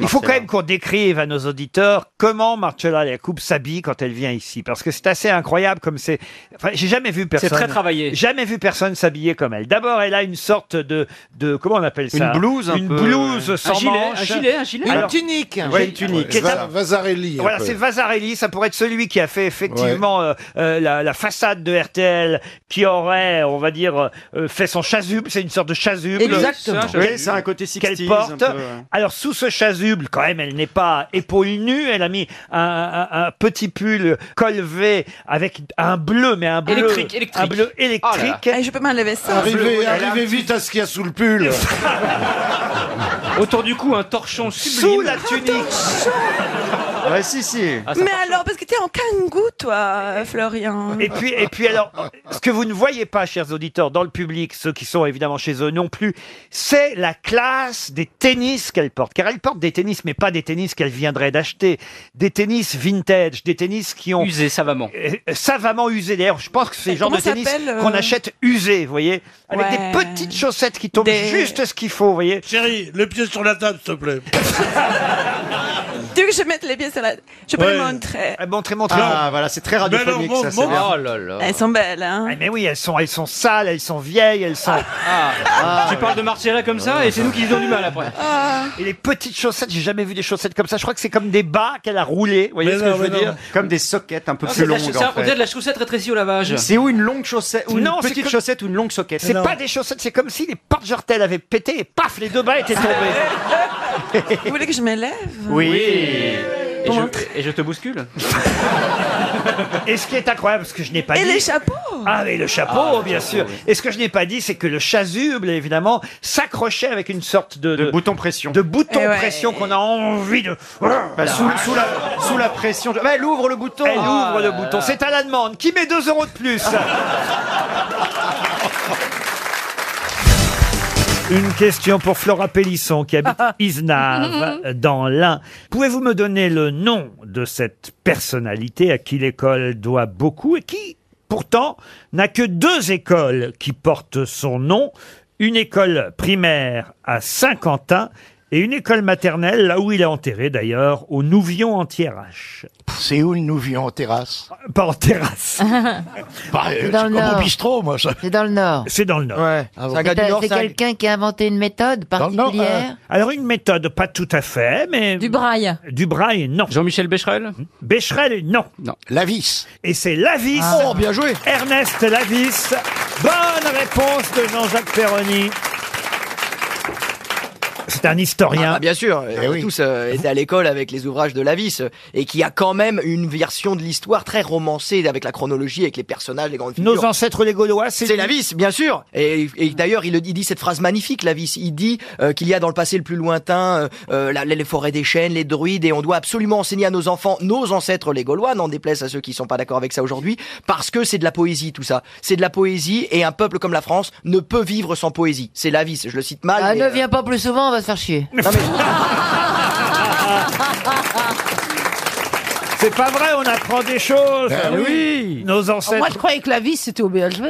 Il faut quand même qu'on décrive à nos auditeurs comment Marcella Yacoub s'habille quand elle vient ici. Parce que c'est assez incroyable comme c'est. Enfin, j'ai jamais vu personne.
très travaillé.
Jamais vu personne s'habiller comme elle. D'abord, elle a une sorte de, de. Comment on appelle ça
Une blouse un
Une
peu.
blouse
Un
sans
gilet, un
manches.
gilet, un gilet. Une
tunique.
Une tunique. Va-
Vasarelli.
un
Voilà,
peu.
c'est Vasarelli. Ça pourrait être celui qui a fait effectivement euh, euh, la, la façade de RTL, qui aurait, on va dire, euh, fait son chasuble. C'est une sorte de chasuble.
Exactement.
Qu'elle-
Oui, c'est un côté 60s,
Qu'elle porte.
un peu, ouais.
Alors sous ce chasuble, quand même, elle n'est pas épaule nue. Elle a mis un, un- un petit pull colvé avec un bleu, mais un bleu
Électrique, électrique.
un bleu électrique.
Ah
Eh, je peux m'enlever ça.
Arrivez, arrivez
vite à ce qu'il y a sous le
[LAUGHS]
pull.
Autour du cou, un torchon sublime.
Sous la tunique. Ah,
Ouais, si, si.
Ah,
Mais alors, parce que t'es en kangou, toi, euh, Florian. [LAUGHS]
Et puis, et puis alors, ce que vous ne voyez pas, chers auditeurs, dans le public, ceux qui sont évidemment chez eux non plus, c'est la classe des tennis qu'elle porte. Car elle porte des tennis, mais pas des tennis qu'elle viendrait d'acheter. Des tennis vintage, des tennis qui ont...
Usé savamment.
Euh, euh, savamment usés. D'ailleurs, je pense que c'est le genre de
comment
tennis
s'appelle, euh
qu'on achète usé, vous voyez Avec
Ouais.
des petites chaussettes qui tombent
Des-
juste ce qu'il faut, vous voyez
Chérie, le pied sur la table, s'il te plaît.
Tu veux que je mette les pieds sur la... Je peux
Ouais.
les montrer.
Montrez, montrez.
Ah, voilà, c'est très radiophonique, ça, c'est
Oh
bien.
Elles sont belles, hein.
Ah, mais oui, elles sont, elles sont sales, elles sont vieilles, elles sont...
Ah.
Ah,
tu parles de Marcella comme ça et c'est nous qui lui donnons du mal après.
Ah.
Et les petites chaussettes, j'ai jamais vu des chaussettes comme ça. Je crois que c'est comme des bas qu'elle a roulés. Vous voyez ce que je veux dire
Comme des soquettes un peu
Ah,
plus
c'est de la
longues.
cha-
en
ça, on
fait.
dirait de la chaussette rétrécie au lavage.
C'est ou une longue chaussette, ou une
Non, c'est
petite
que-
chaussette, ou une longue soquette.
C'est pas des chaussettes, c'est comme si les porte-jartelles avaient pété et paf, les deux bas étaient tombés.
[LAUGHS] Vous voulez que je me lève
Oui.
Et je, et je te bouscule.
et ce qui est incroyable, ce que je n'ai pas
Et
dit.
les chapeaux
Ah, mais le chapeau,
Ah, le
bien
chapeau,
sûr.
oui.
Et ce que je n'ai pas dit, c'est que le chasuble, évidemment, s'accrochait avec une sorte de, de,
bouton pression.
De bouton
Eh ouais.
pression qu'on a envie de. Ah.
Bah, sous, sous la, sous la pression. je- Bah, elle ouvre le bouton. Ah,
Elle ouvre le bouton. C'est à la demande. Qui met 2 euros de plus
Ah.
Une question pour Flora Pélisson qui habite Isnave dans l'Ain. Pouvez-vous me donner le nom de cette personnalité à qui l'école doit beaucoup et qui, pourtant, n'a que deux écoles qui portent son nom Une école primaire à Saint-Quentin et une école maternelle, là où il est enterré d'ailleurs, au Nouvion en Thiérache.
C'est où le Nouvion en terrasse
Pas en terrasse.
Ah,
Bah, euh,
C'est dans
c'est
le
comme au
Nord.
bistrot, moi, ça. Ah,
C'est dans le Nord.
C'est dans le Nord.
C'est c'est quelqu'un qui a inventé une méthode
euh,
particulière.
euh, Alors une méthode, pas tout à
eh,
fait, mais... Du braille. Du braille, non. Jean-Michel Becherel Becherel, non. Non. Lavis. Et c'est Lavis.
Oh, bien joué.
Ernest Lavis. Bonne réponse de Jean-Jacques Perroni. C'est un historien.
Ah,
Eh
bien sûr, on a tous euh, été à l'école avec les ouvrages de Lavis euh, et qui a quand même une version de l'histoire très romancée avec la chronologie, avec les personnages, les grandes figures.
Nos ancêtres les Gaulois, c'est
C'est Lavis, bien sûr. Et, et d'ailleurs, il, le- il dit cette phrase magnifique, Lavis. Il dit euh, qu'il y a dans le passé le plus lointain euh, euh, la- les forêts des chênes, les druides, et on doit absolument enseigner à nos enfants, nos ancêtres les Gaulois, n'en déplaise à ceux qui sont pas d'accord avec ça aujourd'hui, parce que c'est de la poésie tout ça. C'est de la poésie, et un peuple comme la France ne peut vivre sans poésie. C'est Lavis, je le cite mal.
Ah,
mais,
ne
euh,
viens pas plus souvent, on va se faire chier.
C'est pas vrai, on apprend des choses.
Ben
oui. Nos
Ah,
ancêtres.
Ah, Moi, je croyais que la vie, c'était
[LAUGHS]
au BHV.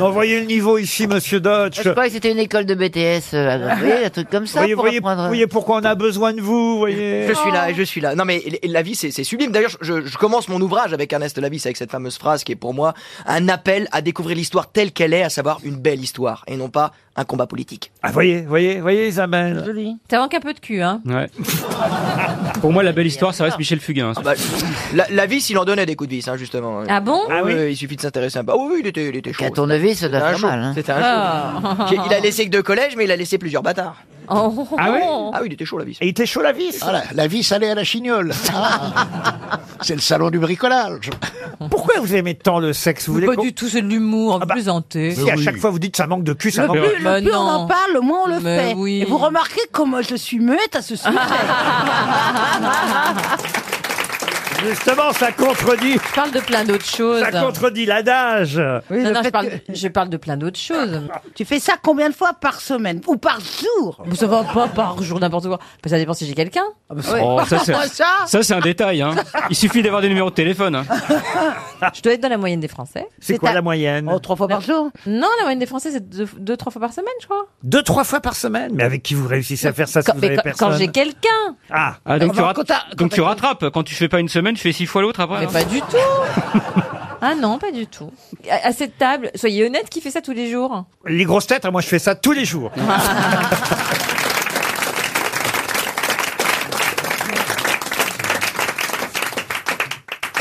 On voyait le niveau ici, monsieur Dodge.
Je crois que c'était une école de BTS euh, à Grenoble, un truc comme ça
Voyez-
pour
voyez-
apprendre.
voyez
pourquoi on a besoin de vous, voyez.
Je suis là, je suis là. Non mais l- la vie c'est c'est sublime. D'ailleurs, je, je commence mon ouvrage avec Ernest Lavis avec cette fameuse phrase qui est pour moi un appel à découvrir l'histoire telle qu'elle est, à savoir une belle histoire et non pas un combat politique.
Ah, voyez, voyez, voyez, Isabelle.
Joli. Ça manque un peu de cul, hein
Ouais. Pour moi, la belle histoire, ça reste Michel Fugain.
Ah bah, la, Lavis, il en donnait des coups de vis, hein, justement.
Ah bon
Oui,
Ah oui
oui, Il suffit de s'intéresser un peu. Ah oui, oui, il était, il était chaud.
Qu'à ton avis, ça doit
C'était un
faire
chaud.
mal. hein.
C'était un chaud.
Ah.
Il a laissé que deux collèges, mais il a laissé plusieurs bâtards.
Ah oui
Ah oui, il était chaud Lavis.
Et il était chaud la vis.
Ah, la, la vis allait à
[LAUGHS]
la chignole. Ah. c'est le salon du bricolage.
Pourquoi vous aimez tant le sexe vous Pas du
tout, c'est de l'humour, plaisanter.
bah, Si à chaque fois vous dites ça manque de cul, ça
Le
manque
plus-
de
le
cul.
Bah
Plus on en
non.
parle, moins on le
Mais
fait.
oui.
Et
[LAUGHS]
vous remarquez comment je suis muette à ce sujet.
Justement, ça contredit.
Je parle de plein d'autres choses.
Ça contredit l'adage.
non,
le
non,
fait
je, parle, je parle de plein d'autres choses.
[LAUGHS] Tu fais ça combien de fois par semaine ou par jour Ah, bah,
Vous savez pas par jour n'importe quoi. Parce que ça dépend si j'ai quelqu'un.
Ah,
Ouais.
Oh, ça,
[LAUGHS]
c'est,
Ça
ça, c'est un détail. hein. Il suffit d'avoir des numéros de téléphone. hein.
je dois être dans la moyenne des Français.
C'est quoi la moyenne
oh, Trois fois par jour Non, la moyenne des Français, c'est deux, deux, trois fois par semaine, je crois.
Deux, trois fois par semaine. Mais avec qui vous réussissez à faire ça si
Quand,
vous
mais
avez
quand-
personne
quand j'ai quelqu'un.
Ah,
Ah, donc, tu,
Enfin,
rat-
bah, quand t'as-
donc
quand
tu
t'as-
rattrapes. Quand tu fais pas une semaine, tu fais six fois l'autre après.
Mais
hein.
pas du tout
[LAUGHS]
Ah non, pas du tout. À, à cette
[LAUGHS]
table, soyez honnête, qui fait ça tous les jours
hein, Les grosses têtes, moi je fais ça tous les jours.